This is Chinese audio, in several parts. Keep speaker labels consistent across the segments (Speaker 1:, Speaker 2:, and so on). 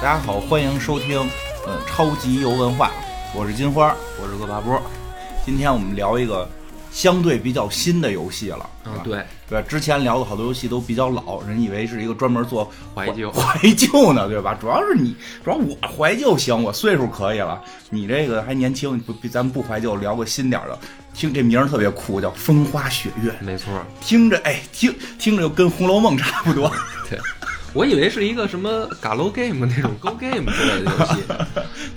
Speaker 1: 大家好，欢迎收听呃超级游文化，我是金花，我是恶霸波。今天我们聊一个相对比较新的游戏了，是吧
Speaker 2: 嗯，对，
Speaker 1: 对吧？之前聊的好多游戏都比较老，人以为是一个专门做
Speaker 2: 怀旧
Speaker 1: 怀旧呢，对吧？主要是你，主要我怀旧行，我岁数可以了，你这个还年轻，不，咱们不怀旧，聊个新点儿的。听这名儿特别酷，叫《风花雪月》，
Speaker 2: 没错儿，
Speaker 1: 听着哎，听听着就跟《红楼梦》差不多。
Speaker 2: 对。我以为是一个什么 Galo Game 那种 Go Game 之类的游戏，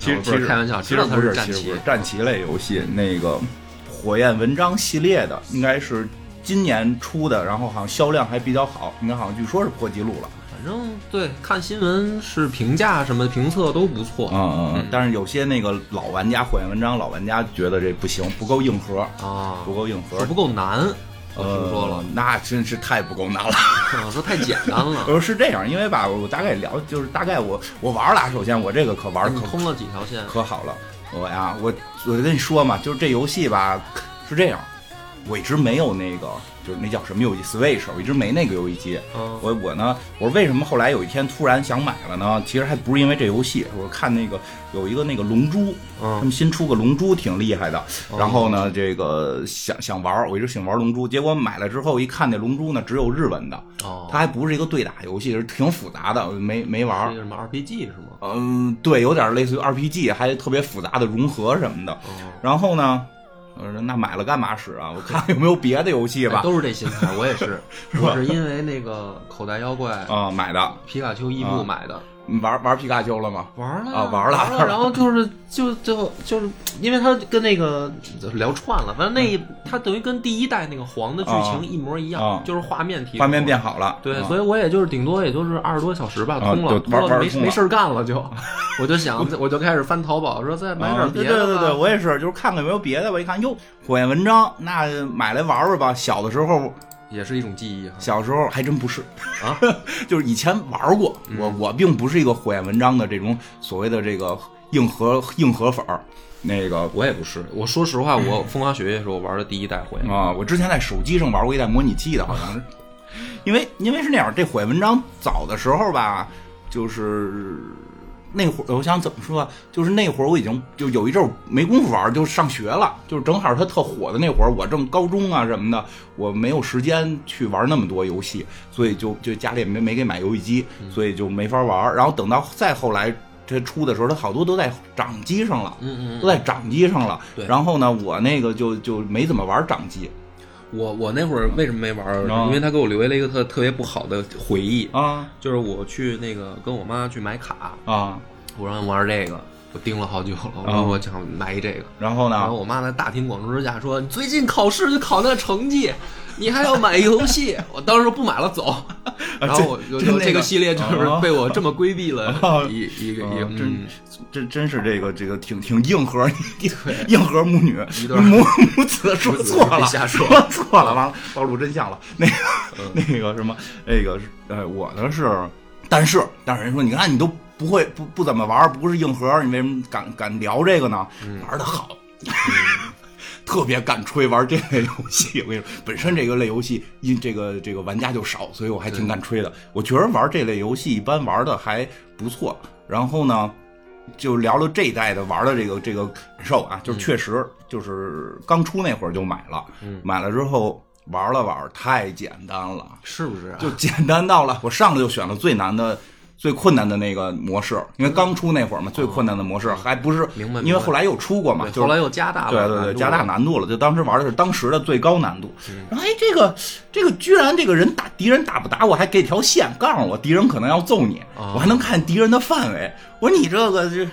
Speaker 1: 其实其
Speaker 2: 啊不是
Speaker 1: 实
Speaker 2: 开玩笑，
Speaker 1: 其
Speaker 2: 知
Speaker 1: 实
Speaker 2: 道它
Speaker 1: 不是，
Speaker 2: 战
Speaker 1: 其实
Speaker 2: 棋
Speaker 1: 不是，战棋类游戏。那个火焰文章系列的应该是今年出的，然后好像销量还比较好，应该好像据说是破纪录了。
Speaker 2: 反正对，看新闻是评价什么评测都不错啊、
Speaker 1: 嗯嗯
Speaker 2: 嗯
Speaker 1: 但是有些那个老玩家，火焰文章老玩家觉得这不行，不够硬核，不够硬核
Speaker 2: 啊说。不够难，我听说了
Speaker 1: 呃，那真是太不够难了。
Speaker 2: 我说太简单了
Speaker 1: 我，说是这样，因为吧，我大概了，就是大概我我玩了啊，首先我这个可玩
Speaker 2: 你
Speaker 1: 可
Speaker 2: 通了几条线？
Speaker 1: 可好了，我呀，我我跟你说嘛，就是这游戏吧是这样，我一直没有那个，就是那叫什么游戏 Switch，我一直没那个游戏机。
Speaker 2: 嗯，
Speaker 1: 我我呢，我为什么后来有一天突然想买了呢？其实还不是因为这游戏，我看那个有一个那个龙珠，他
Speaker 2: 嗯，
Speaker 1: 们新出个龙珠挺厉害的，
Speaker 2: 哦
Speaker 1: 然后呢，这个想想玩儿，我一直想玩龙珠，结果买了之后一看那龙珠呢只有日文的，
Speaker 2: 哦，
Speaker 1: 它还不是一个对打游戏，是挺复杂的，没没玩儿
Speaker 2: 是一。个什么 RPG 是吗？
Speaker 1: 嗯，对，有点类似于 RPG，还特别复杂的融合什么的。
Speaker 2: 哦，
Speaker 1: 然后呢，我说那买了干嘛使啊？我 看有没有别的游戏
Speaker 2: 哎
Speaker 1: 吧。
Speaker 2: 都是这心态，我 也是，我是因为那个口袋妖怪
Speaker 1: 啊、买的，
Speaker 2: 皮卡丘一
Speaker 1: 啊
Speaker 2: 部买的，
Speaker 1: 你玩玩皮卡丘了吗？
Speaker 2: 玩了呀
Speaker 1: 啊玩了
Speaker 2: 玩
Speaker 1: 玩了
Speaker 2: 然后就是就就就是因为它跟那个聊串了，反正那一它等于跟第一代那个黄的剧
Speaker 1: 嗯啊
Speaker 2: 情一模一样，
Speaker 1: 啊
Speaker 2: 就是画面提升
Speaker 1: 画面变好了。
Speaker 2: 对，
Speaker 1: 啊
Speaker 2: 所以我也就是顶多也就是二十多小时吧，
Speaker 1: 啊
Speaker 2: 通了，
Speaker 1: 就
Speaker 2: 通
Speaker 1: 玩玩
Speaker 2: 没
Speaker 1: 通了
Speaker 2: 没事儿干 了就，我就想我就开始翻淘宝说再买
Speaker 1: 啊
Speaker 2: 点
Speaker 1: 对
Speaker 2: 别
Speaker 1: 对
Speaker 2: 的吧，
Speaker 1: 对对，我也是，就是看看有没有别的吧。我一看，哟，火焰文章，那买来玩玩吧。小的时候，
Speaker 2: 也是一种记忆哈。
Speaker 1: 小时候还真不是
Speaker 2: 啊， 嗯
Speaker 1: 就是以前玩过。我我并不是一个火焰文章的这种所谓的这个硬核硬核粉儿，那个
Speaker 2: 我也不是，我说实 话，我风花雪月是我玩的第一代回，
Speaker 1: 啊，我之前在手机上玩过一代模拟器的，好 像是，因为因为是那样，这火焰文章早的时候吧，就是那会儿，我想怎么说啊，就是那会儿我已经就有一阵儿没工夫玩儿，就上学了，就是正好它特火的那会儿，我正高中啊什么的，我没有时间去玩那么多游戏，所以就就家里也没没给买游戏机，
Speaker 2: 嗯
Speaker 1: 所以就没法玩儿。然后等到再后来它出的时候，它好多都在掌机上了。
Speaker 2: 嗯嗯，
Speaker 1: 都在掌机上了，
Speaker 2: 对
Speaker 1: 然后呢，我那个就就没怎么玩掌机，
Speaker 2: 我我那会儿为什么没玩儿？
Speaker 1: 啊
Speaker 2: 因为他给我留下了一个特特别不好的回忆，
Speaker 1: 啊
Speaker 2: 就是我去那个跟我妈去买卡，
Speaker 1: 啊，
Speaker 2: 我让玩这个，我盯了好久了，我
Speaker 1: 啊
Speaker 2: 说我想买一这个。
Speaker 1: 然后
Speaker 2: 然后
Speaker 1: 呢，
Speaker 2: 我妈在大庭广众之下说：“你最近考试就考那成绩，你还要买游戏？” 我当时不买了，走。然后我
Speaker 1: 啊这
Speaker 2: 就
Speaker 1: 这那
Speaker 2: 就
Speaker 1: 个
Speaker 2: 这个系列就是
Speaker 1: 啊
Speaker 2: 被我这么规避
Speaker 1: 啊
Speaker 2: 了一一个一个
Speaker 1: 啊
Speaker 2: 嗯
Speaker 1: 真真是这个这个挺挺硬核，挺 硬核母女
Speaker 2: 一段
Speaker 1: 母母子说错
Speaker 2: 母
Speaker 1: 了，
Speaker 2: 子瞎
Speaker 1: 说
Speaker 2: 说
Speaker 1: 错了，完了 暴露真相了。嗯那个、 那个什么，那个是呃，我的是，但是但是人说，你看你都不会不不怎么玩，不是硬核，你为什么敢敢聊这个呢？玩的好。 特别敢吹玩这类游戏，我跟你说，本身这个类游戏因这个这个玩家就少，所以我还挺敢吹的。我觉得玩这类游戏一般玩的还不错。然后呢，就聊聊这一代的玩的这个这个感受啊，就是确实就是刚出那会儿就买了，
Speaker 2: 嗯
Speaker 1: 买了之后玩了玩，太简单了。
Speaker 2: 是不是啊？
Speaker 1: 就简单到了， 我上来就选了最难的、最困难的那个模式，因为刚出那会儿嘛，最困难的模式还不是，
Speaker 2: 嗯明白明白
Speaker 1: 因为后来又出过嘛，
Speaker 2: 对
Speaker 1: 就是
Speaker 2: 后来又加大
Speaker 1: 对
Speaker 2: 了，
Speaker 1: 对对，
Speaker 2: 难度
Speaker 1: 加大
Speaker 2: 了
Speaker 1: 难度了。就当时玩的是当时的最高难度。然后哎，这个这个居然这个人打敌人打不打我，还给条线告诉我敌人可能要揍你，
Speaker 2: 哦
Speaker 1: 我还能看敌人的范围。我说你这个这，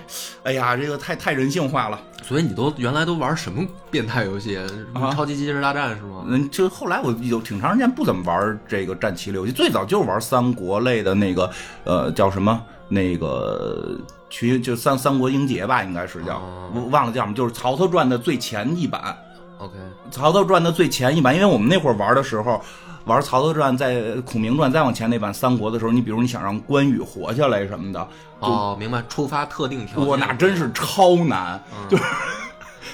Speaker 1: 哎呀，这个太太人性化了。
Speaker 2: 所以你都原来都玩什么变态游戏？什么
Speaker 1: 啊
Speaker 2: 超级机器人大战是吗？
Speaker 1: 嗯，就后来我有挺长时间不怎么玩这个战棋类游戏，最早就是玩三国类的那个，呃，叫什么那个群，就三三国英杰吧，应该是叫，
Speaker 2: 哦
Speaker 1: 我忘了叫什么，就是《曹操传》的最前一版，
Speaker 2: OK，
Speaker 1: 《曹操传》的最前一版，因为我们那会儿玩的时候。玩《曹操传》在《孔明传》再往前那版三国的时候，你比如你想让关羽活下来什么的，
Speaker 2: 哦，明白，触发特定条件，
Speaker 1: 哇，那真是嗯超难，就是。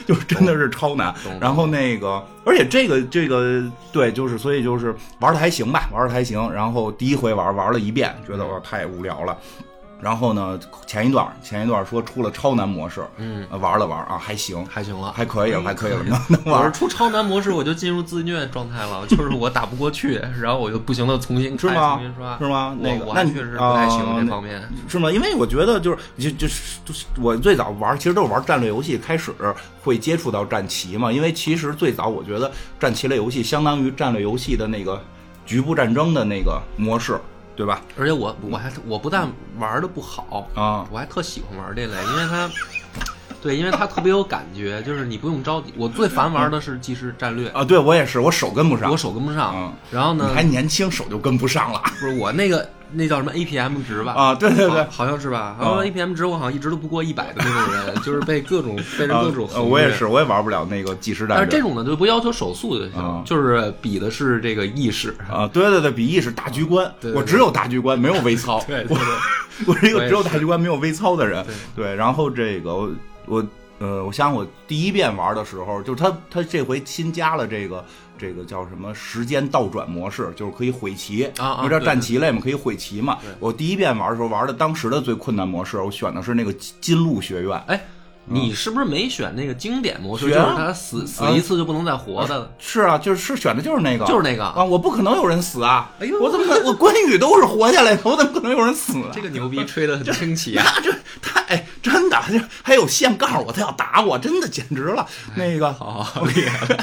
Speaker 1: 就是真的是超难
Speaker 2: 懂，懂
Speaker 1: 然后那个，而且这个这个对，就是所以嗯就是玩的还行吧，玩的还行。然后第一回玩玩了一遍，觉得我太无聊了，然后呢，前一段前一段说出了超难模式，
Speaker 2: 嗯，
Speaker 1: 呃玩了玩啊，还行，
Speaker 2: 还行了。
Speaker 1: 还可以，
Speaker 2: 嗯
Speaker 1: 还哎可以，能能
Speaker 2: 我 是
Speaker 1: 玩
Speaker 2: 出超难模式，我就进入自虐状态了，就是我打不过去，然后我就不行了，重新
Speaker 1: 是
Speaker 2: 开，
Speaker 1: 吗
Speaker 2: 重新刷。
Speaker 1: 是吗？那个
Speaker 2: 我我
Speaker 1: 那
Speaker 2: 还
Speaker 1: 你
Speaker 2: 确实不太行
Speaker 1: 啊
Speaker 2: 这方面。
Speaker 1: 是吗？因为我觉得就是就就是就是我最早玩，其实都是玩战略游戏，开始会接触到战棋嘛。因为其实最早我觉得战棋类游戏相当于战略游戏的那个局部战争的那个模式，对吧？
Speaker 2: 而且我我还我不但玩的不好，
Speaker 1: 啊，
Speaker 2: 我还特喜欢玩这类，因为它，对，因为它特别有感觉，就是你不用着急。我最烦玩的是即时战略，
Speaker 1: 啊，对我也是，我手跟不上
Speaker 2: 我，手跟不上
Speaker 1: 嗯。
Speaker 2: 然后
Speaker 1: 你
Speaker 2: 呢
Speaker 1: 还，年轻，手就跟不上 了
Speaker 2: 不是我那个那叫什么 APM 值吧？
Speaker 1: 啊！对对对，
Speaker 2: 好好像是吧？
Speaker 1: 嗯
Speaker 2: 好像 APM 值我好像一直都不过一百的那种人，就是被各种被人
Speaker 1: 啊
Speaker 2: 各种
Speaker 1: 呃
Speaker 2: 横
Speaker 1: 我也
Speaker 2: 着
Speaker 1: 是，我也玩不了那个即时
Speaker 2: 但
Speaker 1: 战
Speaker 2: 是这
Speaker 1: 略
Speaker 2: 种呢，就不要求手速就
Speaker 1: 啊
Speaker 2: 行，就是比的是这个意识。
Speaker 1: 啊。对对对，比翼是大局观
Speaker 2: 对，对
Speaker 1: 我
Speaker 2: 对
Speaker 1: 只有大局观，没有微操。
Speaker 2: 对
Speaker 1: 我
Speaker 2: 对对，
Speaker 1: 我是一
Speaker 2: 我
Speaker 1: 个
Speaker 2: 也
Speaker 1: 只有大局观没有微操的人
Speaker 2: 对。
Speaker 1: 对，然后这个我我呃，我想我第一遍玩的时候，就是他他这回新加了这个这个叫什么时间倒转模式，就是可以毁棋
Speaker 2: 啊啊
Speaker 1: 有点
Speaker 2: 对
Speaker 1: 战棋类嘛，可以毁棋嘛
Speaker 2: 对。
Speaker 1: 我第一遍玩的时候玩的当时的最困难模式，我选的是那个金金鹿学院。
Speaker 2: 哎。你是不是没选那个经典模式？就
Speaker 1: 学
Speaker 2: 是
Speaker 1: 啊
Speaker 2: 他死死一次就不能再活的，
Speaker 1: 是啊，就是是选的就是那个，
Speaker 2: 就是那个
Speaker 1: 啊！我不可能有人死啊！
Speaker 2: 哎呦
Speaker 1: 我怎么可我关羽都是活下来的，我怎么可能有人死啊？
Speaker 2: 这个牛逼吹得很清奇啊！
Speaker 1: 那这太哎真的，这还有线告诉我他要打我，真的简直了。那个
Speaker 2: 哎 好好
Speaker 1: 厉害，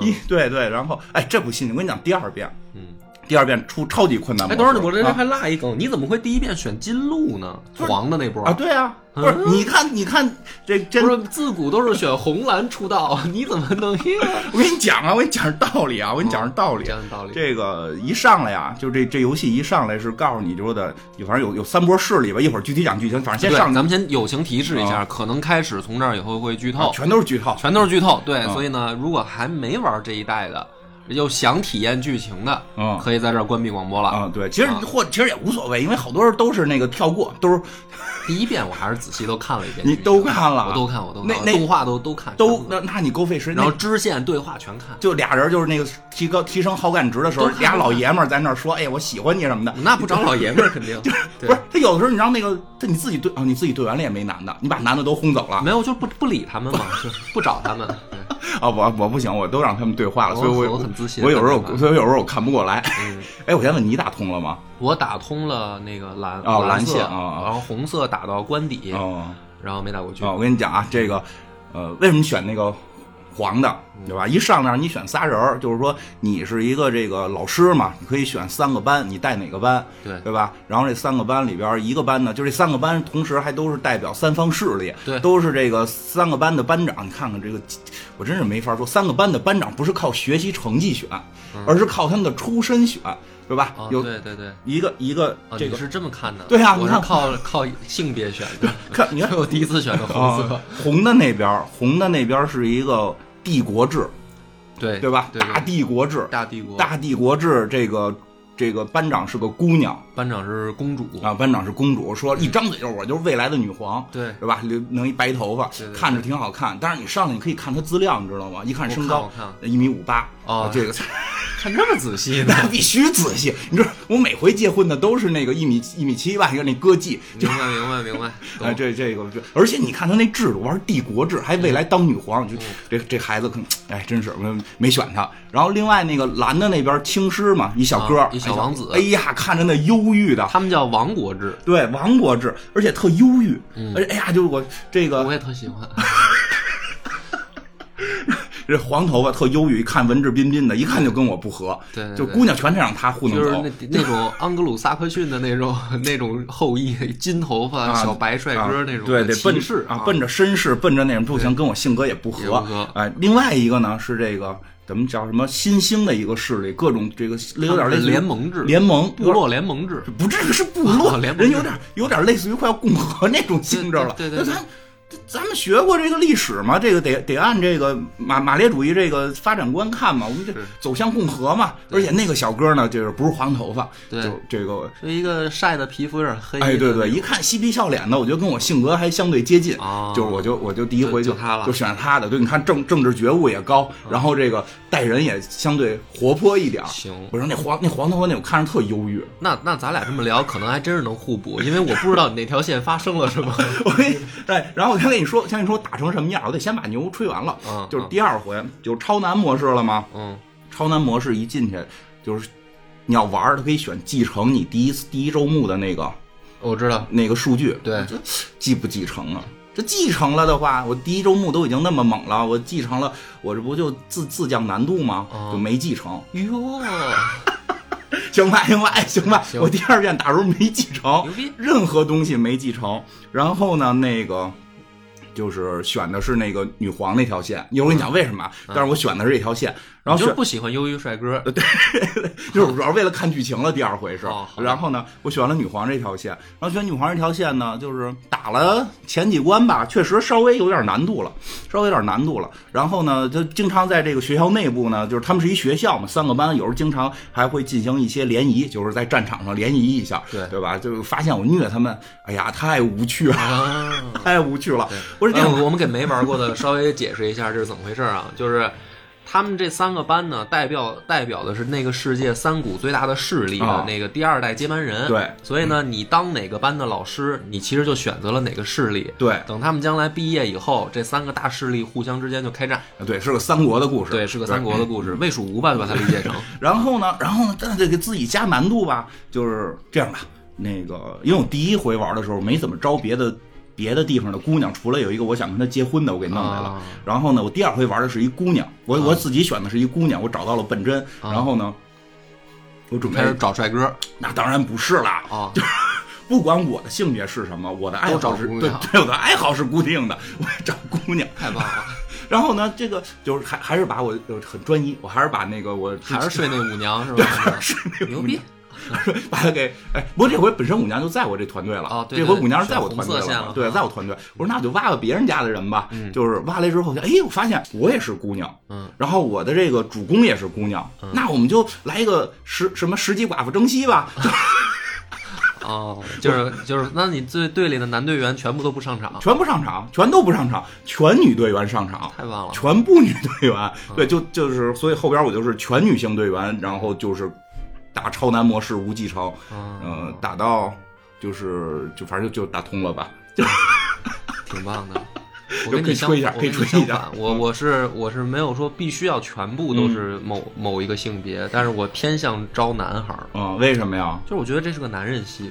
Speaker 1: 一对对，然后哎，这不信，我跟你讲，第二遍，
Speaker 2: 嗯，
Speaker 1: 第二遍出超级困难模
Speaker 2: 哎，
Speaker 1: 式。
Speaker 2: 等会儿我这
Speaker 1: 啊
Speaker 2: 还落一梗，你怎么会第一遍选金鹿呢？
Speaker 1: 是
Speaker 2: 黄的那波
Speaker 1: 啊，对啊，不是，你看你看这真
Speaker 2: 嗯不是自古都是选红蓝出道， 你怎么能一个？
Speaker 1: 我跟你讲啊，我跟你讲是道理啊，我跟你讲是道理
Speaker 2: 这。样哦的道理。
Speaker 1: 这个一上来啊，就这这游戏一上来是告诉你，就说的，有反正有有三波势力吧，一会儿具体讲剧情，反正
Speaker 2: 对
Speaker 1: 先上
Speaker 2: 咱们先友情提示一下，可能开始从这儿以后会剧
Speaker 1: 啊
Speaker 2: 透，
Speaker 1: 全都是剧透，
Speaker 2: 全都是剧透。对，
Speaker 1: 嗯
Speaker 2: 所以呢，如果还没玩这一代的，又想体验剧情的，
Speaker 1: 嗯
Speaker 2: 可以在这儿关闭广播了。
Speaker 1: 啊，对，其实
Speaker 2: 啊
Speaker 1: 或其实也无所谓，因为好多人都是那个跳过，都是
Speaker 2: 第一遍我还是仔细都看了一遍，
Speaker 1: 你都看了
Speaker 2: 我都看，我都看，
Speaker 1: 那那
Speaker 2: 动画都都看，
Speaker 1: 都
Speaker 2: 全
Speaker 1: 那那你够费时间。
Speaker 2: 然后
Speaker 1: 那
Speaker 2: 支线对话全看，
Speaker 1: 就俩人就是那个提高提升好感值的时候
Speaker 2: 都，看
Speaker 1: 俩老爷们儿在那儿说：“哎，我喜欢你什么的。
Speaker 2: 那不找老爷们儿肯 定
Speaker 1: 不是他有的时候你让那个他你自己对啊，你自己对完了也没男的，你把男的都轰走了
Speaker 2: 没有就不不理他们嘛，就是不找他们。对
Speaker 1: 啊！我我不行，我都让他们对话了，所以
Speaker 2: 我
Speaker 1: 我
Speaker 2: 我很自信
Speaker 1: 我有时候
Speaker 2: 很自信
Speaker 1: 所以有时候我看不过来。
Speaker 2: 嗯，
Speaker 1: 哎，我先问你打通了吗？
Speaker 2: 我打通了那个蓝
Speaker 1: 哦蓝
Speaker 2: 蓝色
Speaker 1: 线哦哦
Speaker 2: 然后红色打到官邸，
Speaker 1: 哦
Speaker 2: 然后没打过去。
Speaker 1: 哦，我跟你讲啊，这个呃，为什么选那个黄的，对吧？一上来你选仨人儿，就是说你是一个这个老师嘛，你可以选三个班，你带哪个班？
Speaker 2: 对
Speaker 1: 对吧？然后这三个班里边儿，一个班呢，就这三个班同时还都是代表三方势力，
Speaker 2: 对
Speaker 1: 都是这个三个班的班长。你看看这个，我真是没法说，三个班的班长不是靠学习成绩选，而是靠他们的出身选，对吧？
Speaker 2: 嗯哦，
Speaker 1: 有
Speaker 2: 对对对，
Speaker 1: 一个一个
Speaker 2: 哦，
Speaker 1: 这
Speaker 2: 你
Speaker 1: 个，
Speaker 2: 是这么看的？
Speaker 1: 对啊
Speaker 2: 我
Speaker 1: 你
Speaker 2: 是
Speaker 1: 看
Speaker 2: 靠靠性别选的，
Speaker 1: 看你 看
Speaker 2: 所以我第一次选的红色
Speaker 1: 啊。红的那边儿，红的那边儿是一个帝国制，
Speaker 2: 对
Speaker 1: 对吧？
Speaker 2: 对对
Speaker 1: 大帝国制，
Speaker 2: 大帝国
Speaker 1: 大帝国制这个。这个班长是个姑娘
Speaker 2: 班长是公主，
Speaker 1: 啊，班长是公主，说一张嘴就是我就是未来的女皇，
Speaker 2: 对
Speaker 1: 对吧？留弄一白头发
Speaker 2: 对对，对
Speaker 1: 看着挺好看。但是你上来你可以看她资料，你知道吗？一看身
Speaker 2: 我
Speaker 1: 高
Speaker 2: 看我
Speaker 1: 一米五八，啊
Speaker 2: 哦
Speaker 1: 这个
Speaker 2: 看这么仔细呢。
Speaker 1: 那必须仔细。你知道我每回结婚的都是那个一米一米七吧，一个那歌妓，
Speaker 2: 明白明白明白，
Speaker 1: 哎，
Speaker 2: 懂。
Speaker 1: 这这个，这而且你看他那制度，玩帝国制，还未来当女皇，
Speaker 2: 嗯
Speaker 1: 就这这孩子可能，哎，真是没没选他。然后另外那个蓝的那边青狮嘛，一小哥，
Speaker 2: 啊一小王子
Speaker 1: 哎呀，看着那忧郁的，
Speaker 2: 他们叫亡国制，
Speaker 1: 对，亡国制，而且特忧郁，而且哎呀，就我这
Speaker 2: 嗯我
Speaker 1: 个
Speaker 2: 也特喜欢。
Speaker 1: 这黄头发特忧郁，一看文质彬彬的，一看就跟我不合，
Speaker 2: 嗯对对对
Speaker 1: 就姑娘全得让他糊弄
Speaker 2: 就是
Speaker 1: 走。
Speaker 2: 那那种盎格鲁撒克逊的那种那种后裔，金头发、
Speaker 1: 啊
Speaker 2: 小白帅哥那种、
Speaker 1: 啊对对，
Speaker 2: 骑
Speaker 1: 奔
Speaker 2: 士
Speaker 1: 啊，奔着绅士，奔着那种不行，跟我性格也不
Speaker 2: 也
Speaker 1: 合。
Speaker 2: 不合
Speaker 1: 哎，另外一个呢是这个咱们叫什么新兴的一个势力，各种这个有点类似于
Speaker 2: 联盟制
Speaker 1: 联盟
Speaker 2: 部落联盟制，
Speaker 1: 不至于是部落
Speaker 2: 啊联盟
Speaker 1: 人有点有点类似于快要共和那种性质了。
Speaker 2: 对对
Speaker 1: 那
Speaker 2: 对对
Speaker 1: 咱咱们学过这个历史嘛，这个得得按这个马马列主义这个发展观看嘛，我们就是走向共和嘛。而且那个小哥呢，就是不是黄头发，
Speaker 2: 对
Speaker 1: 就这个，
Speaker 2: 是一个晒的皮肤有点黑的那
Speaker 1: 哎，
Speaker 2: 种，
Speaker 1: 对对，一看嬉皮笑脸的，我觉得跟我性格还相对接近，
Speaker 2: 啊
Speaker 1: 就是我就我就第一回
Speaker 2: 就
Speaker 1: 就
Speaker 2: 就他了啊
Speaker 1: 就选他的。对，你看政政治觉悟也高，然后这个待人也相对活泼一点儿。
Speaker 2: 行
Speaker 1: 我说那黄那黄头发那我看着特忧郁，
Speaker 2: 那那咱俩这么聊，可能还真是能互补，因为我不知道你那条线发生了 什么。
Speaker 1: 我跟你对，然后我先跟你说，先跟你说我打成什么样，我得先把牛吹完了。
Speaker 2: 嗯
Speaker 1: 就是
Speaker 2: 嗯
Speaker 1: 第二回就超难模式了吗？
Speaker 2: 嗯，
Speaker 1: 超难模式一进去，就是你要玩儿，它可以选继承你第一第一周目的那个
Speaker 2: 我知道，
Speaker 1: 那个数据，
Speaker 2: 对
Speaker 1: 这继不继承啊？这继承了的话，我第一周目都已经那么猛了，我继承了，我这不就自自降难度吗
Speaker 2: 哦？
Speaker 1: 就没继承，
Speaker 2: 哟，
Speaker 1: 行吧，行吧，哎，行吧，
Speaker 2: 行
Speaker 1: 我第二遍打时候没继承，
Speaker 2: 牛逼
Speaker 1: 任何东西没继承。然后呢，那个就是选的是那个女皇那条线，一会儿我跟你讲为什么啊，但是我选的是这条线，然
Speaker 2: 嗯
Speaker 1: 后呃
Speaker 2: 你就是
Speaker 1: 选
Speaker 2: 不喜欢忧郁帅哥，
Speaker 1: 就是主要为了看剧情了，第二回是
Speaker 2: 哦。好
Speaker 1: 然后呢，我选了女皇这条线，然后选女皇这条线呢，就是打了前几关吧，确实稍微有点难度了，稍微有点难度了。然后呢，就经常在这个学校内部呢，就是他们是一学校嘛，三个班，有时候经常还会进行一些联谊，就是在战场上联谊一下，
Speaker 2: 对
Speaker 1: 对吧？就发现我虐他们，哎呀，太无趣了，
Speaker 2: 啊。
Speaker 1: 太无趣了。我说这
Speaker 2: 哎，
Speaker 1: 样
Speaker 2: 我我们给没玩过的稍微解释一下这是怎么回事啊？就是他们这三个班呢，代表代表的是那个世界三股最大的势力的
Speaker 1: 啊
Speaker 2: 那个第二代接班人。
Speaker 1: 对
Speaker 2: 所以呢，你当哪个班的老师，你其实就选择了哪个势力。
Speaker 1: 对
Speaker 2: 等他们将来毕业以后，这三个大势力互相之间就开战。
Speaker 1: 对，是个三国的故事，
Speaker 2: 对，是个三国的故事，魏蜀吴吧，就把它理解成。
Speaker 1: 然后呢，然后呢，但得给自己加难度吧，就是这样吧。那个，因为我第一回玩的时候没怎么招别的别的地方的姑娘，除了有一个我想跟她结婚的，我给弄来了。
Speaker 2: 啊
Speaker 1: 然后呢，我第二回玩的是一姑娘，我、
Speaker 2: 啊
Speaker 1: 我自己选的是一姑娘，我找到了本真。
Speaker 2: 啊
Speaker 1: 然后呢，我准备
Speaker 2: 开始找帅哥
Speaker 1: 那当然不是啦，
Speaker 2: 啊，
Speaker 1: 不管我的性别是什么，我的爱
Speaker 2: 都找
Speaker 1: 好是
Speaker 2: 姑
Speaker 1: 对
Speaker 2: 娘
Speaker 1: 对，我的爱好是固定的，我找姑娘。
Speaker 2: 太棒 了，
Speaker 1: 然后呢，这个就是还还是把我就是很专一，我还是把那个我
Speaker 2: 还是睡那舞娘是吧？牛逼
Speaker 1: 把他给哎，不过这回本身五娘就在我这团队了
Speaker 2: 哦对
Speaker 1: 这
Speaker 2: 对
Speaker 1: 回五娘是在我
Speaker 2: 选
Speaker 1: 团队
Speaker 2: 红色线啊了
Speaker 1: 嘛对，在我团队。我说那我就挖挖别人家的人吧，就是挖来之后，哎，我发现我也是姑娘，
Speaker 2: 嗯，
Speaker 1: 然后我的这个主公也是姑娘，那我们就来一个十什么十级寡妇争西吧，
Speaker 2: 哦，就是就是，那你队队里的男队员全部都不上场，
Speaker 1: 全不上场，全都不上场，全女队员上场。
Speaker 2: 太棒了。
Speaker 1: 全部女队员，
Speaker 2: 嗯
Speaker 1: 对，就就是，所以后边我就是全女性队员，然后就是打超难模式无继承，
Speaker 2: 啊
Speaker 1: 嗯，打到就是就反正就就打通了吧，
Speaker 2: 挺棒的。我
Speaker 1: 就
Speaker 2: 跟
Speaker 1: 可
Speaker 2: 你
Speaker 1: 以
Speaker 2: 相，
Speaker 1: 吹一下
Speaker 2: 我
Speaker 1: 可以
Speaker 2: 跟你
Speaker 1: 吹
Speaker 2: 相
Speaker 1: 一下嗯
Speaker 2: 反，我我是我是没有说必须要全部都是某、某一个性别，但是我偏向招男孩儿，
Speaker 1: 嗯，为什么呀？
Speaker 2: 就是我觉得这是个男 人戏，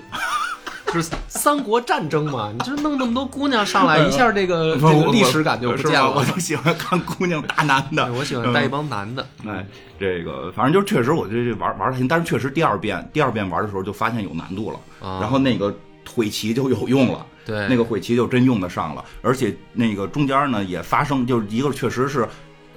Speaker 2: 就是三国战争嘛，你就是弄那么多姑娘上来，一下 这个
Speaker 1: 不
Speaker 2: 这个
Speaker 1: 嗯我
Speaker 2: 历史感就不
Speaker 1: 是
Speaker 2: 见
Speaker 1: 吧我
Speaker 2: 了。
Speaker 1: 就喜欢看姑娘打男的
Speaker 2: 对，我喜欢带一帮男的，
Speaker 1: 嗯。哎，这个反正就确实，我这这玩玩的行，但是确实第二遍第二遍玩的时候就发现有难度了，
Speaker 2: 啊
Speaker 1: 然后那个腿骑就有用了。
Speaker 2: 对，
Speaker 1: 那个悔棋就真用得上了，而且那个中间呢也发生，就是一个确实是，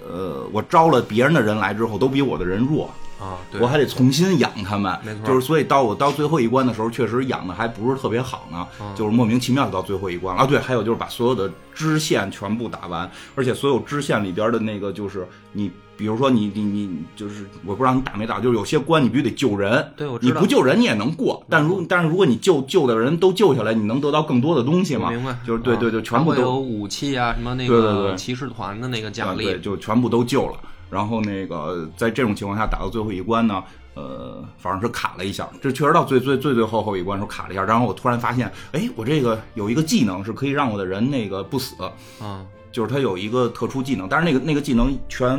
Speaker 1: 呃，我招了别人的人来之后，都比我的人弱，
Speaker 2: 啊，对
Speaker 1: 我，还得重新养他们
Speaker 2: 没错，
Speaker 1: 就是所以到我到最后一关的时候，确实养的还不是特别好呢，
Speaker 2: 嗯
Speaker 1: 就是莫名其妙就到最后一关了啊。对，还有就是把所有的支线全部打完，而且所有支线里边的那个就是你。比如说你你你就是我不知道你打没打，就是有些关你必须得救人，
Speaker 2: 对我知
Speaker 1: 你
Speaker 2: 道
Speaker 1: 不救人你也能过，但如但是如果你救救的人都救下来，你能得到更多的东西
Speaker 2: 我
Speaker 1: 嘛？
Speaker 2: 明白，
Speaker 1: 就是对
Speaker 2: 啊
Speaker 1: 对对，全部
Speaker 2: 还会有
Speaker 1: 都
Speaker 2: 武器啊，什么那
Speaker 1: 对对
Speaker 2: 个
Speaker 1: 对
Speaker 2: 骑士团的那个
Speaker 1: 啊
Speaker 2: 奖
Speaker 1: 对，
Speaker 2: 励，
Speaker 1: 就全部都救了。然后那个在这种情况下打到最后一关呢，呃，反正是卡了一下，这确实到最最最最后后一关的时候卡了一下。然后我突然发现，哎，我这个有一个技能是可以让我的人那个不死，
Speaker 2: 啊，
Speaker 1: 就是他有一个特殊技能，但是那个那个技能全。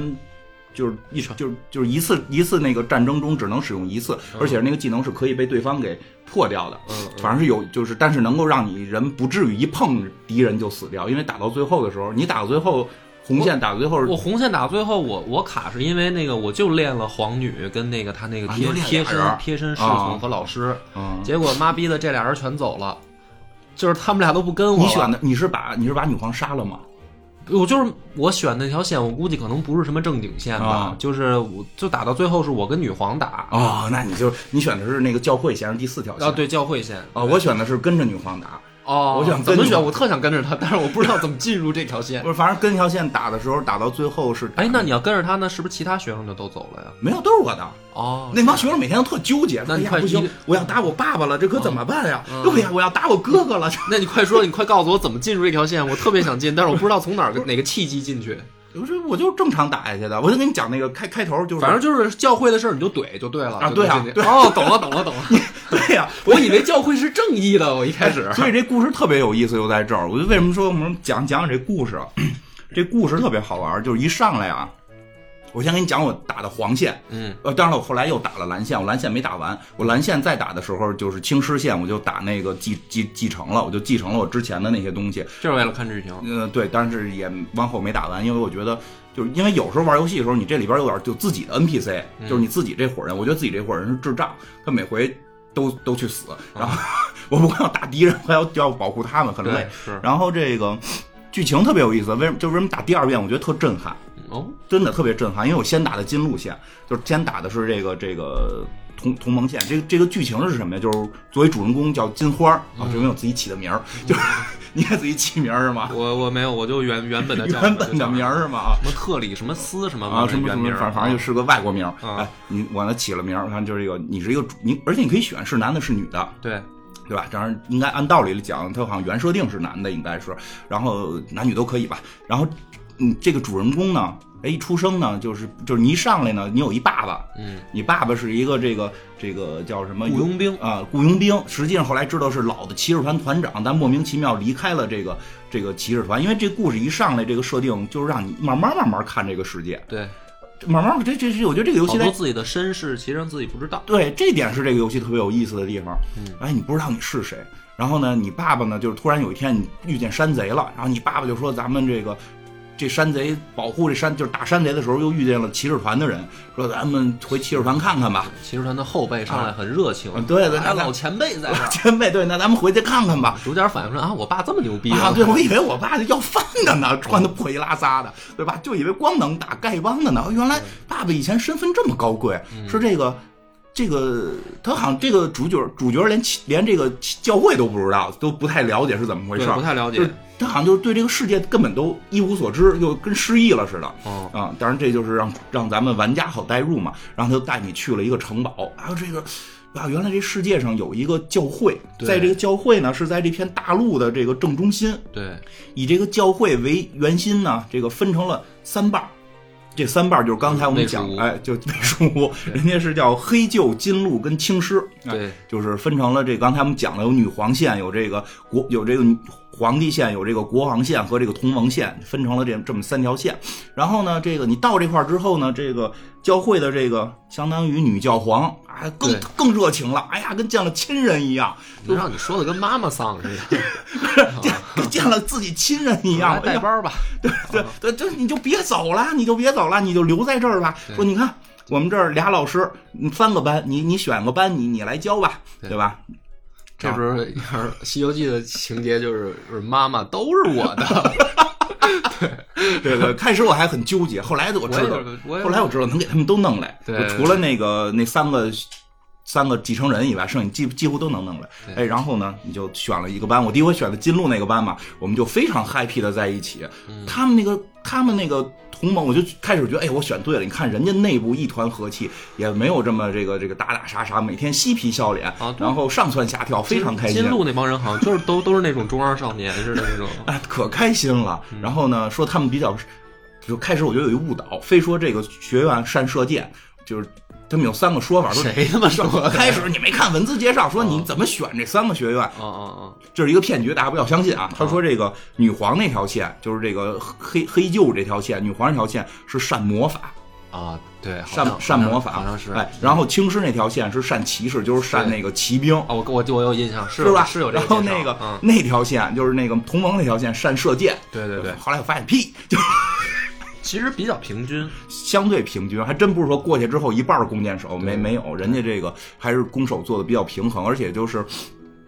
Speaker 1: 就是一场，就是就是一次一次那个战争中只能使用一次，而且那个技能是可以被对方给破掉的。
Speaker 2: 嗯嗯
Speaker 1: 反正是有，就是但是能够让你人不至于一碰敌人就死掉，因为打到最后的时候，你打到最后红线打到最后是
Speaker 2: 我红线打到最后我，我卡是因为那个我就练了皇女跟那个他那个
Speaker 1: 啊
Speaker 2: 贴、
Speaker 1: 就练俩
Speaker 2: 贴
Speaker 1: 人
Speaker 2: 身
Speaker 1: 儿
Speaker 2: 贴身侍
Speaker 1: 啊
Speaker 2: 从和老师，
Speaker 1: 嗯，
Speaker 2: 结果妈逼的这俩人全走了，就是他们俩都不跟我了。
Speaker 1: 你选的你是把你是把女皇杀了吗？
Speaker 2: 我就是我选那条线，我估计可能不是什么正经线吧，
Speaker 1: 啊
Speaker 2: 就是我就打到最后是我跟女皇打
Speaker 1: 哦，那你就你选的是那个教会先生第四条线
Speaker 2: 啊啊，对教会线
Speaker 1: 啊我选的是跟着女皇打，
Speaker 2: 哦，
Speaker 1: 我想
Speaker 2: 怎
Speaker 1: 跟
Speaker 2: 么
Speaker 1: 你
Speaker 2: 选，我特想跟着他，但是我不知道怎么进入这条线
Speaker 1: 不。是，反正跟一条线打的时候，打到最后是
Speaker 2: 哎，那你要跟着他，那是不是其他学生就都走了呀？
Speaker 1: 没有都是我的。
Speaker 2: 哦，
Speaker 1: 那帮学生每天都特纠结，说
Speaker 2: 那
Speaker 1: 哎
Speaker 2: 你
Speaker 1: 呀
Speaker 2: 快
Speaker 1: 不行
Speaker 2: 你，
Speaker 1: 我要打我爸爸了，这可怎么办呀？
Speaker 2: 嗯
Speaker 1: 对呀，我要打我哥哥了。
Speaker 2: 那你快说，你快告诉我怎么进入这条线，我特别想进， 但是我不知道从哪儿个哪个契机进去。
Speaker 1: 我说我就是正常打下去的，我就跟你讲那个开开头就是，
Speaker 2: 反正就是教会的事儿，你就怼就对了
Speaker 1: 啊
Speaker 2: 就
Speaker 1: 对啊
Speaker 2: 就
Speaker 1: 对
Speaker 2: 哦，懂了，懂了，懂了。
Speaker 1: 对呀、
Speaker 2: 我以为教会是正义的，我一 开始。
Speaker 1: 哎所以这故事特别有意思，就在这儿。我就为什么说我们讲讲讲这故事，啊这故事特别好玩儿，就是一上来啊，我先给你讲我打的黄线，
Speaker 2: 嗯，
Speaker 1: 呃，当然了，我后来又打了蓝线，我蓝线没打完，我蓝线再打的时候就是青狮线，我就打那个继继继承了，我就继承了我之前的那些东西。
Speaker 2: 就是为了看剧情。
Speaker 1: 呃，对，但是也往后没打完，因为我觉得。就是因为有时候玩游戏的时候，你这里边有点就自己的 NPC，、就是你自己这伙人，我觉得自己这伙人是智障，他每回都都去死，然后、 我不光要打敌人，还要要保护他们，很累
Speaker 2: 对，。是
Speaker 1: 然后这个剧情特别有意思，为什么？就为什么打第二遍，我觉得特震撼，
Speaker 2: 哦，
Speaker 1: 真的特别震撼，因为我先打的金路线，就是先打的是这个这个同同盟线。这个这个剧情是什么呀？就是作为主人公叫金花儿啊，这因为我自己起的名儿，就是 你也自己起名儿是吗？
Speaker 2: 我我没有，我就原原本的叫
Speaker 1: 原本的名儿是吗？啊
Speaker 2: 什么特里什么斯什么
Speaker 1: 啊，什么什
Speaker 2: 原
Speaker 1: 么
Speaker 2: 名，，
Speaker 1: 反反正就是个外国名儿。
Speaker 2: 啊
Speaker 1: 哎，你我呢起了名儿，反正就是这个，你是一个主你，而且你可以选是男的，是女的。
Speaker 2: 对，
Speaker 1: 对吧？当然，应该按道理来讲，他好像原设定是男的，应该是，然后男女都可以吧。然后，嗯，这个主人公呢，哎，一出生呢，就是就是你一上来呢，你有一爸爸，
Speaker 2: 嗯，
Speaker 1: 你爸爸是一个这个这个叫什么
Speaker 2: 雇佣兵
Speaker 1: 啊，雇佣兵。实际上后来知道是老的骑士团团长，但莫名其妙离开了这个这个骑士团，因为这故事一上来，这个设定就是让你慢慢慢慢看这个世界，
Speaker 2: 对，
Speaker 1: 慢慢这这是我觉得这个游
Speaker 2: 好
Speaker 1: 戏在
Speaker 2: 多自己的身世，其实让自己不知道。
Speaker 1: 对，这点是这个游戏特别有意思的地方。
Speaker 2: 嗯
Speaker 1: 哎，你不知道你是谁。然后呢，你爸爸呢，就是突然有一天你遇见山贼了，然后你爸爸就说咱们这个。这山贼保护这山，就是打山贼的时候，又遇见了骑士团的人，说咱们回骑士团看看吧。
Speaker 2: 骑士团的后辈上来很热情
Speaker 1: 啊，对对
Speaker 2: 哎
Speaker 1: 对
Speaker 2: 老前辈在这儿。
Speaker 1: 前辈， 对，那咱们回去看看吧。
Speaker 2: 主角反应说啊，我爸这么牛逼
Speaker 1: 啊，对， 我以为我爸要饭的呢，穿的破衣拉撒的，对吧？就以为光能打丐帮的呢，哦原来爸爸以前身份这么高贵，
Speaker 2: 嗯
Speaker 1: 是这个。这个他好像这个主角主角连其连这个教会都不知道，都不太了解是怎么回事
Speaker 2: 对
Speaker 1: 儿，
Speaker 2: 不太了解
Speaker 1: 就是他好像就是对这个世界根本都一无所知，就跟失忆了似的。
Speaker 2: 哦，
Speaker 1: 啊，当然这就是让让咱们玩家好代入嘛，然后他就带你去了一个城堡，还有这个。啊，原来这世界上有一个教会，
Speaker 2: 对
Speaker 1: 在这个教会呢是在这片大陆的这个正中心，
Speaker 2: 对，
Speaker 1: 以这个教会为圆心呢，这个分成了三瓣儿。这三瓣儿就是刚才我们讲
Speaker 2: 嗯内属，屋
Speaker 1: 哎，就内属 屋，人家是叫黑鹫、金鹿跟青狮，哎
Speaker 2: 对，
Speaker 1: 就是分成了这刚才我们讲了有女皇线，有这个国有这个女皇帝线，有这个国王线和这个同盟线，分成了这这么三条线。然后呢，这个你到这块儿之后呢，这个教会的这个相当于女教皇啊，更
Speaker 2: 对
Speaker 1: 更热情了，哎呀，跟见了亲人一样，
Speaker 2: 能让你说的跟妈妈桑 似的。
Speaker 1: 见跟见了自己亲人一样
Speaker 2: 来，
Speaker 1: 哎
Speaker 2: 带
Speaker 1: 呀
Speaker 2: 班儿吧，
Speaker 1: 对对，这你就别走了，你就别走了，你就留在这儿吧。
Speaker 2: 对
Speaker 1: 说你看，我们这儿俩老师，你三个班，你你选个班，你你来教吧，
Speaker 2: 对
Speaker 1: 对吧？
Speaker 2: 这时候要是《西游记》的情节就是，就是妈妈都是我的，
Speaker 1: 对对，开始我还很纠结，后来我
Speaker 2: 我
Speaker 1: 知
Speaker 2: 也
Speaker 1: 道，
Speaker 2: 是我也
Speaker 1: 后来我知道能给他们都弄来，
Speaker 2: 对
Speaker 1: 就除了那个那三个。三个继承人以外，剩下几几乎都能弄来。
Speaker 2: 对
Speaker 1: 哎，然后呢，你就选了一个班。我第一回选的金鹿那个班嘛，我们就非常 happy 的在一起。
Speaker 2: 嗯
Speaker 1: 他们那个他们那个同盟，我就开始觉得，哎，我选对了。你看人家内部一团和气，也没有这么这个这个打打杀杀，每天嬉皮笑脸，
Speaker 2: 啊对
Speaker 1: 然后上蹿下跳， 非常开心。
Speaker 2: 金鹿那帮人好像就是都都是那种中二少年似的那种。
Speaker 1: 哎，可开心了。
Speaker 2: 嗯
Speaker 1: 然后呢，说他们比较，就开始我觉得有一误导，非说这个学院善射箭，就是他们有三个说法。都
Speaker 2: 谁他妈说的？
Speaker 1: 开始你没看文字介绍，说你
Speaker 2: 哦
Speaker 1: 怎么选这三个学院，
Speaker 2: 哦哦
Speaker 1: 这是一个骗局，大家不要相信啊。他说这个女皇那条线就是这个黑黑鹫这条线，女皇这条线是善魔法，
Speaker 2: 哦 啊，对，好
Speaker 1: 善
Speaker 2: 像
Speaker 1: 善魔法，
Speaker 2: 好像是。嗯
Speaker 1: 哎，然后青狮那条线是善骑士，就是善
Speaker 2: 对
Speaker 1: 那个骑兵。
Speaker 2: 啊，我我我有印象，是
Speaker 1: 是吧？
Speaker 2: 是有这
Speaker 1: 然
Speaker 2: 个
Speaker 1: 后
Speaker 2: 介绍
Speaker 1: 那个、
Speaker 2: 嗯，
Speaker 1: 那条线就是那个同盟那条线善射箭，
Speaker 2: 对对对，
Speaker 1: 后来我发现屁，就
Speaker 2: 其实比较平均，
Speaker 1: 相对平均，还真不是说过去之后一半儿弓箭手没
Speaker 2: 对
Speaker 1: 没有，人家这个还是弓手做的比较平衡，而且就是。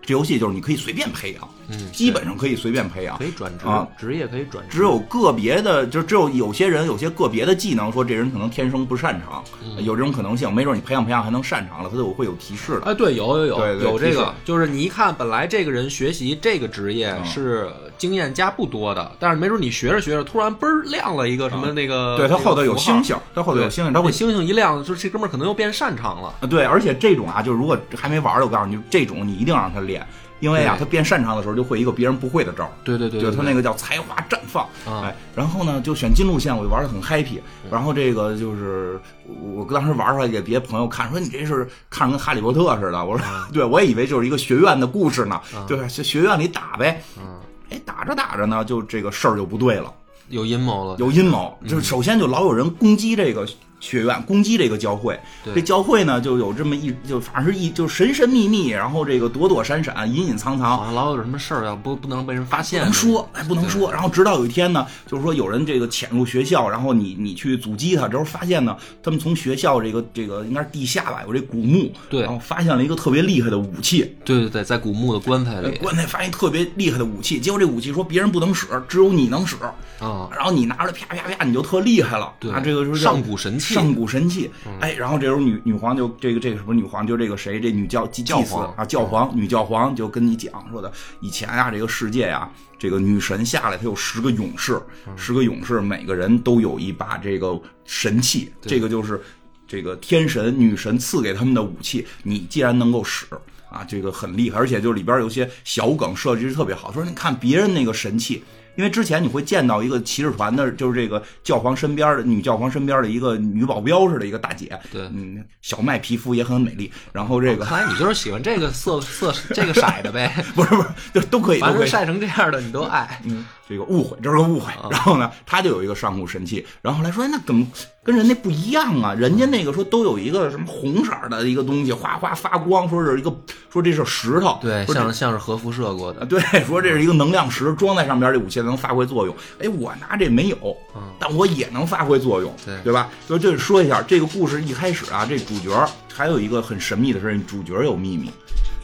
Speaker 1: 这游戏就是你可以随便培养，
Speaker 2: 嗯
Speaker 1: 基本上可以随便培养
Speaker 2: 可。以转职
Speaker 1: 啊，
Speaker 2: 职业可以转职，
Speaker 1: 只有个别的，就只有有些人有些个别的技能，说这人可能天生不擅长，
Speaker 2: 嗯
Speaker 1: 有这种可能性。没准你培养培养还能擅长了，他就会有提示的。
Speaker 2: 哎，对，有有有
Speaker 1: 对对
Speaker 2: 有这
Speaker 1: 提示
Speaker 2: 个，就是你一看，本来这个人学习这个职业
Speaker 1: 嗯
Speaker 2: 是经验加不多的，但是没准你学着学着，突然嘣儿亮了一个什么那
Speaker 1: 嗯
Speaker 2: 个，
Speaker 1: 对他后头有星
Speaker 2: 星，
Speaker 1: 星，他后头有星星，他
Speaker 2: 这
Speaker 1: 会
Speaker 2: 星星一亮，就这哥们儿可能又变擅长了。
Speaker 1: 啊，对，而且这种啊，就是如果还没玩儿的，我告诉你，这种你一定让他练，因为啊，
Speaker 2: 对
Speaker 1: 他变擅长的时候就会一个别人不会的招儿。
Speaker 2: 对对对
Speaker 1: 就他那个叫才华绽放，
Speaker 2: 啊嗯
Speaker 1: 哎，然后呢就选金路线，我就玩的很 happy。然后这个就是我当时玩出来给别的朋友看，说你这是看着跟哈利波特似的。我说、
Speaker 2: 啊
Speaker 1: 对，我也以为就是一个学院的故事呢，对，学学院里打呗。
Speaker 2: 嗯，
Speaker 1: 哎，打着打着呢，就这个事儿就不对了。
Speaker 2: 有阴谋了，
Speaker 1: 有阴谋，
Speaker 2: 嗯
Speaker 1: 就是首先就老有人攻击这个学院，攻击这个教会。
Speaker 2: 对
Speaker 1: 这教会呢，就有这么一，就反正是一，就神神秘秘，然后这个躲躲闪闪，隐隐藏
Speaker 2: 好
Speaker 1: 藏，
Speaker 2: 像老有什么事儿要不不能被人发
Speaker 1: 不
Speaker 2: 现，
Speaker 1: 能说，哎，不能说。然后直到有一天呢，就是说有人这个潜入学校，然后你你去阻击他，之后发现呢，他们从学校这个这个应该是地下吧，有这古墓，
Speaker 2: 对
Speaker 1: 然后发现了一个特别厉害的武器，
Speaker 2: 对对对，在古墓的棺材里
Speaker 1: 关键发现一特别厉害的武器，结果这武器说别人不能使，只有你能使。
Speaker 2: 啊，
Speaker 1: 然后你拿出来啪啪啪，你就特厉害了。
Speaker 2: 对
Speaker 1: 啊，这个就是
Speaker 2: 上古神器嗯
Speaker 1: 上古神器。哎，然后这时候女女皇就这个这个什么女皇就这个谁这女教祭
Speaker 2: 教
Speaker 1: 祭司
Speaker 2: 皇
Speaker 1: 啊教皇女教皇就跟你讲说的，以前啊这个世界呀、这个女神下来，她有十个勇士，十个勇士每个人都有一把这个神器，这个就是这个天神女神赐给他们的武器，你既然能够使。啊，这个很厉害，而且就里边有些小梗设计是特别好。说你看别人那个神器，因为之前你会见到一个骑士团的，就是这个教皇身边的女教皇身边的一个女保镖似的一个大姐，
Speaker 2: 对
Speaker 1: 嗯，小麦皮肤也很美丽。然后这个、
Speaker 2: 看来你就是喜欢这个色色这个色的 呗，
Speaker 1: 不是不是，就都可以，
Speaker 2: 反
Speaker 1: 都可
Speaker 2: 正
Speaker 1: 以。
Speaker 2: 晒成这样的你都爱。
Speaker 1: 嗯，这个误会，这是个误会。
Speaker 2: 啊
Speaker 1: 然后呢，他就有一个上古神器，然后后来说，哎那怎么跟人家不一样啊？人家那个说都有一个什么红色儿的一个东西，哗哗发光，说是一个，说这是石头，
Speaker 2: 对，
Speaker 1: 说这
Speaker 2: 像像是核辐射过 的
Speaker 1: 啊，，对，说这是一个能量石，装在上边，这武器才能发挥作用。哎，我拿这没有，但我也能发挥作用，
Speaker 2: 嗯对
Speaker 1: 吧？就这说一下，这个故事一开始啊，这主角还有一个很神秘的事，主角有秘密，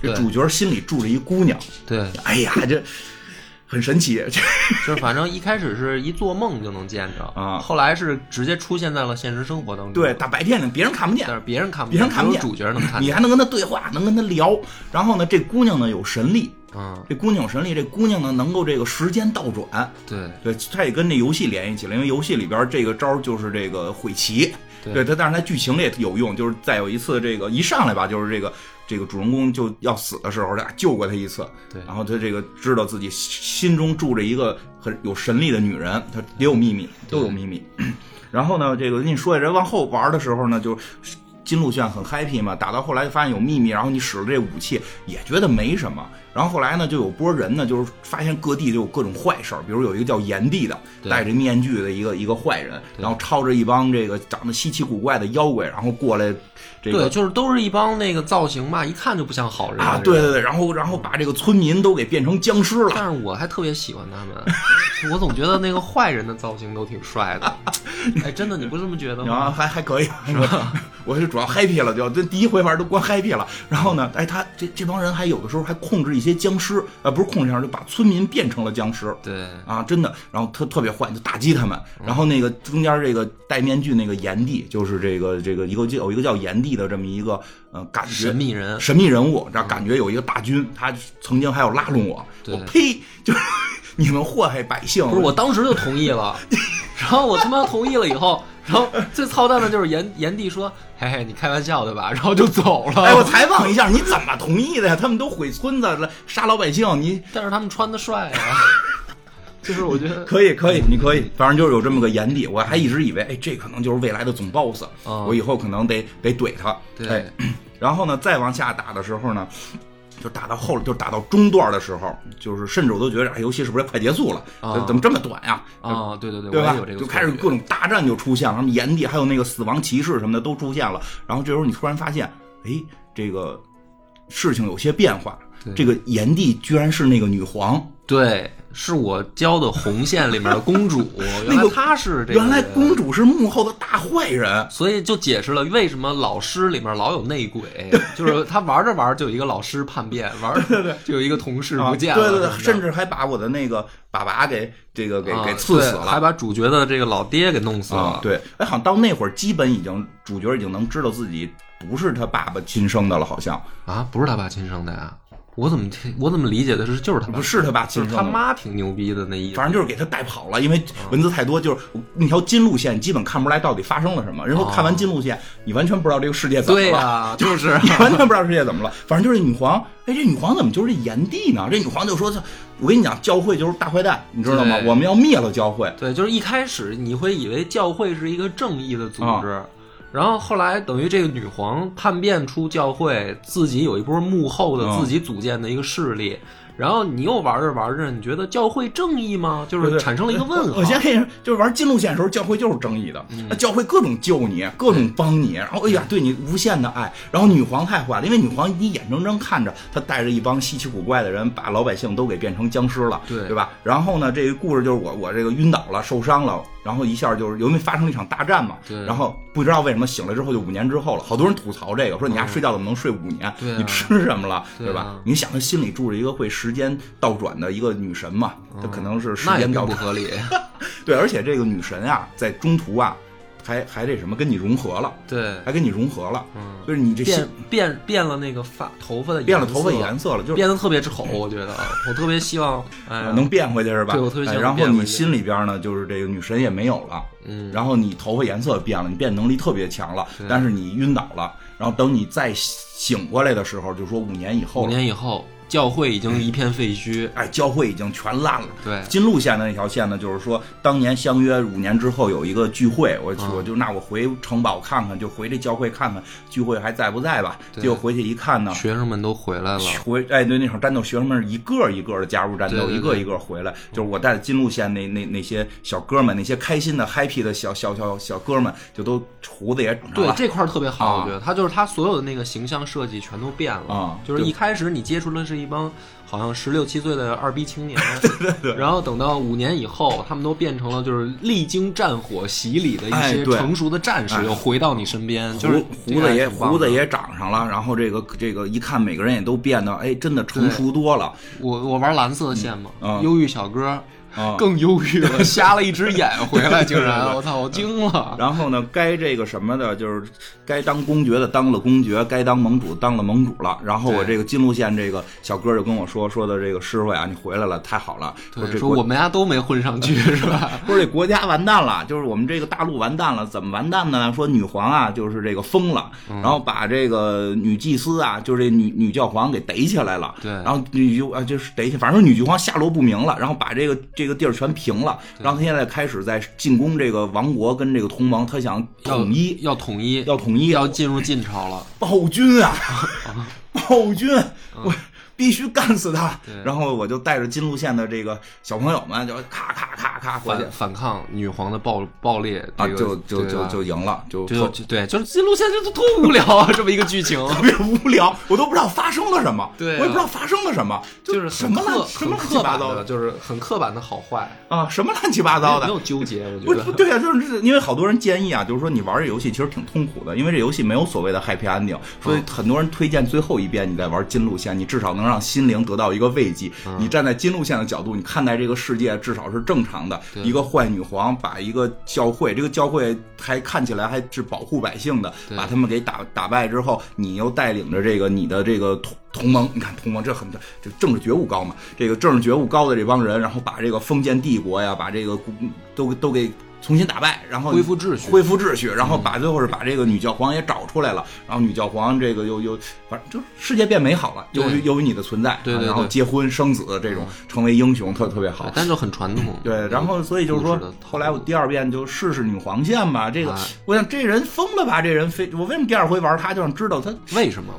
Speaker 1: 这
Speaker 2: 对
Speaker 1: 主角心里住着一姑娘。
Speaker 2: 对，
Speaker 1: 哎呀，这很神奇，这
Speaker 2: 就是反正一开始是一做梦就能见着
Speaker 1: 啊
Speaker 2: 后来是直接出现在了现实生活当中。
Speaker 1: 对，，大白天的别人看不见
Speaker 2: 但，是别人看不
Speaker 1: 别人看不
Speaker 2: 只有
Speaker 1: 见，
Speaker 2: 主角能看
Speaker 1: 你
Speaker 2: 见。
Speaker 1: 还能跟他对话，能跟他聊。然后呢，这姑娘呢有神力，
Speaker 2: 嗯，
Speaker 1: 这姑娘有神力，这姑娘呢能够这个时间倒转。
Speaker 2: 对，
Speaker 1: 对，它也跟这游戏联系起来，因为游戏里边这个招儿就是这个毁棋，
Speaker 2: 对
Speaker 1: 对它，但是它剧情里也有用，就是再有一次这个一上来吧，就是这个这个主人公就要死的时候，他救过他一次，
Speaker 2: 对
Speaker 1: 然后他这个知道自己心中住着一个很有神力的女人，她也有秘密，都有秘密。 然后呢，这个跟你说一下，这往后玩的时候呢，就金鹿炫很 happy 嘛，打到后来就发现有秘密，然后你使了这武器也觉得没什么。然后后来呢，就有波人呢，就是发现各地就有各种坏事儿，比如有一个叫炎帝的，
Speaker 2: 对
Speaker 1: 戴着面具的一个一个坏人，然后抄着一帮这个长得稀奇古怪的妖怪，然后过来这
Speaker 2: 对，
Speaker 1: 个。
Speaker 2: 就是都是一帮那个造型吧，一看就不像好人
Speaker 1: 啊，
Speaker 2: 的
Speaker 1: 对
Speaker 2: 人。
Speaker 1: 对对，然后然后把这个村民都给变成僵尸了，
Speaker 2: 但是我还特别喜欢他们，我总觉得那个坏人的造型都挺帅的。哎，真的，你不这么觉得
Speaker 1: 然
Speaker 2: 吗？
Speaker 1: 后啊还还可以，是吧？ 我是主要 happy 了，就这第一回玩都光 happy 了。然后呢，哎，他这这帮人还有的时候还控制一些僵尸，呃，不是控制僵尸，就把村民变成了僵尸。
Speaker 2: 对，
Speaker 1: 啊，真的，然后特特别坏，就打击他们。
Speaker 2: 嗯
Speaker 1: 然后那个中间这个戴面具那个炎帝，就是这个这个一个叫有一个叫炎帝的这么一个呃感觉
Speaker 2: 神秘人，嗯
Speaker 1: 神秘人物，这感觉有一个大军，他曾经还有拉拢我，
Speaker 2: 对
Speaker 1: 我呸， 就是你们祸害百姓，
Speaker 2: 不是我当时就同意了，然后我他妈同意了以后，然后最操蛋的就是炎炎帝说：“嘿嘿，你开玩笑对吧？”然后就走了。
Speaker 1: 哎，我采访一下，你怎么同意的呀？他们都毁村子了，杀老百姓，你
Speaker 2: 但是他们穿的帅啊， 就是我觉得
Speaker 1: 呃可以，可以，你可以，反正就是有这么个炎帝，我还一直以为，哎，这可能就是未来的总 boss，、
Speaker 2: 啊
Speaker 1: 我以后可能得得怼他。
Speaker 2: 对
Speaker 1: 哎，然后呢，再往下打的时候呢，就打到后，就打到中段的时候，就是甚至我都觉得，哎，游戏是不是快结束了？
Speaker 2: 啊
Speaker 1: 怎么这么短呀、
Speaker 2: 啊，对对对，
Speaker 1: 对
Speaker 2: 我
Speaker 1: 吧
Speaker 2: 也有这？个
Speaker 1: 就
Speaker 2: 错觉，
Speaker 1: 开始各种大战就出现了，什么炎帝，还有那个死亡骑士什么的都出现了。然后这时候你突然发现，哎，这个事情有些变化
Speaker 2: 对。
Speaker 1: 这个炎帝居然是那个女皇，
Speaker 2: 对是我教的红线里面的 公主，原
Speaker 1: 那
Speaker 2: 来
Speaker 1: 个
Speaker 2: 她是这个人，
Speaker 1: 原来公主是幕后的大坏人，
Speaker 2: 所以就解释了为什么老师里面老有内 鬼，就是他玩着玩着就有一个老师叛变，玩着对对就有一个同事
Speaker 1: 啊
Speaker 2: 不
Speaker 1: 对
Speaker 2: 见了，
Speaker 1: 对对，甚
Speaker 2: 至
Speaker 1: 至还把我的那个爸爸给这个给给刺死
Speaker 2: 啊还
Speaker 1: 了。
Speaker 2: 把主角的这个老爹给弄死了。
Speaker 1: 啊，对，哎，好像到那会儿，基本已经主角已经能知道自己不是他爸爸亲生的了，好像
Speaker 2: 啊，不是他爸亲生的呀、我怎么听我怎么理解的是就是他爸，
Speaker 1: 不是他爸
Speaker 2: 就
Speaker 1: 亲
Speaker 2: 是
Speaker 1: 生
Speaker 2: 他
Speaker 1: 的。
Speaker 2: 妈挺牛逼的那意思
Speaker 1: 反正就是给他带跑了，因为文字太多，就是那条金路线基本看不出来到底发生了什么。然后看完金路线，你完全不知道这个世界怎么
Speaker 2: 哦对
Speaker 1: 了，
Speaker 2: 呀、就是啊
Speaker 1: 你完全不知道世界怎么了。反正就是女皇，哎，这女皇怎么就是这炎帝呢？这女皇就说：“我跟你讲，教会就是大坏蛋，你知道吗？
Speaker 2: 对
Speaker 1: 我们要灭了教会。
Speaker 2: 对，就是一开始你会以为教会是一个正义的组织，然后后来等于这个女皇叛变出教会，自己有一波幕后的
Speaker 1: 嗯
Speaker 2: 自己组建的一个势力，然后你又玩着玩着，你觉得教会正义吗？就
Speaker 1: 对
Speaker 2: 是
Speaker 1: 对
Speaker 2: 产生了一个问号嗯
Speaker 1: 我。先跟你说，就是玩金路线的时候，教会就是正义的，那教会各种救你，各种帮你，然后哎呀，对你无限的爱。然后女皇太坏了，因为女皇你眼睁睁看着她带着一帮稀奇古怪的人，把老百姓都给变成僵尸了，
Speaker 2: 对
Speaker 1: 对吧？然后呢，这个故事就是我我这个晕倒了，受伤了，然后一下就是因为发生了一场大战嘛，
Speaker 2: 对
Speaker 1: 然后不知道为什么醒来之后就五年之后了，好多人吐槽这个，说你丫睡觉怎么能睡五年？
Speaker 2: 对啊
Speaker 1: 你吃什么了？
Speaker 2: 对啊
Speaker 1: 吧？你想她心里住着一个会时间倒转的一个女神嘛，她可能是时
Speaker 2: 嗯那也
Speaker 1: 间
Speaker 2: 并
Speaker 1: 倒
Speaker 2: 不
Speaker 1: 转。
Speaker 2: 合理，
Speaker 1: 对，而且这个女神啊，在中途啊，还还这什么跟你融合了，
Speaker 2: 对，
Speaker 1: 还跟你融合了，
Speaker 2: 嗯，
Speaker 1: 就是你这心
Speaker 2: 变变变了那个发头发的
Speaker 1: 变了头发
Speaker 2: 色
Speaker 1: 颜色了，就是、呃
Speaker 2: 变得特别丑，我觉得，我特别 希望，哎呀，
Speaker 1: 能变回去是吧？
Speaker 2: 对我特别
Speaker 1: 哎
Speaker 2: 希望
Speaker 1: 然后
Speaker 2: 变回
Speaker 1: 你
Speaker 2: 去
Speaker 1: 心里边呢，就是这个女神也没有了，
Speaker 2: 嗯，
Speaker 1: 然后你头发颜色也变了，你变能力特别强了，
Speaker 2: 对
Speaker 1: 但是你晕倒了，然后等你再醒过来的时候，就说五年以后
Speaker 2: 五
Speaker 1: 了，
Speaker 2: 年以后，教会已经一片废墟，
Speaker 1: 哎，教会已经全烂了。
Speaker 2: 对，
Speaker 1: 金路线的那条线呢，就是说当年相约五年之后有一个聚会，我、
Speaker 2: 嗯
Speaker 1: 我就那我回城堡看看，就回这教会看看聚会还在不在吧。
Speaker 2: 对
Speaker 1: 结果回去一看呢，
Speaker 2: 学生们都回来了，
Speaker 1: 回哎对那场战斗，学生们是一个一个的加入战斗，
Speaker 2: 对对对
Speaker 1: 一个一个回来。就是我带的金路线那那那些小哥们，那些开心的 happy 的小小小小哥们，就都胡子也长上
Speaker 2: 对
Speaker 1: 了。
Speaker 2: 这块儿特别好，
Speaker 1: 啊
Speaker 2: 我觉得他就是他所有的那个形象设计全都变了，
Speaker 1: 啊
Speaker 2: 就是一开始你接触的是一帮好像十六七岁的二逼 青年，对对对，然后等到五年以后，他们都变成了就是历经战火洗礼的一
Speaker 1: 哎
Speaker 2: 些
Speaker 1: 对哎
Speaker 2: 成熟的战士，又回到你身边，就是
Speaker 1: 胡胡子也
Speaker 2: 这个还挺棒的
Speaker 1: 胡子也长上了，然后这个这个一看，每个人也都变得哎，真的成
Speaker 2: 对
Speaker 1: 熟多了
Speaker 2: 我我玩蓝色的线嘛，
Speaker 1: 嗯啊
Speaker 2: 忧郁小哥
Speaker 1: 啊。
Speaker 2: 更忧 郁了，瞎了一只眼回来，竟然，我操，我惊了。
Speaker 1: 嗯然后呢，该这个什么的，就是该当公爵的当了公爵，该当盟主当了盟主了。然后我
Speaker 2: 对
Speaker 1: 这个金路线这个小哥就跟我说，说的这个师傅呀，你回来了，太好了。说
Speaker 2: 对，
Speaker 1: 这
Speaker 2: 说
Speaker 1: 国
Speaker 2: 我们家都没混上去，是吧？
Speaker 1: 说这国家完蛋了，就是我们这个大陆完蛋了，怎么完蛋呢？说女皇啊，就是这个疯了，
Speaker 2: 嗯
Speaker 1: 然后把这个女祭司啊，就是这女女教皇给逮起来了。
Speaker 2: 对
Speaker 1: 然后女就啊就是逮起，反正女教皇下落不明了，然后把这个这个地儿全平了，然后她现在开始在进攻这个王国跟这个同盟，她想 统一，
Speaker 2: 要统一，
Speaker 1: 要统一，
Speaker 2: 要进入晋朝了。
Speaker 1: 暴君啊，暴君，
Speaker 2: 嗯
Speaker 1: 我必须干死他。然后我就带着金路线的这个小朋友们，就咔咔咔咔过去
Speaker 2: 反。反抗女皇的暴暴烈，
Speaker 1: 啊，
Speaker 2: 这个
Speaker 1: 就就
Speaker 2: 对
Speaker 1: 就
Speaker 2: 吧
Speaker 1: 就赢了，就
Speaker 2: 就就对，就是这路线就多无聊 啊，这么一个剧情，
Speaker 1: 特别无聊，我都不知道发生了什么，
Speaker 2: 对啊
Speaker 1: 我也不知道发生了什么，
Speaker 2: 就是很
Speaker 1: 什么
Speaker 2: 刻
Speaker 1: 乱什么
Speaker 2: 很
Speaker 1: 乱
Speaker 2: 刻
Speaker 1: 七八
Speaker 2: 板
Speaker 1: 糟
Speaker 2: 的，就是很刻板的好坏，
Speaker 1: 啊，什么乱七八糟
Speaker 2: 没
Speaker 1: 的。
Speaker 2: 有纠结，我觉
Speaker 1: 不不
Speaker 2: 得。
Speaker 1: 对啊，就是因为好多人建议啊，就是说你玩这游戏其实挺痛苦的，因为这游戏没有所谓的 happy ending，所
Speaker 2: 嗯
Speaker 1: 以很多人推荐最后一遍你在玩金路线，你至少能让心灵得到一个慰藉。
Speaker 2: 嗯
Speaker 1: 你站在金路线的角度，你看待这个世界至少是正常的。
Speaker 2: 对
Speaker 1: 一个坏女皇把一个教会，这个教会还看起来还是保护百姓的，
Speaker 2: 对
Speaker 1: 把他们给打打败之后，你又带领着这个你的这个同同盟，你看同盟这很这政治觉悟高嘛，这个政治觉悟高的这帮人，然后把这个封建帝国呀，把这个古都都给重新打败，然后
Speaker 2: 恢复秩序
Speaker 1: 恢复秩序，然后把最后是把这个女教皇也找出来了，然后女教皇这个又又反正就是世界变美好了，由于
Speaker 2: 对
Speaker 1: 由于你的存在，
Speaker 2: 对对对
Speaker 1: 然后结婚生子这种成为英雄特特别好
Speaker 2: 对。但就很传统。
Speaker 1: 对，然后所以就是
Speaker 2: 嗯故事
Speaker 1: 说
Speaker 2: 的套，路
Speaker 1: 后来我第二遍就试试女皇线吧。这个
Speaker 2: 哎，
Speaker 1: 我想这人疯了吧？这人非我为什么第二回玩他就想知道他
Speaker 2: 为什么？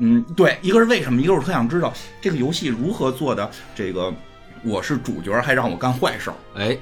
Speaker 1: 嗯，对，一个是为什么，一个是我特想知道这个游戏如何做的。这个我是主角，还让我干坏事儿，
Speaker 2: 哎，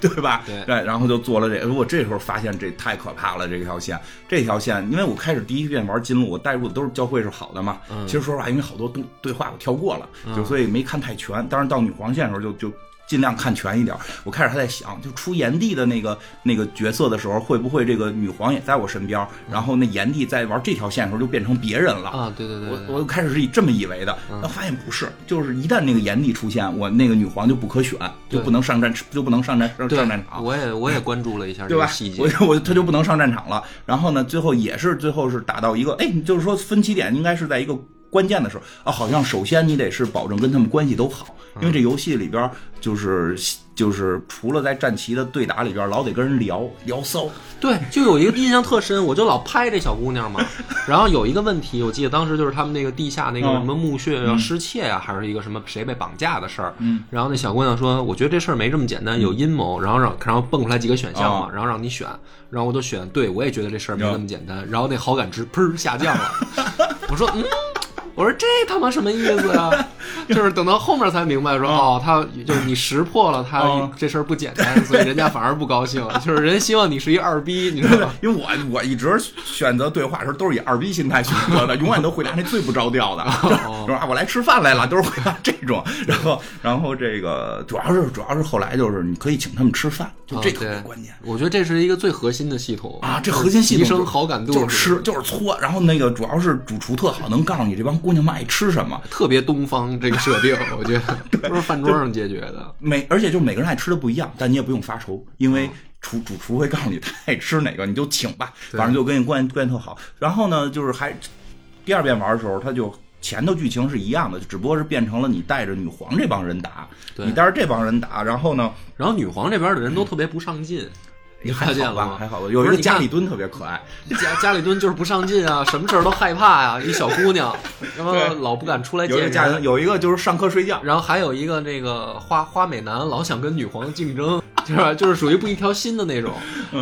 Speaker 1: 对吧？
Speaker 2: 对
Speaker 1: 然后就做了这哎个。我这时候发现这太可怕了，这条线，这条线，因为我开始第一遍玩金鹿，我带入的都是教会是好的嘛。
Speaker 2: 嗯
Speaker 1: 其实说实话，因为好多对对话我跳过了，就所以没看太全。当然到女皇线的时候就就。尽量看全一点。我开始还在想，就出炎帝的那个那个角色的时候，会不会这个女皇也在我身边？然后那炎帝在玩这条线的时候，就变成别人了。
Speaker 2: 啊，对对对，
Speaker 1: 我
Speaker 2: 对
Speaker 1: 我开始是以这么以为的，
Speaker 2: 嗯
Speaker 1: 但发现不是，就是一旦那个炎帝出现，我那个女皇就不可选，就
Speaker 2: 对
Speaker 1: 不能上战，就不能上战上
Speaker 2: 对
Speaker 1: 上战场。
Speaker 2: 我也我也关注了一下这
Speaker 1: 啊对
Speaker 2: 个
Speaker 1: 吧
Speaker 2: 细？节
Speaker 1: 我，就我他就不能上战场了。然后呢，最后也是最后是打到一个，哎，你就是说分歧点应该是在一个关键的时候啊，好像首先你得是保证跟他们关系都好，
Speaker 2: 嗯
Speaker 1: 因为这游戏里边就是就是除了在战旗的对打里边，老得跟人聊聊骚，
Speaker 2: 对，就有一个印象特深，我就老拍这小姑娘嘛。然后有一个问题，我记得当时就是他们那个地下那个
Speaker 1: 嗯
Speaker 2: 什么墓穴啊、失窃啊，还是一个什么谁被绑架的事儿。
Speaker 1: 嗯，
Speaker 2: 然后那小姑娘说：“我觉得这事儿没这么简单，有阴谋。”然后让然后蹦出来几个选项嘛，然后让你选，然后我就选，对我也觉得这事儿没那么简单。然后那好感值砰儿下降了，我说嗯。我说这他妈什么意思啊？就是等到后面才明白说，哦，他就是你识破了他
Speaker 1: 嗯
Speaker 2: 这事儿不简单，所以人家反而不高兴，就是人希望你是一二逼，你知道吗？
Speaker 1: 因为我我一直选择对话的时候都是以二逼心态选择的，永远都回答那最不着调的，
Speaker 2: 哦
Speaker 1: 就是啊我来吃饭来了，都是回答这种。然后然后这个主要是主要是后来就是你可以请他们吃饭，就这
Speaker 2: 啊
Speaker 1: 特别关键。。
Speaker 2: 对我觉得这是一个最核心的系统
Speaker 1: 啊，这核心系统
Speaker 2: 提
Speaker 1: 就
Speaker 2: 升好感度，
Speaker 1: 就是吃，就是搓，然后那个主要是主厨特好，能告诉你这帮姑娘们爱吃什么。
Speaker 2: 特别东方这个设定，我觉 得都是饭桌上解决的。
Speaker 1: 每而且就每个人爱吃的不一样，但你也不用发愁，因
Speaker 2: 嗯
Speaker 1: 为厨主厨会告诉你他爱吃哪个，你就请吧，
Speaker 2: 对
Speaker 1: 反正就跟你关系关系特好。然后呢，就是还第二遍玩的时候，他就前头剧情是一样的，只不过是变成了你带着女皇这帮人打，
Speaker 2: 对
Speaker 1: 你带着这帮人打，然后呢，
Speaker 2: 然后女皇这边的人都特别不上进，你
Speaker 1: 还
Speaker 2: 发现
Speaker 1: 好
Speaker 2: 了
Speaker 1: 吧
Speaker 2: 吗？，
Speaker 1: 还好吧，
Speaker 2: 不
Speaker 1: 有一
Speaker 2: 是
Speaker 1: 个
Speaker 2: 你
Speaker 1: 加
Speaker 2: 看
Speaker 1: 里敦特别可爱，
Speaker 2: 家家里蹲就是不上进啊，什么事儿都害怕呀、一小 姑娘，然后
Speaker 1: 对
Speaker 2: 老不敢出来
Speaker 1: 有一个
Speaker 2: 见
Speaker 1: 家里
Speaker 2: 人。
Speaker 1: 有一个就是上课睡觉，
Speaker 2: 然后还有一个那个花花美男老想跟女皇竞争， 就是就是属于不一条心的那种。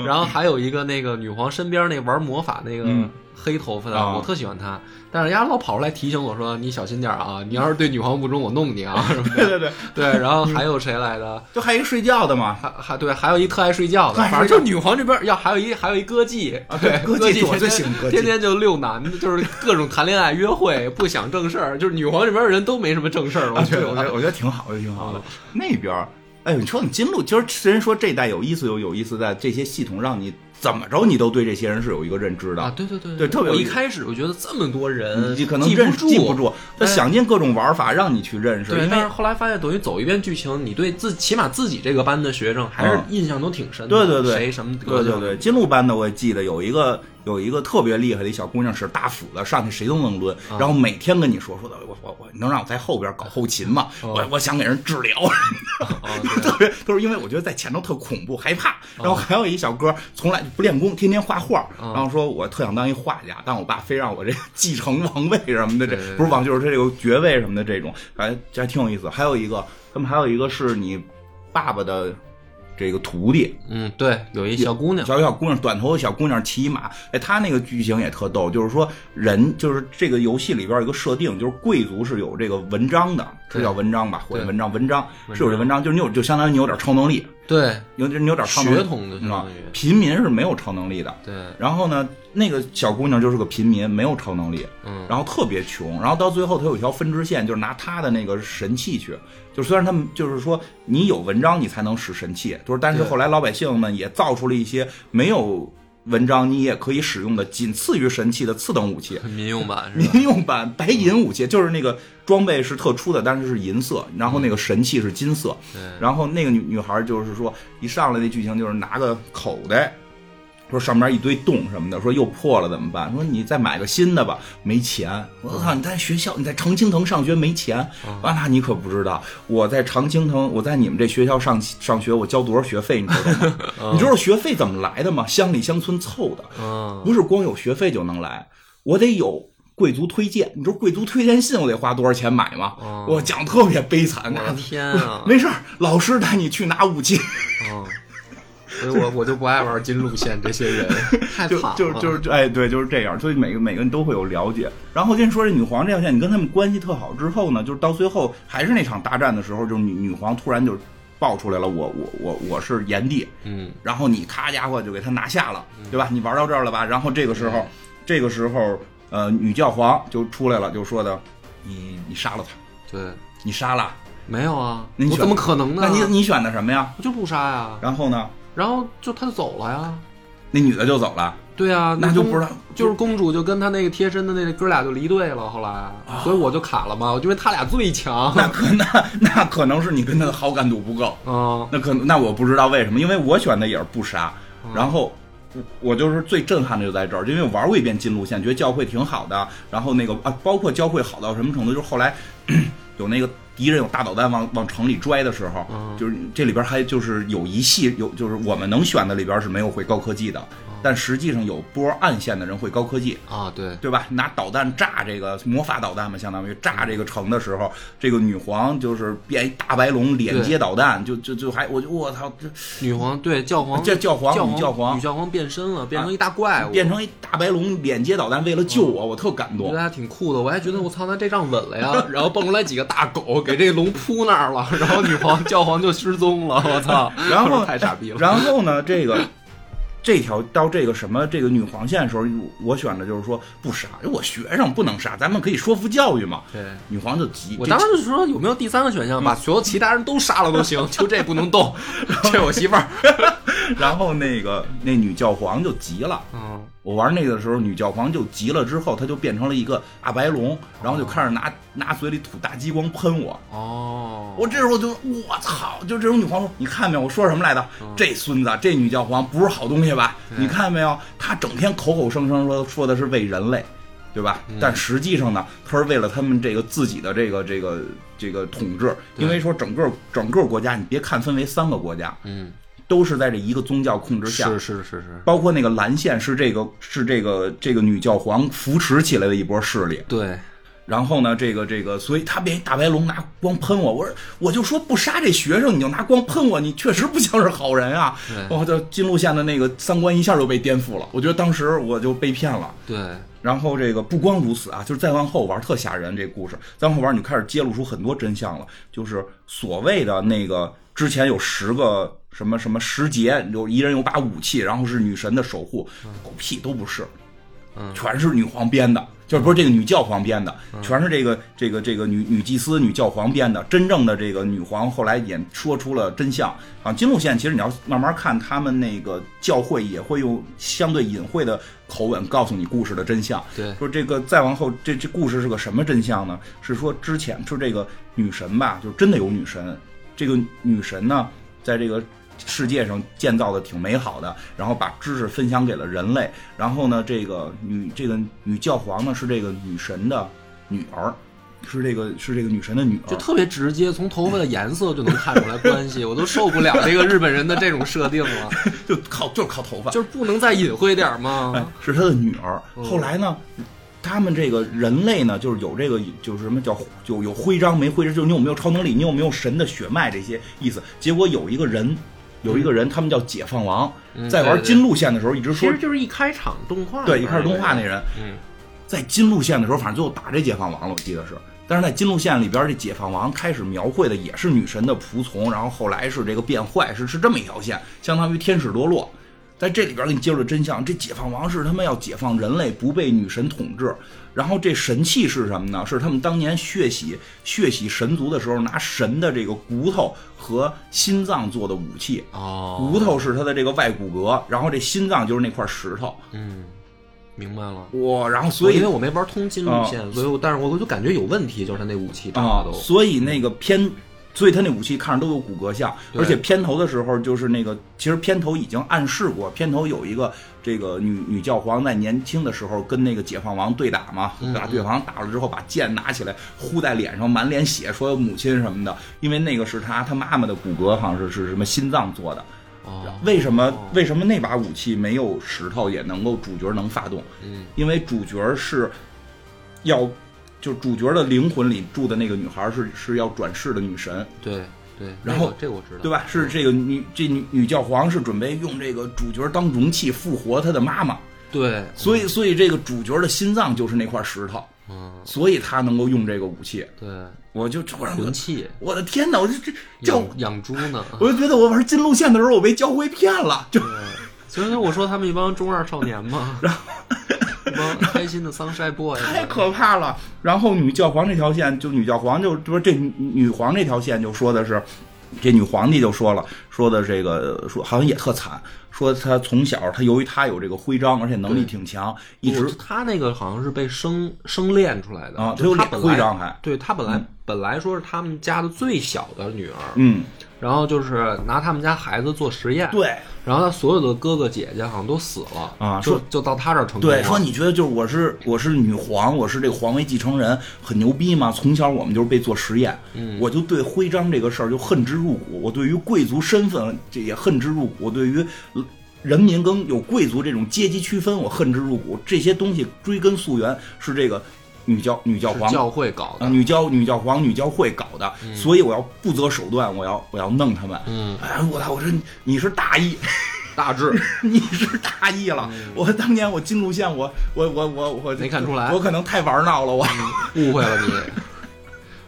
Speaker 2: 然后还有一个那个女皇身边那玩魔法那个
Speaker 1: 嗯
Speaker 2: 黑头发的，
Speaker 1: 啊
Speaker 2: 我特喜欢他，但是人家老跑出来提醒我说你小心点儿啊，你要是对女皇不忠，我弄你啊 什么
Speaker 1: 对对
Speaker 2: 的。
Speaker 1: 对，
Speaker 2: 对，然后还有谁来的？
Speaker 1: 就还有一个睡觉的嘛，
Speaker 2: 还还对，还有一特爱睡觉的
Speaker 1: 特爱，睡觉
Speaker 2: 反正就女皇这边儿要还有一还有一歌妓
Speaker 1: 啊
Speaker 2: 对
Speaker 1: 对 歌妓
Speaker 2: 妓
Speaker 1: 是我
Speaker 2: 天
Speaker 1: 最
Speaker 2: 天
Speaker 1: 喜欢歌妓
Speaker 2: 天天就遛男的，就是各种谈恋爱、约会，不想正事儿，就是女皇这边儿人都没什么正事儿，我
Speaker 1: 啊
Speaker 2: 觉
Speaker 1: 对 我觉得
Speaker 2: 得。
Speaker 1: 我觉得挺好的，挺好的。那边儿，哎呦，你说你金鹿，今儿人说这代有意思，有有意思在这些系统让你怎么着，你都对这些人是有一个认知的。
Speaker 2: 啊，对对对
Speaker 1: 对特别有
Speaker 2: 我一
Speaker 1: 意思
Speaker 2: 开始我觉得这么多人，
Speaker 1: 你可能
Speaker 2: 记
Speaker 1: 认
Speaker 2: 住，
Speaker 1: 记不住，他
Speaker 2: 但是
Speaker 1: 想尽各种玩法让你去认识，
Speaker 2: 对，
Speaker 1: 因
Speaker 2: 但
Speaker 1: 为
Speaker 2: 是后来发现，等于走一遍剧情，你对自起码自己这个班的学生还是
Speaker 1: 嗯
Speaker 2: 印象都挺深
Speaker 1: 对
Speaker 2: 的。
Speaker 1: 对对
Speaker 2: 谁什么
Speaker 1: 对
Speaker 2: 德
Speaker 1: 对
Speaker 2: 行
Speaker 1: 对，金鹿班的我也记得有一个有一个特别厉害的一小姑娘是大斧子，上去谁都能抡，然后每天跟你说说的，我我我能让我在后边搞后勤吗？我我想给人治疗，
Speaker 2: 啊
Speaker 1: 特别都是因为我觉得在前头特恐怖害怕。然
Speaker 2: 哦
Speaker 1: 后还有一小哥从来就不练功，天天画画，然后说我特想当一画家，但我爸非让我这个继承王位什么的，这不是王就是他这个爵位什么的这种，反正这还挺有意思。还有一个他们还有一个是你爸爸的这个徒弟，
Speaker 2: 嗯，对，有一小姑娘，
Speaker 1: 小小姑娘，短头的小姑娘骑马，哎，她那个剧情也特逗，就是说人就是这个游戏里边有一个设定，就是贵族是有这个文章的，
Speaker 2: 对
Speaker 1: 是叫文章吧，或者
Speaker 2: 对
Speaker 1: 文章，文章
Speaker 2: 章
Speaker 1: 是有这文章，就是你有就相当于你有点超能力，
Speaker 2: 对，
Speaker 1: 有你有点超能力
Speaker 2: 血统的相当于
Speaker 1: 嗯平民是没有超能力的。
Speaker 2: 对，
Speaker 1: 然后呢，那个小姑娘就是个平民，没有超能力，
Speaker 2: 嗯，
Speaker 1: 然后特别穷，然后到最后她有一条分支线，就是拿她的那个神器去，就虽然他们就是说你有文章你才能使神器，就是但是
Speaker 2: 对
Speaker 1: 后来老百姓们也造出了一些没有文章你也可以使用的仅次于神器的次等武器，
Speaker 2: 民用版是吧？
Speaker 1: 民用版白银武器，就是那个装备是特殊的，但是是银色，然后那个神器是金色，
Speaker 2: 对
Speaker 1: 然后那个女女孩就是说一上来那剧情就是拿个口袋。说上面一堆洞什么的，说又破了怎么办？说你再买个新的吧，没钱。我操，你在学校，你在常青藤上学没钱啊？那你可不知道，我在常青藤，我在你们这学校上上学，我交多少学费，你知道吗？你知道学费怎么来的吗？乡里乡村凑的。
Speaker 2: 嗯，
Speaker 1: 不是光有学费就能来，我得有贵族推荐。你知道贵族推荐信我得花多少钱买吗？
Speaker 2: 哦
Speaker 1: 我讲特别悲惨，
Speaker 2: 我的
Speaker 1: 那
Speaker 2: 天 啊！
Speaker 1: 没事儿，老师带你去拿武器，
Speaker 2: 嗯，所以我我就不爱玩金路线，这些人 太
Speaker 1: 就
Speaker 2: 惨了。
Speaker 1: 就就是就哎，对，就是这样。所以每个每个人都会有了解。然后先说这女皇这条线，你跟他们关系特好之后呢，就是到最后还是那场大战的时候，就是女女皇突然就爆出来了，我我我我是炎帝，
Speaker 2: 嗯，
Speaker 1: 然后你咔家伙就给他拿下了，对吧？你玩到这儿了吧？然后这个时候，这个时候，呃，女教皇就出来了，就说的，你你杀了他，
Speaker 2: 对，
Speaker 1: 你杀了，
Speaker 2: 没有啊，
Speaker 1: 那你
Speaker 2: 我
Speaker 1: 选
Speaker 2: 怎么可能呢？
Speaker 1: 那你你选的什么呀？
Speaker 2: 我就不杀呀，
Speaker 1: 然后呢，
Speaker 2: 然后就他就走了呀。
Speaker 1: 那女的就走了，
Speaker 2: 对啊，
Speaker 1: 那就
Speaker 2: 公
Speaker 1: 不知道
Speaker 2: 就是公主就跟她那个贴身的那哥俩就离队了，后来，所以我就卡了嘛，我因为他俩最强，
Speaker 1: 啊那可那那可能是你跟他的好感度不够，
Speaker 2: 嗯，
Speaker 1: 那可能那我不知道为什么，因为我选的也是不杀，然后。我就是最震撼的就在这儿，因为我玩过一遍金路线，觉得教会挺好的。然后那个啊，包括教会好到什么程度，就是后来 有那个敌人有大导弹往往城里拽的时候，
Speaker 2: 嗯
Speaker 1: 就是这里边还就是有一系有就是我们能选的里边是没有会高科技的，但实际上有波暗线的人会高科技，
Speaker 2: 啊，对，
Speaker 1: 对吧？拿导弹炸这个魔法导弹嘛，相当于炸这个城的时候，这个女皇就是变一大白龙，连接导弹，就就就还我就我操，这
Speaker 2: 女皇对教皇，
Speaker 1: 这教皇
Speaker 2: 教皇
Speaker 1: 女教皇啊
Speaker 2: 女教皇变身了，变成一大怪物，
Speaker 1: 变成一大白龙连接导弹，为了救
Speaker 2: 嗯
Speaker 1: 我，我特感
Speaker 2: 我觉
Speaker 1: 动
Speaker 2: 得。还挺酷的，我还觉得我操，那这仗稳了呀！ 然后蹦出来几个大狗，给这龙扑那儿了， 然后女皇教皇就失 踪了，我操！
Speaker 1: 然后
Speaker 2: 太傻逼了，
Speaker 1: 然后呢，这个这条到这个什么这个女皇线的时候，我选的就是说不杀，因为我学生不能杀，咱们可以说服教育嘛。
Speaker 2: 对。
Speaker 1: 女皇就急，
Speaker 2: 我
Speaker 1: 这
Speaker 2: 当时就说有没有第三个选
Speaker 1: 嗯
Speaker 2: 项，把所有其他人都杀了都行，就这不 能动，这我媳妇儿。
Speaker 1: 然后那个那女教皇就急了，
Speaker 2: 嗯，
Speaker 1: 我玩那个的时候，女教皇就急了，之后她就变成了一个大白龙，然后就开始拿拿嘴里吐大激光喷我。
Speaker 2: 哦，
Speaker 1: 我这时候就我操！就这种女皇说：“你看没有，我说什么来着？这孙子，这女教皇不是好东西吧？你看没有，她整天口口声声说说的是为人类，对吧？但实际上呢，她是为了他们这个自己的这个这个这个统治，因为说整个整个国家，你别看分为三个国家，
Speaker 2: 嗯，
Speaker 1: 都是在这一个宗教控制下，
Speaker 2: 是是是是，
Speaker 1: 包括那个蓝线是这个是这个这个女教皇扶持起来的一波势力。
Speaker 2: 对，
Speaker 1: 然后呢，这个这个，所以他变一大白龙拿光喷我，我说我就说不杀这学生，你就拿光喷我，你确实不像是好人啊
Speaker 2: 对！
Speaker 1: 我的金路线的那个三观一下就被颠覆了，我觉得当时我就被骗了。
Speaker 2: 对，
Speaker 1: 然后这个不光如此啊，就是再往后玩特吓人，这故事再往后玩你就开始揭露出很多真相了，就是所谓的那个之前有十个什么什么十节，有一人有把武器，然后是女神的守护，狗屁都不是，全是女皇编的。就是不是这个女教皇编的，全是这个这个这个女女祭司、女教皇编的。真正的这个女皇后来也说出了真相啊。金路线其实你要慢慢看，他们那个教会也会用相对隐晦的口吻告诉你故事的真相。
Speaker 2: 对
Speaker 1: 说这个再往后，这这故事是个什么真相呢？是说之前是这个女神吧，就真的有女神。这个女神呢，在这个世界上建造的挺美好的，然后把知识分享给了人类。然后呢，这个女这个女教皇呢是这个女神的女儿，是这个是这个女神的女儿
Speaker 2: 就。特别直接，从头发的颜色就能看出来关系，我都受不了这个日本人的这种设 定了，
Speaker 1: 就靠就是靠头发，
Speaker 2: 就是不能再隐晦点儿
Speaker 1: 哎
Speaker 2: 吗？，
Speaker 1: 是他的女儿。
Speaker 2: 嗯
Speaker 1: 后来呢，他们这个人类呢，就是有这个就是什么叫有有徽章没徽章，就是你有没有超能力，你有没有神的血脉这些意思。结果有一个人，有一个人，他们叫解放王，在
Speaker 2: 嗯对
Speaker 1: 玩
Speaker 2: 对
Speaker 1: 金路线的时候一直
Speaker 2: 其
Speaker 1: 说
Speaker 2: 实，就是一开场动画，
Speaker 1: 对，一开始动画那，人，
Speaker 2: 嗯，
Speaker 1: 在金路线的时候，反正最后打这解放王了，我记得是。但是在金路线里边，这解放王开始描绘的也是女神的仆从，然后后来是这个变坏，是是这么一条线，相当于天使堕落。在这里边给你揭露真相，这解放王是他们要解放人类，不被女神统治。然后这神器是什么呢？是他们当年血洗血洗神族的时候，拿神的这个骨头和心脏做的武器。
Speaker 2: 哦，
Speaker 1: 骨头是他的这个外骨骼，然后这心脏就是那块石头。
Speaker 2: 嗯，明白了。
Speaker 1: 哇，然后所以
Speaker 2: 因为我没玩通金路线，所以我但是我就感觉有问题，就是他那武器打
Speaker 1: 啊
Speaker 2: 的，都，
Speaker 1: 所以那个片，所以他那武器看着都有骨骼像，
Speaker 2: 对
Speaker 1: 而且片头的时候就是那个，其实片头已经暗示过，片头有一个这个女女教皇在年轻的时候跟那个解放王对打嘛，
Speaker 2: 嗯
Speaker 1: 把对方打了之后，把剑拿起来呼在脸上，满脸血，说母亲什么的，因为那个是他他妈妈的骨骼，好像是是什么心脏做的。
Speaker 2: 哦，
Speaker 1: 为什么为什么那把武器没有石头也能够主角能发动？
Speaker 2: 嗯，
Speaker 1: 因为主角是要，就主角的灵魂里住的那个女孩是是要转世的女神，
Speaker 2: 对对，
Speaker 1: 然后
Speaker 2: 这个这个我知道，
Speaker 1: 对吧？是这个女这女女教皇是准备用这个主角当容器复活她的妈妈，
Speaker 2: 对，
Speaker 1: 所以所以这个主角的心脏就是那块石头。
Speaker 2: 嗯，
Speaker 1: 所以他能够用这个武器。
Speaker 2: 对，
Speaker 1: 我就突然我
Speaker 2: 魂器
Speaker 1: 我的天哪，我就这叫，
Speaker 2: 养养猪呢。
Speaker 1: 我就觉得我玩金路线的时候我被教会骗了，就
Speaker 2: 所以说我说他们一帮中二少年 嘛，一帮开心的 sunshine boy，
Speaker 1: 太可怕了。然后女教皇这条线，就女教皇就就说这女女皇这条线就说的是，这女皇帝就说了，说的这个说好像也特惨，说她从小她由于她有这个徽章，而且能力挺强，一直
Speaker 2: 他那个好像是被生生练出来的
Speaker 1: 啊
Speaker 2: 就是
Speaker 1: 他
Speaker 2: 他
Speaker 1: 有
Speaker 2: 本
Speaker 1: 徽
Speaker 2: 来
Speaker 1: 章还
Speaker 2: 对他本来、本来说是他们家的最小的女儿，
Speaker 1: 嗯
Speaker 2: 然后就是拿他们家孩子做实验，
Speaker 1: 对。
Speaker 2: 然后他所有的哥哥姐姐好像都死了
Speaker 1: 啊
Speaker 2: 就
Speaker 1: 说
Speaker 2: 就到他这儿成功了，
Speaker 1: 对，说你觉得就是我是我是女皇，我是这个皇位继承人，很牛逼吗？从小我们就是被做实验，
Speaker 2: 嗯
Speaker 1: 我就对徽章这个事儿就恨之入骨，我对于贵族身份这也恨之入骨，我对于人民跟有贵族这种阶级区分我恨之入骨，这些东西追根溯源是这个女教女教皇
Speaker 2: 是教会搞的，
Speaker 1: 啊，女教女教皇、女教会搞的，所以我要不择手段，我要我要弄他们。
Speaker 2: 嗯，
Speaker 1: 哎，我操！我说你你是大意，
Speaker 2: 大 致
Speaker 1: 你是大意了。我当年我进路线，我我我我我
Speaker 2: 嗯没看出来嗯
Speaker 1: 我可能太玩闹了。我
Speaker 2: 误会了你，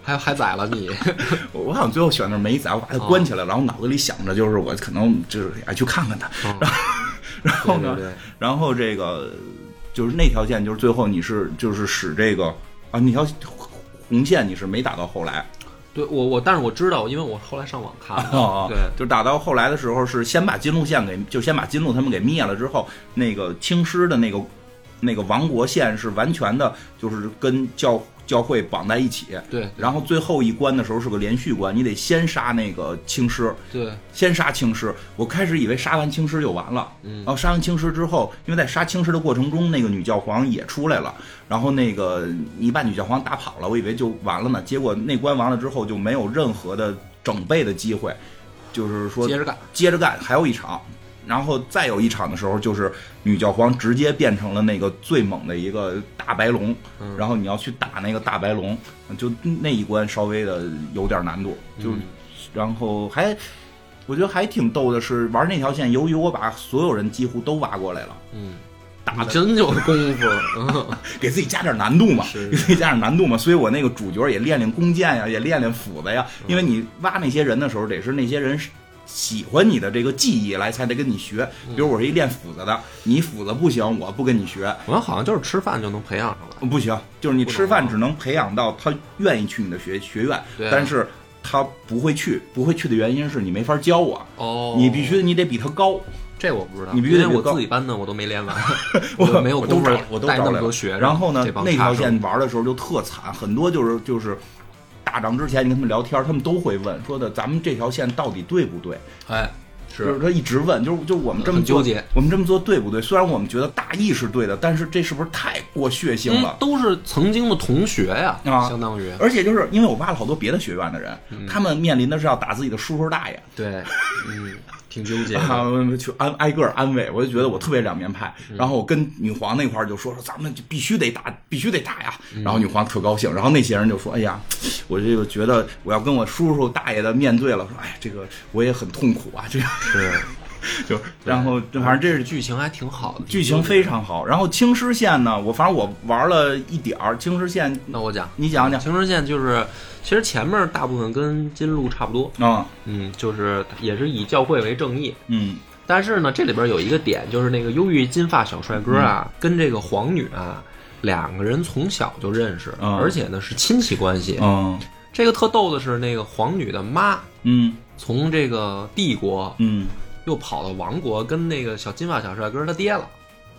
Speaker 2: 还还宰了你，
Speaker 1: 我好像最后选的是没宰，我把
Speaker 2: 哦
Speaker 1: 它关起来了，然后脑子里想着就是我可能就是哎去看看他，
Speaker 2: 嗯
Speaker 1: 然后呢，
Speaker 2: 对对对
Speaker 1: 然后这个就是那条线，就是最后你是就是使这个啊那条红线你是没打到后来。
Speaker 2: 对我我，但是我知道，因为我后来上网看 的，
Speaker 1: 哦，
Speaker 2: 对，
Speaker 1: 就打到后来的时候是先把金鹿县给，就先把金鹿他们给灭了之后，那个青狮的那个那个王国县是完全的，就是跟教教会绑在一起。
Speaker 2: 对
Speaker 1: 然后最后一关的时候是个连续关，你得先杀那个青狮，
Speaker 2: 对，
Speaker 1: 先杀青狮。我开始以为杀完青狮就完了，
Speaker 2: 嗯
Speaker 1: 然后哦杀完青狮之后，因为在杀青狮的过程中，那个女教皇也出来了，然后那个你把女教皇打跑了，我以为就完了呢，结果那关完了之后就没有任何的整备的机会，就是说
Speaker 2: 接着干，
Speaker 1: 接着干，还有一场，然后再有一场的时候，就是女教皇直接变成了那个最猛的一个大白龙，
Speaker 2: 嗯
Speaker 1: 然后你要去打那个大白龙，就那一关稍微的有点难度，就、
Speaker 2: 嗯
Speaker 1: 然后还。我觉得还挺逗的是，玩那条线，由于我把所有人几乎都挖过来了，
Speaker 2: 嗯，
Speaker 1: 打
Speaker 2: 你
Speaker 1: 的
Speaker 2: 真有 功夫，嗯，
Speaker 1: 给自己加点难度嘛，
Speaker 2: 是
Speaker 1: 给自己加点难度嘛，所以我那个主角也练练弓箭呀，也练练斧子呀，
Speaker 2: 嗯
Speaker 1: 因为你挖那些人的时候，得是那些人喜欢你的这个技艺来才得跟你学。
Speaker 2: 嗯
Speaker 1: 比如我是一练斧子的，你斧子不行，我不跟你学，
Speaker 2: 我好像就是吃饭就能培养上来，
Speaker 1: 不行，就是你
Speaker 2: 不能
Speaker 1: 吃饭
Speaker 2: 吗
Speaker 1: 只能培养到他愿意去你的学学院
Speaker 2: 对啊，
Speaker 1: 但是他不会去，不会去的原因是你没法教我，
Speaker 2: 哦
Speaker 1: 你必须你得比他高。
Speaker 2: 这我不知道，
Speaker 1: 你必须
Speaker 2: 因
Speaker 1: 得
Speaker 2: 为我
Speaker 1: 高
Speaker 2: 自己班的我都没练完，
Speaker 1: 我
Speaker 2: 没有
Speaker 1: 我都
Speaker 2: 功夫
Speaker 1: 找我都
Speaker 2: 带
Speaker 1: 找
Speaker 2: 那
Speaker 1: 来
Speaker 2: 么
Speaker 1: 了
Speaker 2: 多学生。
Speaker 1: 然后呢
Speaker 2: 这，帮
Speaker 1: 那条
Speaker 2: 插手
Speaker 1: 线玩的时候就特惨，很多就是就是打仗之前你跟他们聊天，他们都会问说的咱们这条线到底对不对？
Speaker 2: 哎，
Speaker 1: 就是他一直问，就是就是我们这么
Speaker 2: 很
Speaker 1: 做
Speaker 2: 纠结，
Speaker 1: 我们这么做对不对？虽然我们觉得大意是对的，但是这是不是太过血腥
Speaker 2: 嗯
Speaker 1: 了？
Speaker 2: 都是曾经的同学呀，
Speaker 1: 啊
Speaker 2: 相当于
Speaker 1: 而且就是因为我挖了好多别的学院的人，
Speaker 2: 嗯
Speaker 1: 他们面临的是要打自己的叔叔大爷。
Speaker 2: 对，嗯，挺纠结
Speaker 1: 啊，
Speaker 2: 的，
Speaker 1: 我去安挨个儿安慰，我就觉得我特别两面派。
Speaker 2: 嗯
Speaker 1: 然后我跟女皇那块儿就说说咱们就必须得打，必须得打呀。
Speaker 2: 嗯
Speaker 1: 然后女皇特高兴，然后那些人就说：“哎呀，我这个觉得我要跟我叔叔大爷的面对了。”说：“哎，这个我也很痛苦啊。”这个
Speaker 2: 是，
Speaker 1: 就然后反正这是
Speaker 2: 剧情还挺好的，
Speaker 1: 剧情非常好。然后青狮县呢，我反正我玩了一点儿青狮县，
Speaker 2: 那我讲。
Speaker 1: 你讲讲
Speaker 2: 青春线就是，其实前面大部分跟金鹿差不多，
Speaker 1: 啊，
Speaker 2: 嗯，就是也是以教会为正义，
Speaker 1: 嗯
Speaker 2: 但是呢，这里边有一个点，就是那个忧郁金发小帅哥
Speaker 1: 嗯
Speaker 2: 啊，跟这个皇女啊，两个人从小就认识，
Speaker 1: 嗯
Speaker 2: 而且呢是亲戚关系。
Speaker 1: 嗯
Speaker 2: 这个特逗的是，那个皇女的妈
Speaker 1: 嗯
Speaker 2: 从这个帝国
Speaker 1: 嗯
Speaker 2: 又跑到王国，跟那个小金发小帅哥他爹了。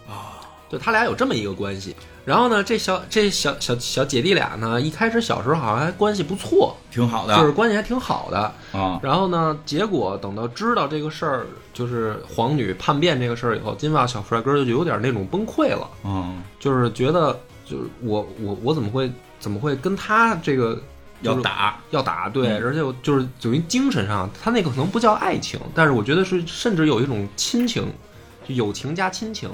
Speaker 2: 啊，对他俩有这么一个关系。然后呢，这小这小小小姐弟俩呢，一开始小时候好像还关系不错，
Speaker 1: 挺好的
Speaker 2: 就是关系还挺好的。
Speaker 1: 啊，
Speaker 2: 然后呢，结果等到知道这个事儿，就是皇女叛变这个事儿以后，金发小帅哥就有点那种崩溃了，
Speaker 1: 嗯，
Speaker 2: 就是觉得就是我我我怎么会怎么会跟他这个
Speaker 1: 要
Speaker 2: 就是
Speaker 1: 打，
Speaker 2: 要打对，
Speaker 1: 嗯
Speaker 2: 而且我就是属于精神上，他那个可能不叫爱情，但是我觉得是甚至有一种亲情，就友情加亲情。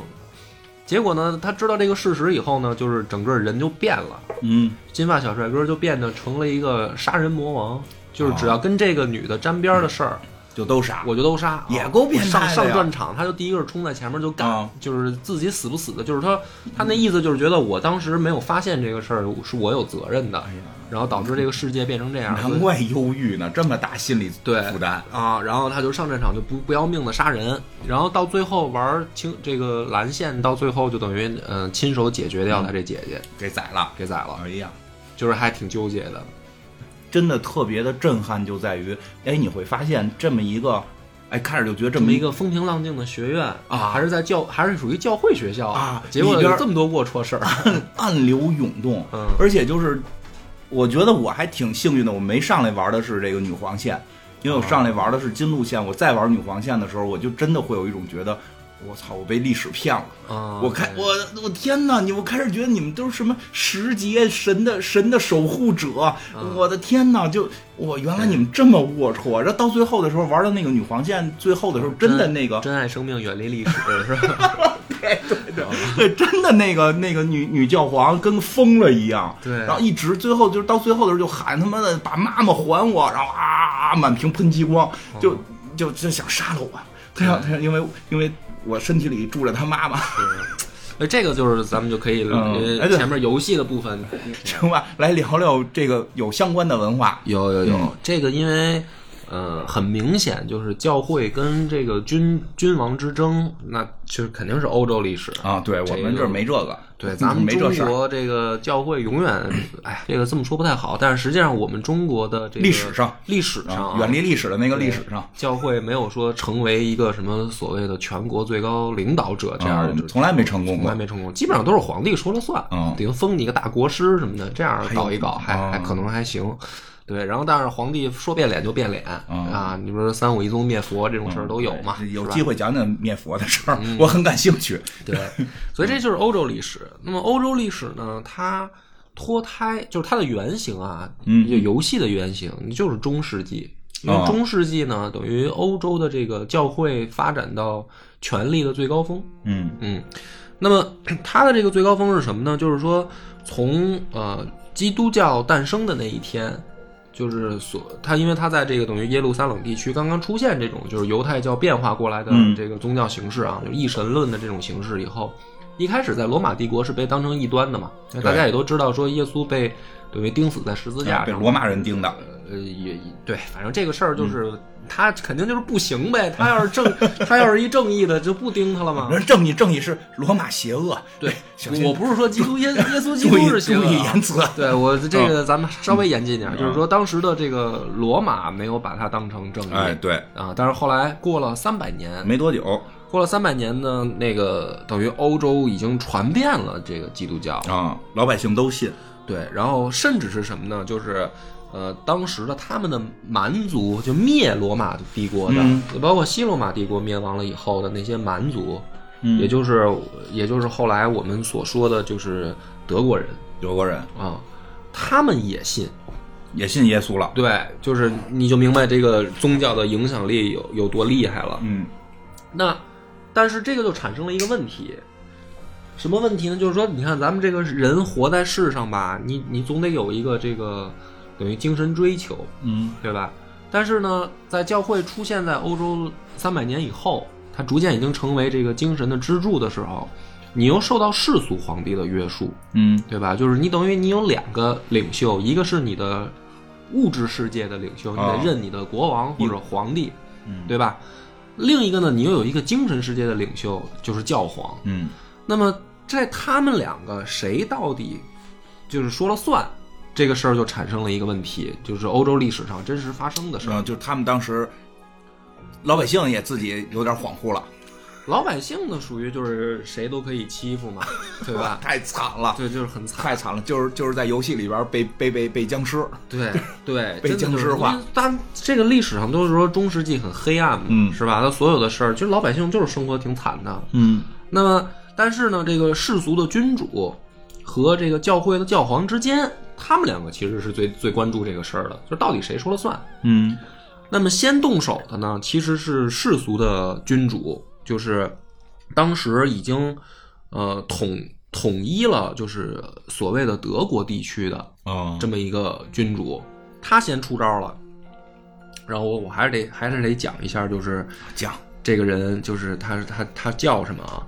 Speaker 2: 结果呢，他知道这个事实以后呢，就是整个人就变了。
Speaker 1: 嗯
Speaker 2: 金发小帅哥就变得成了一个杀人魔王，就是只要跟这个女的沾边的事儿，
Speaker 1: 就都杀。
Speaker 2: 我就都杀，
Speaker 1: 也
Speaker 2: 啊
Speaker 1: 够变态
Speaker 2: 上
Speaker 1: 的呀
Speaker 2: 上战场，他就第一个是冲在前面就干，
Speaker 1: 啊
Speaker 2: 就是自己死不死的，就是他他那意思就是觉得我当时没有发现这个事儿是我有责任的，然后导致这个世界变成这样。所
Speaker 1: 哎难
Speaker 2: 以
Speaker 1: 怪忧郁呢，这么大心理
Speaker 2: 对
Speaker 1: 负担。
Speaker 2: 啊，然后他就上战场就不不要命的杀人，然后到最后玩清这个蓝线，到最后就等于嗯、呃亲手解决
Speaker 1: 嗯
Speaker 2: 掉他这姐姐，
Speaker 1: 给宰了。
Speaker 2: 给宰了，
Speaker 1: 哎呀，
Speaker 2: 就是还挺纠结的。
Speaker 1: 真的特别的震撼就在于，哎，你会发现这么一个，哎，开始就觉得这
Speaker 2: 这么
Speaker 1: 么
Speaker 2: 一
Speaker 1: 一个
Speaker 2: 个风平浪静的学院
Speaker 1: 啊
Speaker 2: 还是在教，还是属于教会学校
Speaker 1: 啊
Speaker 2: 结果
Speaker 1: 里边
Speaker 2: 有这么多龌 龊事儿
Speaker 1: 暗流涌动，
Speaker 2: 嗯
Speaker 1: 而且就是，我觉得我还挺幸运的，我没上来玩的是这个女皇线，因为我上来玩的是金路线，我再玩女皇线的时候，我就真的会有一种觉得。我操！我被历史骗了。
Speaker 2: 啊！
Speaker 1: 我开
Speaker 2: 对
Speaker 1: 我我天哪！你我开始觉得你们都是什么十杰神的神的守护者，
Speaker 2: 啊
Speaker 1: 我的天哪！就我原来你们这么龌龊。然后到最后的时候，玩到那个女皇线最后的时候，真的那个
Speaker 2: 珍爱生命，远离历史，是
Speaker 1: 嗯
Speaker 2: 吧？
Speaker 1: 对，真的那个那个女女教皇跟疯了一样，
Speaker 2: 对
Speaker 1: 然后一直最后就是到最后的时候就喊他妈的把妈妈还我，然后啊啊啊满屏喷激
Speaker 2: 哦
Speaker 1: 光，就就就想杀了我，他想他啊想因为因为我身体里住着他妈妈，哎
Speaker 2: 那这个就是咱们就可以
Speaker 1: 嗯
Speaker 2: 呃
Speaker 1: 哎对
Speaker 2: 前面游戏的部分，
Speaker 1: 行吧，来聊聊这个有相关的文化，
Speaker 2: 有有有，
Speaker 1: 嗯
Speaker 2: 这个因为呃很明显就是教会跟这个君君王之争，那就是肯定是欧洲历史。
Speaker 1: 啊，对我们
Speaker 2: 这
Speaker 1: 这
Speaker 2: 个
Speaker 1: 儿没这个，
Speaker 2: 对，
Speaker 1: 嗯
Speaker 2: 咱们
Speaker 1: 没这
Speaker 2: 中
Speaker 1: 事儿，
Speaker 2: 国这个教会永远，哎呀，这个这么说不太好，但是实际上我们中国的这个
Speaker 1: 历史上
Speaker 2: 历史上
Speaker 1: 啊
Speaker 2: 啊
Speaker 1: 远离历史的那个历史上，
Speaker 2: 教会没有说成为一个什么所谓的全国最高领导者这样
Speaker 1: 啊
Speaker 2: 的，哦就，
Speaker 1: 从来没成功
Speaker 2: 从
Speaker 1: 过
Speaker 2: 来，没成功，基本上都是皇帝说了算，
Speaker 1: 嗯
Speaker 2: 顶封你一个大国师什么的，这样搞一搞还
Speaker 1: 还有嗯
Speaker 2: 还可能还行。对，然后但是皇帝说变脸就变脸、
Speaker 1: 嗯
Speaker 2: 啊！你说三武一宗灭佛这种事儿都有嘛？
Speaker 1: 对嗯有
Speaker 2: 是吧嗯
Speaker 1: 机会讲讲灭佛的事儿，我很感兴趣，
Speaker 2: 对，所以这就是欧洲历史。那么欧洲历史呢，它脱胎就是它的原型啊，
Speaker 1: 嗯
Speaker 2: 就游戏的原型就是中世纪。因
Speaker 1: 哦
Speaker 2: 为中世纪呢，等于欧洲的这个教会发展到权力的最高峰。
Speaker 1: 嗯。
Speaker 2: 嗯，那么 它的这个最高峰是什么呢？就是说从呃基督教诞生的那一天。就是所，它因为它在这个等于耶路撒冷地区刚刚出现这种就是犹太教变化过来的
Speaker 1: 嗯
Speaker 2: 这个宗教形式啊，就一神论的这种形式以后，一开始在罗马帝国是被当成异端的嘛，那大家也都知道说耶稣被等于钉死在十字
Speaker 1: 啊
Speaker 2: 架
Speaker 1: 被嗯
Speaker 2: 上，
Speaker 1: 罗马人盯的，
Speaker 2: 呃，也也对，反正这个事儿就是、他肯定就是不行呗，他要是正， 他要是一正义的就不盯他了嘛，
Speaker 1: 人正义正义是罗马邪恶，
Speaker 2: 对
Speaker 1: 小，心
Speaker 2: 我不是说基督 耶耶稣基
Speaker 1: 注
Speaker 2: 督是
Speaker 1: 意
Speaker 2: 邪
Speaker 1: 注
Speaker 2: 恶
Speaker 1: 意嗯
Speaker 2: 啊
Speaker 1: 言。辞。
Speaker 2: 对我这个咱们稍微严谨点儿，就是
Speaker 1: 嗯
Speaker 2: 说当时的这个罗马没有把它当成正义，
Speaker 1: 哎，对，
Speaker 2: 啊，但是后来过了三百年，
Speaker 1: 没多久
Speaker 2: 过了三百年呢，那个等于欧洲已经传遍了这个基督教，
Speaker 1: 啊，老百姓都信
Speaker 2: 对，然后甚至是什么呢？就是，呃，当时的他们的蛮族就灭罗马帝国的，
Speaker 1: 嗯
Speaker 2: 包括西罗马帝国灭亡了以后的那些蛮族，也就是也就是后来我们所说的就是德国人
Speaker 1: 德国人
Speaker 2: 啊，他们也信。
Speaker 1: 也信耶稣了。
Speaker 2: 对，就是你就明白这个宗教的影响力有有多厉害了。
Speaker 1: 嗯
Speaker 2: 那但是这个就产生了一个问题，什么问题呢？就是说，你看咱们这个人活在世上吧，你你总得有一个这个等于精神追求，
Speaker 1: 嗯
Speaker 2: 对吧？但是呢，在教会出现在欧洲三百年以后，它逐渐已经成为这个精神的支柱的时候，你又受到世俗皇帝的约束，
Speaker 1: 嗯
Speaker 2: 对吧？就是你等于你有两个领袖，一个是你的物质世界的领袖，你
Speaker 1: 啊
Speaker 2: 得认你的国王或者皇帝，
Speaker 1: 嗯
Speaker 2: 对吧？另一个呢，你又有一个精神世界的领袖，就是教皇。
Speaker 1: 嗯
Speaker 2: 那么在他们两个谁到底就是说了算，这个事儿就产生了一个问题，就是欧洲历史上真实发生的事
Speaker 1: 是
Speaker 2: 儿。
Speaker 1: 吧？就是他们当时老百姓也自己有点恍惚了，
Speaker 2: 老百姓呢，属于就是谁都可以欺负嘛，对 吧？
Speaker 1: 太惨了，
Speaker 2: 对，就是很惨。
Speaker 1: 太惨了，就是就是在游戏里边被被被被僵尸，
Speaker 2: 对对，
Speaker 1: 被
Speaker 2: 真的
Speaker 1: 僵
Speaker 2: 就是
Speaker 1: 尸化
Speaker 2: 因为当这个历史上都是说中世纪很黑暗嘛，
Speaker 1: 嗯
Speaker 2: 是吧？他所有的事儿，其实老百姓就是生活挺惨的。
Speaker 1: 嗯
Speaker 2: 那么，但是呢，这个世俗的君主和这个教会的教皇之间，他们两个其实是最最关注这个事儿的，就是到底谁说了算。
Speaker 1: 嗯
Speaker 2: 那么先动手的呢，其实是世俗的君主，就是当时已经呃统统一了，就是所谓的德国地区的
Speaker 1: 哦
Speaker 2: 这么一个君主，他先出招了。然后我我还是得还是得讲一下，就是
Speaker 1: 讲
Speaker 2: 这个人就是他他他叫什么啊？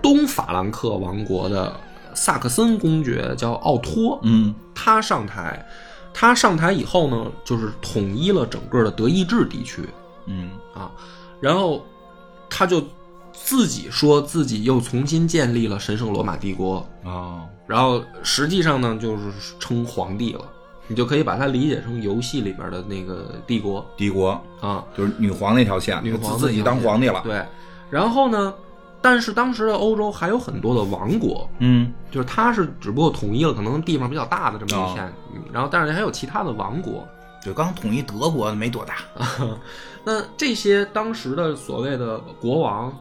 Speaker 2: 东法兰克王国的萨克森公爵叫奥托，
Speaker 1: 嗯
Speaker 2: 他上台，他上台以后呢，就是统一了整个的德意志地区
Speaker 1: 嗯
Speaker 2: 啊，然后他就自己说自己又重新建立了神圣罗马帝国，
Speaker 1: 哦，
Speaker 2: 然后实际上呢就是称皇帝了，你就可以把它理解成游戏里边的那个帝国
Speaker 1: 帝国
Speaker 2: 啊，
Speaker 1: 就是女皇那条线，
Speaker 2: 女皇
Speaker 1: 自自己当皇帝了，
Speaker 2: 对，然后呢，但是当时的欧洲还有很多的王国，
Speaker 1: 嗯
Speaker 2: 就是它是只不过统一了可能地方比较大的这么一片，嗯然后但是还有其他的王国。
Speaker 1: 对，刚统一德国没多大，
Speaker 2: 那这些当时的所谓的国王，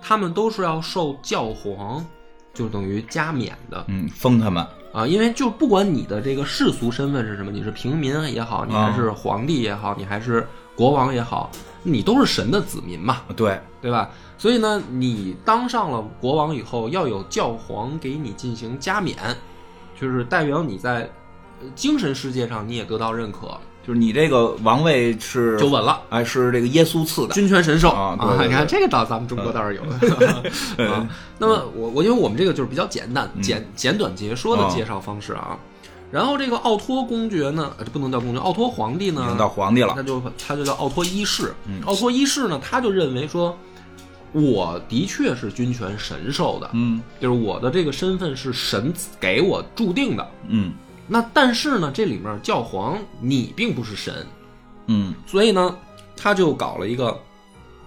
Speaker 2: 他们都是要受教皇，就等于加冕的
Speaker 1: 嗯，封他们，
Speaker 2: 啊，因为就不管你的这个世俗身份是什么，你是平民也好，你还
Speaker 1: 啊
Speaker 2: 是皇帝也好，你还是国王也好，你都是神的子民嘛，
Speaker 1: 对，
Speaker 2: 对吧？所以呢，你当上了国王以后，要有教皇给你进行加冕，就是代表你在呃精神世界上你也得到认可，
Speaker 1: 就是你这个王位是
Speaker 2: 就稳了。
Speaker 1: 哎，是这个耶稣赐的，
Speaker 2: 君权神授
Speaker 1: 啊对对对嗯
Speaker 2: 你看这个倒咱们中国倒是有
Speaker 1: 呃
Speaker 2: 的啊。那么我我因为我们这个就是比较简单、简简短截说
Speaker 1: 哦
Speaker 2: 的介绍方式啊。然后这个奥托公爵呢，呃这不能叫公爵，奥托皇帝
Speaker 1: 已
Speaker 2: 呢
Speaker 1: 经，到皇帝
Speaker 2: 他
Speaker 1: 了，嗯
Speaker 2: 就他就叫奥托一世。奥托一世呢，他就认为说，我的确是君权神授的，
Speaker 1: 嗯
Speaker 2: 就是我的这个身份是神给我注定的。
Speaker 1: 嗯
Speaker 2: 那但是呢，这里面教皇你并不是神，
Speaker 1: 嗯
Speaker 2: 所以呢，他就搞了一个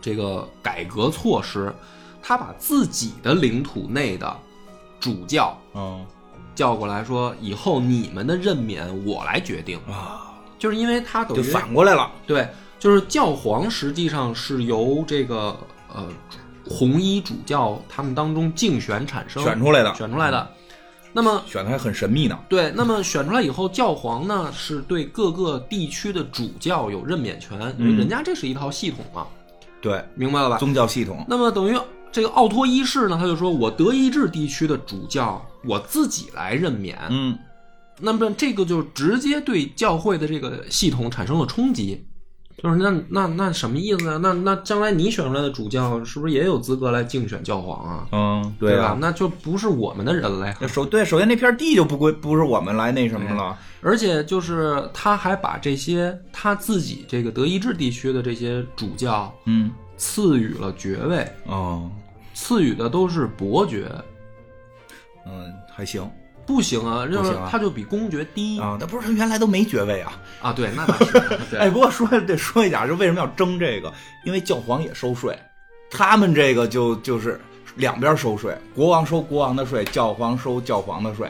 Speaker 2: 这个改革措施，他把自己的领土内的主教
Speaker 1: 哦
Speaker 2: 叫过来说，以后你们的任免我来决定，
Speaker 1: 啊，
Speaker 2: 就是因为他等
Speaker 1: 就
Speaker 2: 于
Speaker 1: 反过来了，
Speaker 2: 对，就是教皇实际上是由这个呃红衣主教他们当中竞选产生
Speaker 1: 选出来的，
Speaker 2: 选出来的，那么。
Speaker 1: 选的还很神秘呢，
Speaker 2: 对，那么选出来以后，教皇呢是对各个地区的主教有任免权，
Speaker 1: 嗯
Speaker 2: 因为人家这是一套系统嘛，
Speaker 1: 对，
Speaker 2: 明白了吧？
Speaker 1: 宗教系统，
Speaker 2: 那么等于这个奥托一世呢，他就说我德意志地区的主教我自己来任免，
Speaker 1: 嗯
Speaker 2: 那么这个就直接对教会的这个系统产生了冲击。就是那那那什么意思呢？那那将来你选出来的主教是不是也有资格来竞选教皇啊？
Speaker 1: 嗯，
Speaker 2: 对吧
Speaker 1: 啊？。
Speaker 2: 那就不是我们的人了呀。
Speaker 1: 首对，首先那片地就不归不是我们来那什么了，
Speaker 2: 而且就是他还把这些他自己这个德意志地区的这些主教
Speaker 1: 嗯，
Speaker 2: 赐予了爵位，
Speaker 1: 哦，
Speaker 2: 赐予的都是伯爵，
Speaker 1: 嗯，还行
Speaker 2: 不行啊，就
Speaker 1: 不
Speaker 2: 是
Speaker 1: 行啊
Speaker 2: 他就比公爵低
Speaker 1: 啊，那不是他原来都没爵位啊。
Speaker 2: 啊对，那倒是，
Speaker 1: 哎，
Speaker 2: 对，
Speaker 1: 不过说得说一下，就为什么要争这个？因为教皇也收税，他们这个就就是两边收税，国王收国王的税，教皇收教皇的税，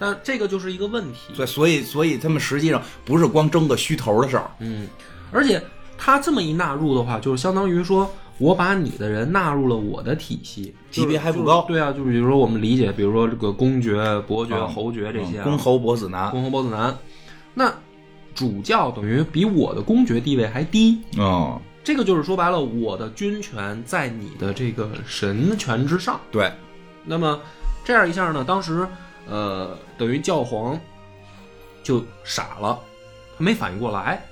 Speaker 2: 但这个就是一个问题，
Speaker 1: 所以所以所以他们实际上不是光争个虚头的事儿，
Speaker 2: 嗯，而且他这么一纳入的话，就是相当于说我把你的人纳入了我的体系，
Speaker 1: 级别还不
Speaker 2: 就是
Speaker 1: 高
Speaker 2: 对啊，就比如说我们理解，比如说这个公爵、伯爵、
Speaker 1: 嗯
Speaker 2: 侯爵这些、啊，
Speaker 1: 公侯伯子男，
Speaker 2: 公侯伯子男，那主教等于比我的公爵地位还低。
Speaker 1: 哦，
Speaker 2: 这个就是说白了，我的军权在你的这个神权之上。
Speaker 1: 对，
Speaker 2: 那么这样一下呢，当时呃，等于教皇就傻了，他没反应过来，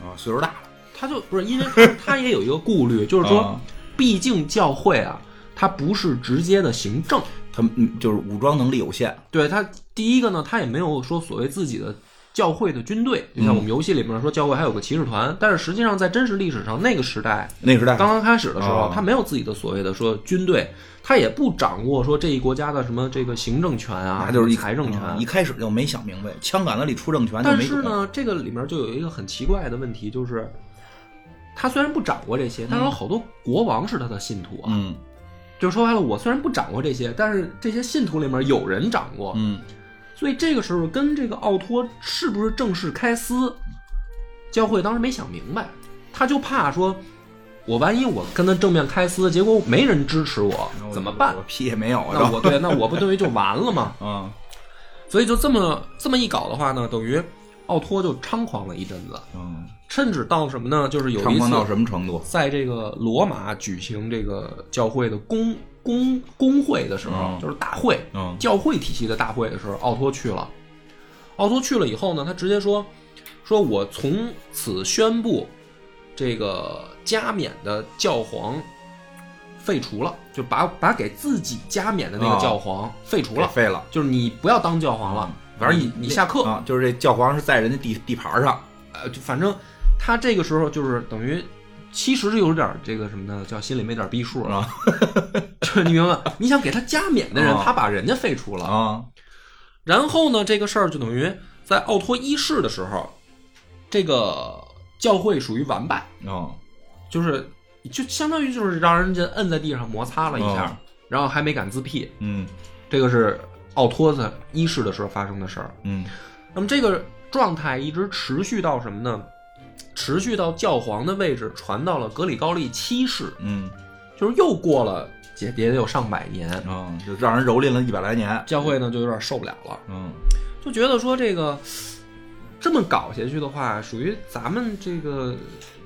Speaker 1: 啊，岁数大了，
Speaker 2: 他就不是因为他他也有一个顾虑，就是说
Speaker 1: 啊，
Speaker 2: 毕竟教会啊，它不是直接的行政，
Speaker 1: 他们嗯就是武装能力有限，
Speaker 2: 对他第一个呢，他也没有说所谓自己的教会的军队，就像我
Speaker 1: 嗯
Speaker 2: 们游戏里面说教会还有个骑士团，但是实际上在真实历史上那个时代
Speaker 1: 那时代
Speaker 2: 刚刚开始的时候
Speaker 1: 哦，
Speaker 2: 他没有自己的所谓的说军队，他也不掌握说这一国家的什么这个行政权啊，
Speaker 1: 那就是一
Speaker 2: 财政权。
Speaker 1: 嗯一开始就没想明白，枪杆子里出政权就
Speaker 2: 但
Speaker 1: 没
Speaker 2: 是
Speaker 1: 懂，
Speaker 2: 呢，这个里面就有一个很奇怪的问题，就是他虽然不掌握这些，但是有好多国王是他的信徒啊。
Speaker 1: 嗯
Speaker 2: 就是说白了，我虽然不掌握这些，但是这些信徒里面有人掌握，
Speaker 1: 嗯，
Speaker 2: 所以这个时候跟这个奥托是不是正式开撕，教会当时没想明白，他就怕说，我万一我跟他正面开撕，结果没人支持我，怎么办
Speaker 1: 我？屁也没有，
Speaker 2: 那
Speaker 1: 都
Speaker 2: 我对，那我不等于就完了吗？
Speaker 1: 啊
Speaker 2: 所以就这么这么一搞的话呢，等于奥托就猖狂了一阵子，
Speaker 1: 嗯，
Speaker 2: 甚至到什么呢？就是有
Speaker 1: 猖
Speaker 2: 一
Speaker 1: 狂到
Speaker 2: 次
Speaker 1: 什么程度？
Speaker 2: 在这个罗马举行这个教会的公公公会的时候
Speaker 1: 嗯，
Speaker 2: 就是大会，
Speaker 1: 嗯
Speaker 2: 教会体系的大会的时候，奥托去了。奥托去了以后呢，他直接说：“说我从此宣布这个加冕的教皇废除了，就把把给自己加冕的那个教皇废除
Speaker 1: 啊给
Speaker 2: 了，
Speaker 1: 废了。嗯
Speaker 2: 就是你不要当教皇了，反正你你下课，
Speaker 1: 啊，就是这教皇是在人家地地盘上，
Speaker 2: 呃，就反正他这个时候就是等于，其实是有点这个什么呢，叫心里没点逼数
Speaker 1: 啊，
Speaker 2: 就是你明白，你想给他加冕的人，
Speaker 1: 啊
Speaker 2: 他把人家废除了，
Speaker 1: 啊，
Speaker 2: 然后呢，这个事儿就等于在奥托一世的时候，这个教会属于完败，
Speaker 1: 嗯，
Speaker 2: 就是就相当于就是让人家摁在地上摩擦了一下，
Speaker 1: 哦
Speaker 2: 然后还没敢自辟，
Speaker 1: 嗯，
Speaker 2: 这个是奥托的一世的时候发生的事儿。
Speaker 1: 嗯，
Speaker 2: 那么这个状态一直持续到什么呢？持续到教皇的位置传到了格里高利七世，
Speaker 1: 嗯，
Speaker 2: 就是又过了也也得有上百年，
Speaker 1: 嗯，就让人蹂躏了一百来年，
Speaker 2: 教会呢就有点受不了了，
Speaker 1: 嗯，
Speaker 2: 就觉得说这个这么搞下去的话，属于咱们这个。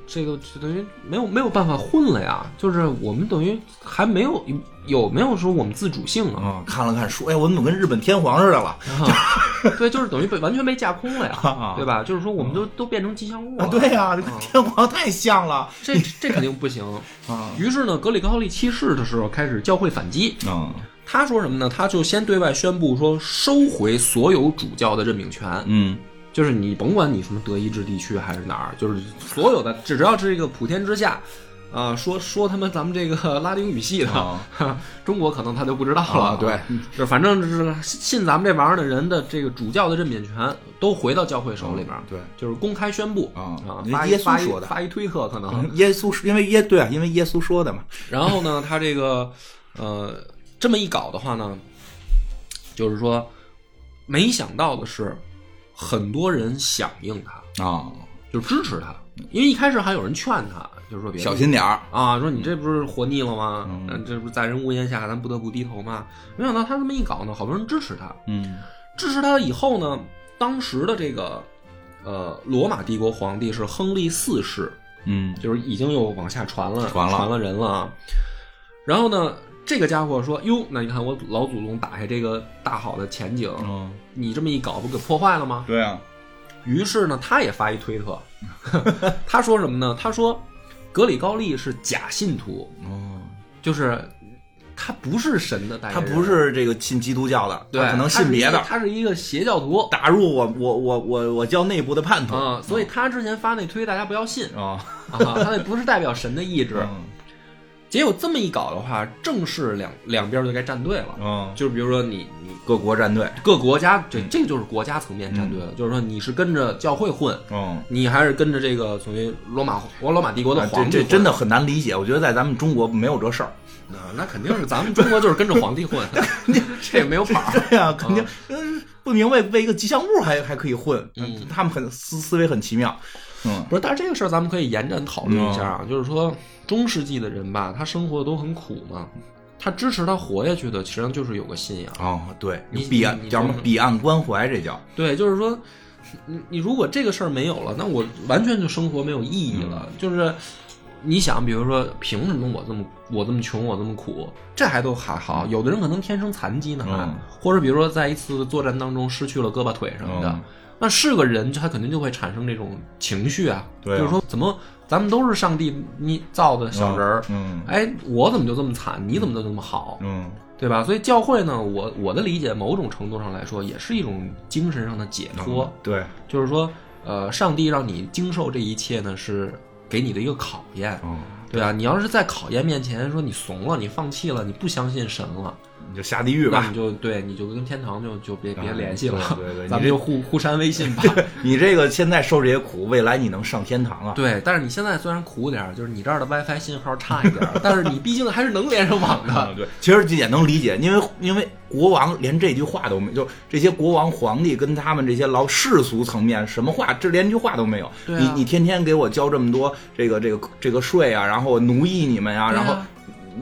Speaker 2: 这个就等于没有没有办法混了呀，就是我们等于还没有有没有说我们自主性啊？
Speaker 1: 嗯，看了看书，哎，我怎么跟日本天皇似的了？
Speaker 2: 对，就是等于被完全被架空了呀
Speaker 1: 啊，
Speaker 2: 对吧？就是说我们都都变成吉祥物
Speaker 1: 啊，
Speaker 2: 了，
Speaker 1: 对呀、这
Speaker 2: 哦
Speaker 1: 跟天皇太像了
Speaker 2: 这这肯定不行。
Speaker 1: 啊，
Speaker 2: 于是呢，格里高利七世的时候开始教会反击。
Speaker 1: 嗯
Speaker 2: 他说什么呢？他就先对外宣布说收回所有主教的任命权，
Speaker 1: 嗯
Speaker 2: 就是你甭管你什么德意志地区还是哪儿，就是所有的只要是这个普天之下，啊、说说他们咱们这个 拉丁语系的，
Speaker 1: 啊
Speaker 2: 中国可能他就不知道了。
Speaker 1: 啊对，
Speaker 2: 就反正就是信咱们这玩意儿的人的这个主教的任免权都回到教会手里边儿，
Speaker 1: 对
Speaker 2: 就是公开宣布
Speaker 1: 嗯啊
Speaker 2: 啊，
Speaker 1: 人
Speaker 2: 发一
Speaker 1: 耶稣
Speaker 2: 发一
Speaker 1: 说的嗯
Speaker 2: 发一推特可能。
Speaker 1: 耶稣啊是因为耶对啊，因为耶稣说的嘛，
Speaker 2: 然后呢，他这个呃这么一搞的话呢，就是说没想到的是，很多人响应他，
Speaker 1: 啊，
Speaker 2: 就支持他，因为一开始还有人劝他，就是说别
Speaker 1: 小心点儿，
Speaker 2: 啊，说你这不是活腻了吗？嗯，这不是在人屋檐下，咱不得不低头吗？没想到他这么一搞呢，好多人支持他，
Speaker 1: 嗯
Speaker 2: 支持他以后呢，当时的这个呃罗马帝国皇帝是亨利四世，
Speaker 1: 嗯
Speaker 2: 就是已经有往下传了，
Speaker 1: 传了
Speaker 2: 人了啊。然后呢，这个家伙说：“哟，那你看我老祖宗打下这个大好的前景，
Speaker 1: 嗯，
Speaker 2: 你这么一搞，不给破坏了吗
Speaker 1: 对啊，？”
Speaker 2: 于是呢，他也发一推特， 他说什么呢？他说格里高利是假信徒，
Speaker 1: 哦，
Speaker 2: 就是他不是神的代
Speaker 1: 他
Speaker 2: 言人，
Speaker 1: 不是这个信基督教的，
Speaker 2: 哎对，
Speaker 1: 他可能信别的，
Speaker 2: 他是一个他是一个邪教徒啊、
Speaker 1: 打入我我我我我教内部的叛徒
Speaker 2: 嗯
Speaker 1: 嗯
Speaker 2: 所以他之前发那推大家不要信
Speaker 1: 啊，
Speaker 2: 啊，他那不是代表神的意志。
Speaker 1: 嗯
Speaker 2: 结果这么一搞的话，正是两两边就该站队了。
Speaker 1: 嗯，
Speaker 2: 就是比如说你你
Speaker 1: 各国战队，
Speaker 2: 各国家，这
Speaker 1: 嗯
Speaker 2: 这个就是国家层面站队了，就是说你是跟着教会混，
Speaker 1: 嗯。
Speaker 2: 你还是跟着这个所谓罗马皇罗马帝国的
Speaker 1: 啊
Speaker 2: 皇
Speaker 1: 这
Speaker 2: 帝混、
Speaker 1: 这真的很难理解，我觉得在咱们中国没有这事儿。
Speaker 2: 啊，那肯定是咱们中国就是跟着皇帝 混，这也没有法儿。
Speaker 1: 哎对呀、肯定、嗯不明白为一个吉祥物还还可以混，嗯、他们很思思维很奇妙。嗯
Speaker 2: 不是，但是这个事儿咱们可以延展讨论一下啊，就是说中世纪的人吧，他生活都很苦嘛，他支持他活下去的，其实就是有个信仰。
Speaker 1: 哦，对，
Speaker 2: 你
Speaker 1: 彼岸
Speaker 2: 你你
Speaker 1: 叫什么
Speaker 2: 说？呢
Speaker 1: 彼岸关怀，这叫
Speaker 2: 对，就是说，你你如果这个事儿没有了，那我完全就生活没有意义了。就是你想，比如说，凭什么我这么我这么穷，我这么苦？这还都还好，有的人可能天生残疾呢，
Speaker 1: 嗯
Speaker 2: 或者比如说在一次作战当中失去了胳膊腿什么的，
Speaker 1: 嗯
Speaker 2: 那是个人，他肯定就会产生这种情绪啊。
Speaker 1: 对啊
Speaker 2: 就是说，怎么咱们都是上帝你造的小人儿？
Speaker 1: 嗯
Speaker 2: 哎，我怎么就这么惨？你怎么就这么好？
Speaker 1: 嗯
Speaker 2: 对吧？所以教会呢，我我的理解，某种程度上来说，也是一种精神上的解脱，
Speaker 1: 嗯对，
Speaker 2: 就是说，呃，上帝让你经受这一切呢，是给你的一个考验，
Speaker 1: 嗯，
Speaker 2: 对吧？你要是在考验面前说你怂了，你放弃了，你不相信神了，
Speaker 1: 你就下地狱
Speaker 2: 那
Speaker 1: 吧
Speaker 2: 你。就对，你就跟天堂就就别别
Speaker 1: 啊
Speaker 2: 联系了，
Speaker 1: 对对对你
Speaker 2: 咱们
Speaker 1: 这
Speaker 2: 就互互删微信吧。
Speaker 1: 你这个现在受这些苦，未来你能上天堂啊？
Speaker 2: 对，但是你现在虽然苦点儿，就是你这儿的 WiFi 信号差一点儿，但是你毕竟还是能连上网的。
Speaker 1: 对，其实也能理解，因为因为国王连这句话都没，就这些国王、皇帝跟他们这些老世俗层面什么话，这连句话都没有。
Speaker 2: 对啊
Speaker 1: 你你天天给我交这么多这个这个这个税啊，然后我奴役你们呀、
Speaker 2: 对
Speaker 1: 然
Speaker 2: 啊
Speaker 1: 后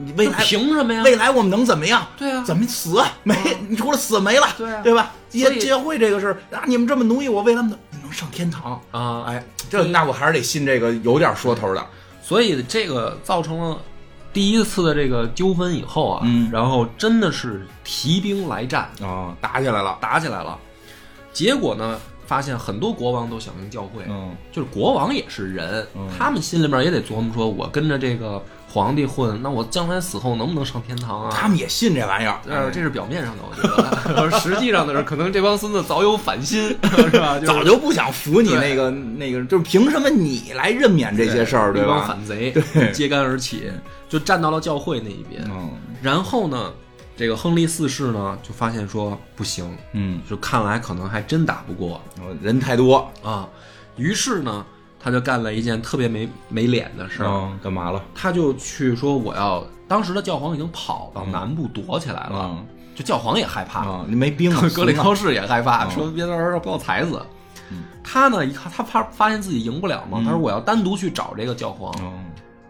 Speaker 1: 你未
Speaker 2: 就
Speaker 1: 来
Speaker 2: 凭什么呀？
Speaker 1: 未来我们能怎么样？
Speaker 2: 对啊，
Speaker 1: 怎么死？没，你除了死没了，
Speaker 2: 对啊
Speaker 1: 吧？
Speaker 2: 所
Speaker 1: 结
Speaker 2: 以
Speaker 1: 结会这个事儿啊，你们这么奴役我，为了能能上天堂，
Speaker 2: 啊，
Speaker 1: 哎，这那我还是得信这个有点说头的。
Speaker 2: 所以这个造成了第一次的这个纠纷以后啊，
Speaker 1: 嗯
Speaker 2: 然后真的是提兵来战，
Speaker 1: 哦，打起来了，
Speaker 2: 打起来了。结果呢，发现很多国王都响应教会，
Speaker 1: 嗯
Speaker 2: 就是国王也是人
Speaker 1: 嗯，
Speaker 2: 他们心里面也得琢磨说，我跟着这个皇帝混，那我将来死后能不能上天堂
Speaker 1: 他
Speaker 2: 啊？
Speaker 1: 们也信这玩意儿，
Speaker 2: 呃，这是表面上的，我觉得， 实际上的是，可能这帮孙子早有反 心，是吧？就是
Speaker 1: 早就不想服你
Speaker 2: 对
Speaker 1: 那个那个，就是凭什么你来任免这些事儿，对
Speaker 2: 一帮
Speaker 1: 吧？
Speaker 2: 反贼
Speaker 1: 对
Speaker 2: 揭竿而起，就站到了教会那一边。
Speaker 1: 嗯
Speaker 2: 然后呢，这个亨利四世呢就发现说不行，
Speaker 1: 嗯，
Speaker 2: 就看来可能还真打不过
Speaker 1: 人太多，
Speaker 2: 啊。于是呢，他就干了一件特别没没脸的事儿，
Speaker 1: 嗯，干嘛了？
Speaker 2: 他就去说我要。当时的教皇已经跑到南部躲起来了，
Speaker 1: 嗯
Speaker 2: 就教皇也害怕，
Speaker 1: 啊，你没 兵啊，
Speaker 2: 格里
Speaker 1: 行啊
Speaker 2: 高士也害怕，
Speaker 1: 嗯
Speaker 2: 说别到时候把我踩死
Speaker 1: 嗯。
Speaker 2: 他呢，一看他怕发现自己赢不了嘛，
Speaker 1: 嗯
Speaker 2: 他说我要单独去找这个教皇，
Speaker 1: 嗯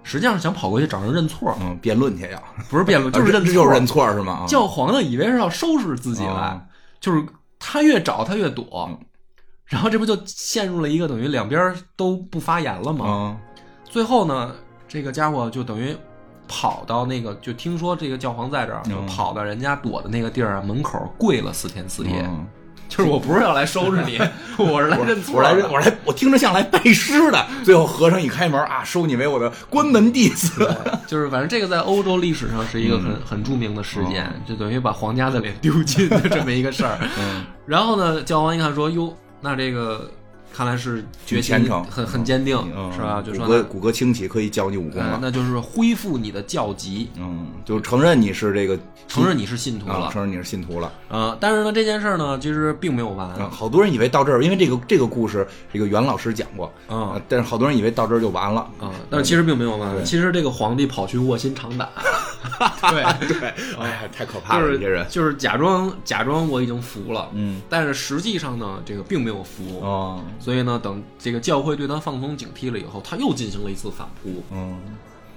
Speaker 2: 实际上是想跑过去找人认错，
Speaker 1: 嗯，辩论去要，
Speaker 2: 不是 辩论，就
Speaker 1: 啊
Speaker 2: 是认
Speaker 1: 这
Speaker 2: 错。
Speaker 1: 就是认错是吗？啊
Speaker 2: 教皇呢，以为是要收拾自己来
Speaker 1: 啊，
Speaker 2: 就是他越找他越躲
Speaker 1: 嗯，
Speaker 2: 然后这不就陷入了一个等于两边都不发言了吗？
Speaker 1: 嗯
Speaker 2: 最后呢，这个家伙就等于跑到那个，就听说这个教皇在这儿，就
Speaker 1: 嗯
Speaker 2: 跑到人家躲的那个地儿啊门口跪了四天四夜，
Speaker 1: 嗯
Speaker 2: 就是我不是要来收拾 你，我是来认错
Speaker 1: 我来
Speaker 2: 的，
Speaker 1: 认，我来，我听着像来拜师的。最后和尚一开门啊，收你为我的关门弟子。
Speaker 2: 对就是反正这个在欧洲历史上是一个很、
Speaker 1: 嗯
Speaker 2: 很著名的事
Speaker 1: 哦
Speaker 2: 件，就等于把皇家的脸丢尽的这么一个 事儿。
Speaker 1: 嗯
Speaker 2: 然后呢，教皇一看说：“哟，那这个看来是决心
Speaker 1: 虔诚
Speaker 2: 很很坚定，是吧？”就
Speaker 1: 嗯
Speaker 2: 说
Speaker 1: 骨骼
Speaker 2: 那、
Speaker 1: 骨骼清奇，可以教你武功
Speaker 2: 呃
Speaker 1: 了。
Speaker 2: 那就是恢复你的教籍，
Speaker 1: 嗯，就承认你是这个
Speaker 2: 承认你是信徒
Speaker 1: 啊，
Speaker 2: 了。
Speaker 1: 承认你是信徒了。
Speaker 2: 呃，但是呢，这件事儿呢，其实并没有完。
Speaker 1: 啊，好多人以为到这儿，因为这个这个故事，这个袁老师讲过
Speaker 2: 嗯
Speaker 1: 啊，但是好多人以为到这儿就完了。
Speaker 2: 啊、但是其实并没有完。
Speaker 1: 对
Speaker 2: 其实这个皇帝跑去卧薪尝胆， 对，
Speaker 1: 对，哎呀，太可怕
Speaker 2: 就
Speaker 1: 了，
Speaker 2: 是
Speaker 1: 这些人。
Speaker 2: 就是假装假装我已经服了，
Speaker 1: 嗯，
Speaker 2: 但是实际上呢，这个并没有服。
Speaker 1: 哦，
Speaker 2: 所以呢，等这个教会对他放松警惕了以后，他又进行了一次反扑。
Speaker 1: 嗯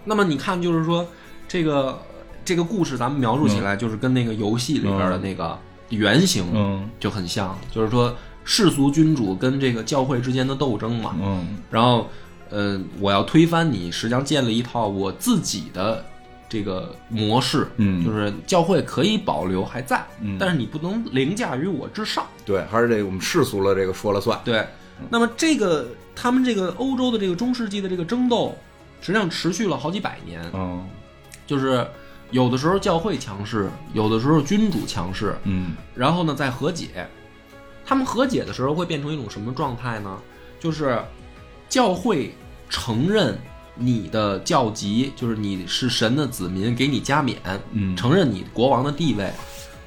Speaker 2: 那么你看，就是说这个这个故事，咱们描述
Speaker 1: 嗯
Speaker 2: 起来就是跟那个游戏里边的那个原型
Speaker 1: 嗯
Speaker 2: 就很像，就是说世俗君主跟这个教会之间的斗争嘛。
Speaker 1: 嗯
Speaker 2: 然后，呃，我要推翻你，实际上建立一套我自己的这个模式，
Speaker 1: 嗯
Speaker 2: 就是教会可以保留还在，
Speaker 1: 嗯
Speaker 2: 但是你不能凌驾于我之上。
Speaker 1: 对，还是这个我们世俗了，这个说了算。
Speaker 2: 对，那么这个他们这个欧洲的这个中世纪的这个争斗，实际上持续了好几百年，
Speaker 1: 嗯
Speaker 2: 就是有的时候教会强势，有的时候君主强势，
Speaker 1: 嗯
Speaker 2: 然后呢再和解。他们和解的时候会变成一种什么状态呢？就是教会承认你的教籍，就是你是神的子民，给你加冕，
Speaker 1: 嗯
Speaker 2: 承认你国王的地位。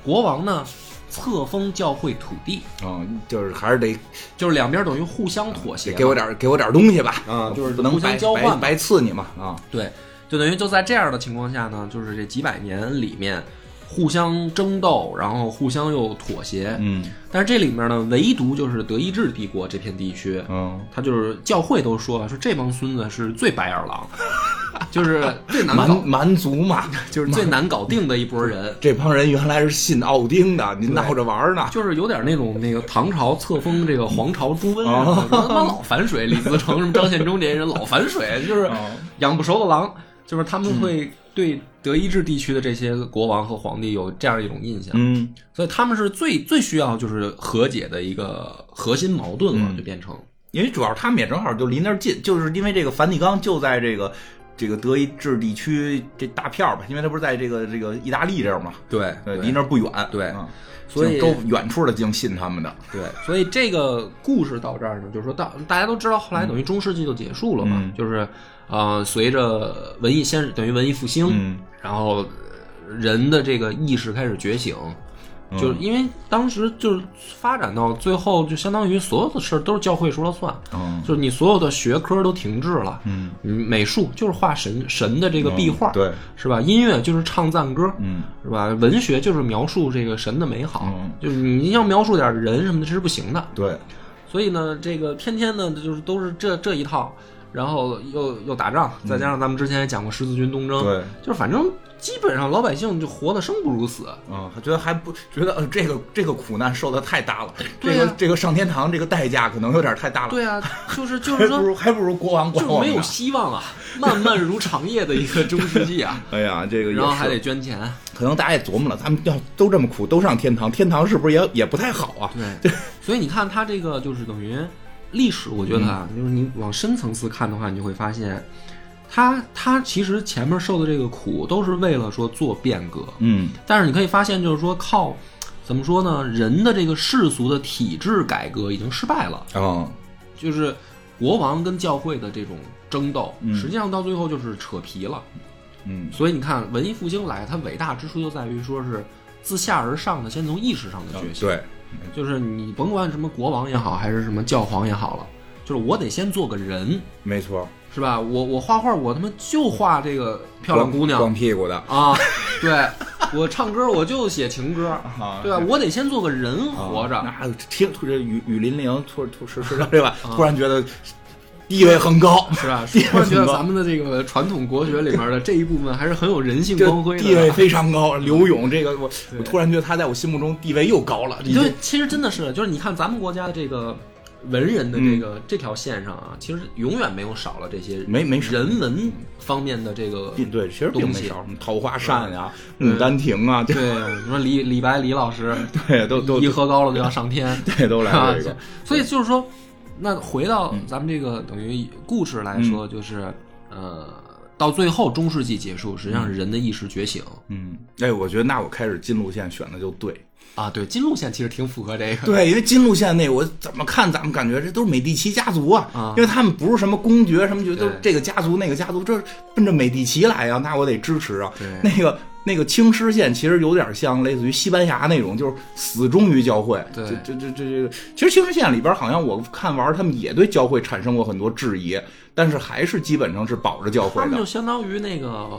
Speaker 2: 国王呢册封教会土地，
Speaker 1: 嗯，就是还是得
Speaker 2: 就是两边等于互相妥协
Speaker 1: 得
Speaker 2: 嘛，
Speaker 1: 给我点儿给我点儿东西吧，
Speaker 2: 啊就是
Speaker 1: 不能
Speaker 2: 互相
Speaker 1: 白
Speaker 2: 交换
Speaker 1: 白
Speaker 2: 嘛
Speaker 1: 白刺你嘛啊，
Speaker 2: 对，就等于就在这样的情况下呢，就是这几百年里面互相争斗，然后互相又妥协。
Speaker 1: 嗯
Speaker 2: 但是这里面呢，唯独就是德意志帝国这片地区，
Speaker 1: 嗯，
Speaker 2: 他就是教会都说了，说这帮孙子是最白眼 狼，就是最难搞
Speaker 1: 蛮，蛮族嘛，
Speaker 2: 就是最难搞定的一拨人。
Speaker 1: 这帮人原来是信奥丁的，您闹着玩儿呢，
Speaker 2: 就是有点那种那个唐朝册封这个皇朝朱温啊，
Speaker 1: 哦
Speaker 2: 他妈老反水，李自成什么张献忠这些人老反水，就是
Speaker 1: 哦
Speaker 2: 养不熟的狼，就是他们会对德意志地区的这些国王和皇帝有这样一种印象，
Speaker 1: 嗯
Speaker 2: 所以他们是最最需要就是和解的一个核心矛盾了，
Speaker 1: 嗯
Speaker 2: 就变成
Speaker 1: 因为主要他们也正好就离那儿近，就是因为这个梵蒂冈就在这个这个德意志地区这大片儿吧，因为它不是在这个这个意大利这儿嘛，
Speaker 2: 对
Speaker 1: 对，离那儿不远，
Speaker 2: 对
Speaker 1: 嗯
Speaker 2: 所以
Speaker 1: 就都远处的净信他们的，
Speaker 2: 对，所以这个故事到这儿呢，就是说到大家都知道，后来等于中世纪就结束了嘛，
Speaker 1: 嗯
Speaker 2: 就是呃，随着文艺先等于文艺复兴，
Speaker 1: 嗯
Speaker 2: 然后呃人的这个意识开始觉醒，
Speaker 1: 嗯
Speaker 2: 就是因为当时就是发展到最后，就相当于所有的事儿都是教会说了算，
Speaker 1: 嗯
Speaker 2: 就是你所有的学科都停滞了，
Speaker 1: 嗯，
Speaker 2: 美术就是画神神的这个壁画，
Speaker 1: 对，
Speaker 2: 是吧？音乐就是唱赞歌，
Speaker 1: 嗯
Speaker 2: 是吧？文学就是描述这个神的美好，
Speaker 1: 嗯
Speaker 2: 就是你要描述点人什么的，这是不行的。
Speaker 1: 对，
Speaker 2: 所以呢，这个天天呢，就是都是这这一套。然后又又打仗，再加上咱们之前也讲过十字军东征，
Speaker 1: 嗯对，
Speaker 2: 就是反正基本上老百姓就活得生不如死。
Speaker 1: 嗯，他觉得还不觉得呃这个这个苦难受的太大了，
Speaker 2: 对
Speaker 1: 这
Speaker 2: 呀
Speaker 1: 个这个上天堂这个代价可能有点太大了，
Speaker 2: 对啊，就是就
Speaker 1: 还
Speaker 2: 是
Speaker 1: 不
Speaker 2: 说，
Speaker 1: 如还不如国王
Speaker 2: 就
Speaker 1: 管
Speaker 2: 是
Speaker 1: 我们
Speaker 2: 没有
Speaker 1: 呢
Speaker 2: 希望啊，漫漫如长夜的一个中世纪啊。
Speaker 1: 哎呀，这 个也
Speaker 2: 然后还
Speaker 1: 是
Speaker 2: 得捐钱，
Speaker 1: 可能大家也琢磨了，咱们要都这么苦，都上天堂，天堂是不是也也不太好啊？
Speaker 2: 对，所以你看他这个就是等于历史，我觉得啊，就是你往深层次看的话，你就会发现，他他其实前面受的这个苦都是为了说做变革，
Speaker 1: 嗯，
Speaker 2: 但是你可以发现，就是说靠怎么说呢，人的这个世俗的体制改革已经失败了，
Speaker 1: 哦，
Speaker 2: 就是国王跟教会的这种争斗，实际上到最后就是扯皮了。
Speaker 1: 嗯，
Speaker 2: 所以你看，文艺复兴来，它伟大之处就在于说是自下而上的，先从意识上的觉醒。
Speaker 1: 对，
Speaker 2: 就是你甭管什么国王也好，还是什么教皇也好了，就是我得先做个人，
Speaker 1: 没错，
Speaker 2: 是吧？我我画画，我他妈就画这个漂亮姑娘
Speaker 1: 光屁股的
Speaker 2: 啊，对我唱歌我就写情歌，
Speaker 1: 啊
Speaker 2: 对吧？我得先做个人活着。
Speaker 1: 那听这雨雨霖铃突突是是对吧？
Speaker 2: 啊
Speaker 1: 突然觉得地位很高，
Speaker 2: 是吧？
Speaker 1: 地位
Speaker 2: 突然觉得
Speaker 1: 很高
Speaker 2: 咱们的这个传统国学里面的这一部分还是很有 人性
Speaker 1: 这
Speaker 2: 光辉的。啊
Speaker 1: 地位非常高。刘勇这个我我突然觉得他在我心目中地位又高了，已经
Speaker 2: 对，其实真的是，就是你看咱们国家的这个文人的这个、这条线上啊，其实永远没有少了这些
Speaker 1: 嗯没没少
Speaker 2: 人文方面的这个
Speaker 1: 并对，其实并
Speaker 2: 东
Speaker 1: 没
Speaker 2: 西
Speaker 1: 少，什么嗯桃花扇呀、牡丹亭啊，对
Speaker 2: 对，你说李李白李老师，
Speaker 1: 对，都都
Speaker 2: 一喝高了就要上天，
Speaker 1: 对 都来这个嗯
Speaker 2: 啊，所以就是说，那回到咱们这个等于故事来说，就是呃，到最后中世纪结束，实际上是人的意识觉醒
Speaker 1: 嗯，哎，我觉得那我开始金路线选的就对。
Speaker 2: 啊。对，金路线其实挺符合 这个，
Speaker 1: 对，因为金路线那我怎么看咱们感觉这都是美第奇家族啊，
Speaker 2: 啊
Speaker 1: 因为他们不是什么公爵什么爵，都是这
Speaker 2: 对
Speaker 1: 个家族那个家族，这是奔着美第奇来啊，那我得支持啊
Speaker 2: 对。
Speaker 1: 那个那个青狮县其实有点像类似于西班牙那种，就是死忠于教会。
Speaker 2: 对
Speaker 1: 这这这这，其实青狮县里边好像我看玩儿他们也对教会产生过很多质疑，但是还是基本上是保着教会
Speaker 2: 他们
Speaker 1: 的
Speaker 2: 就。相当于那个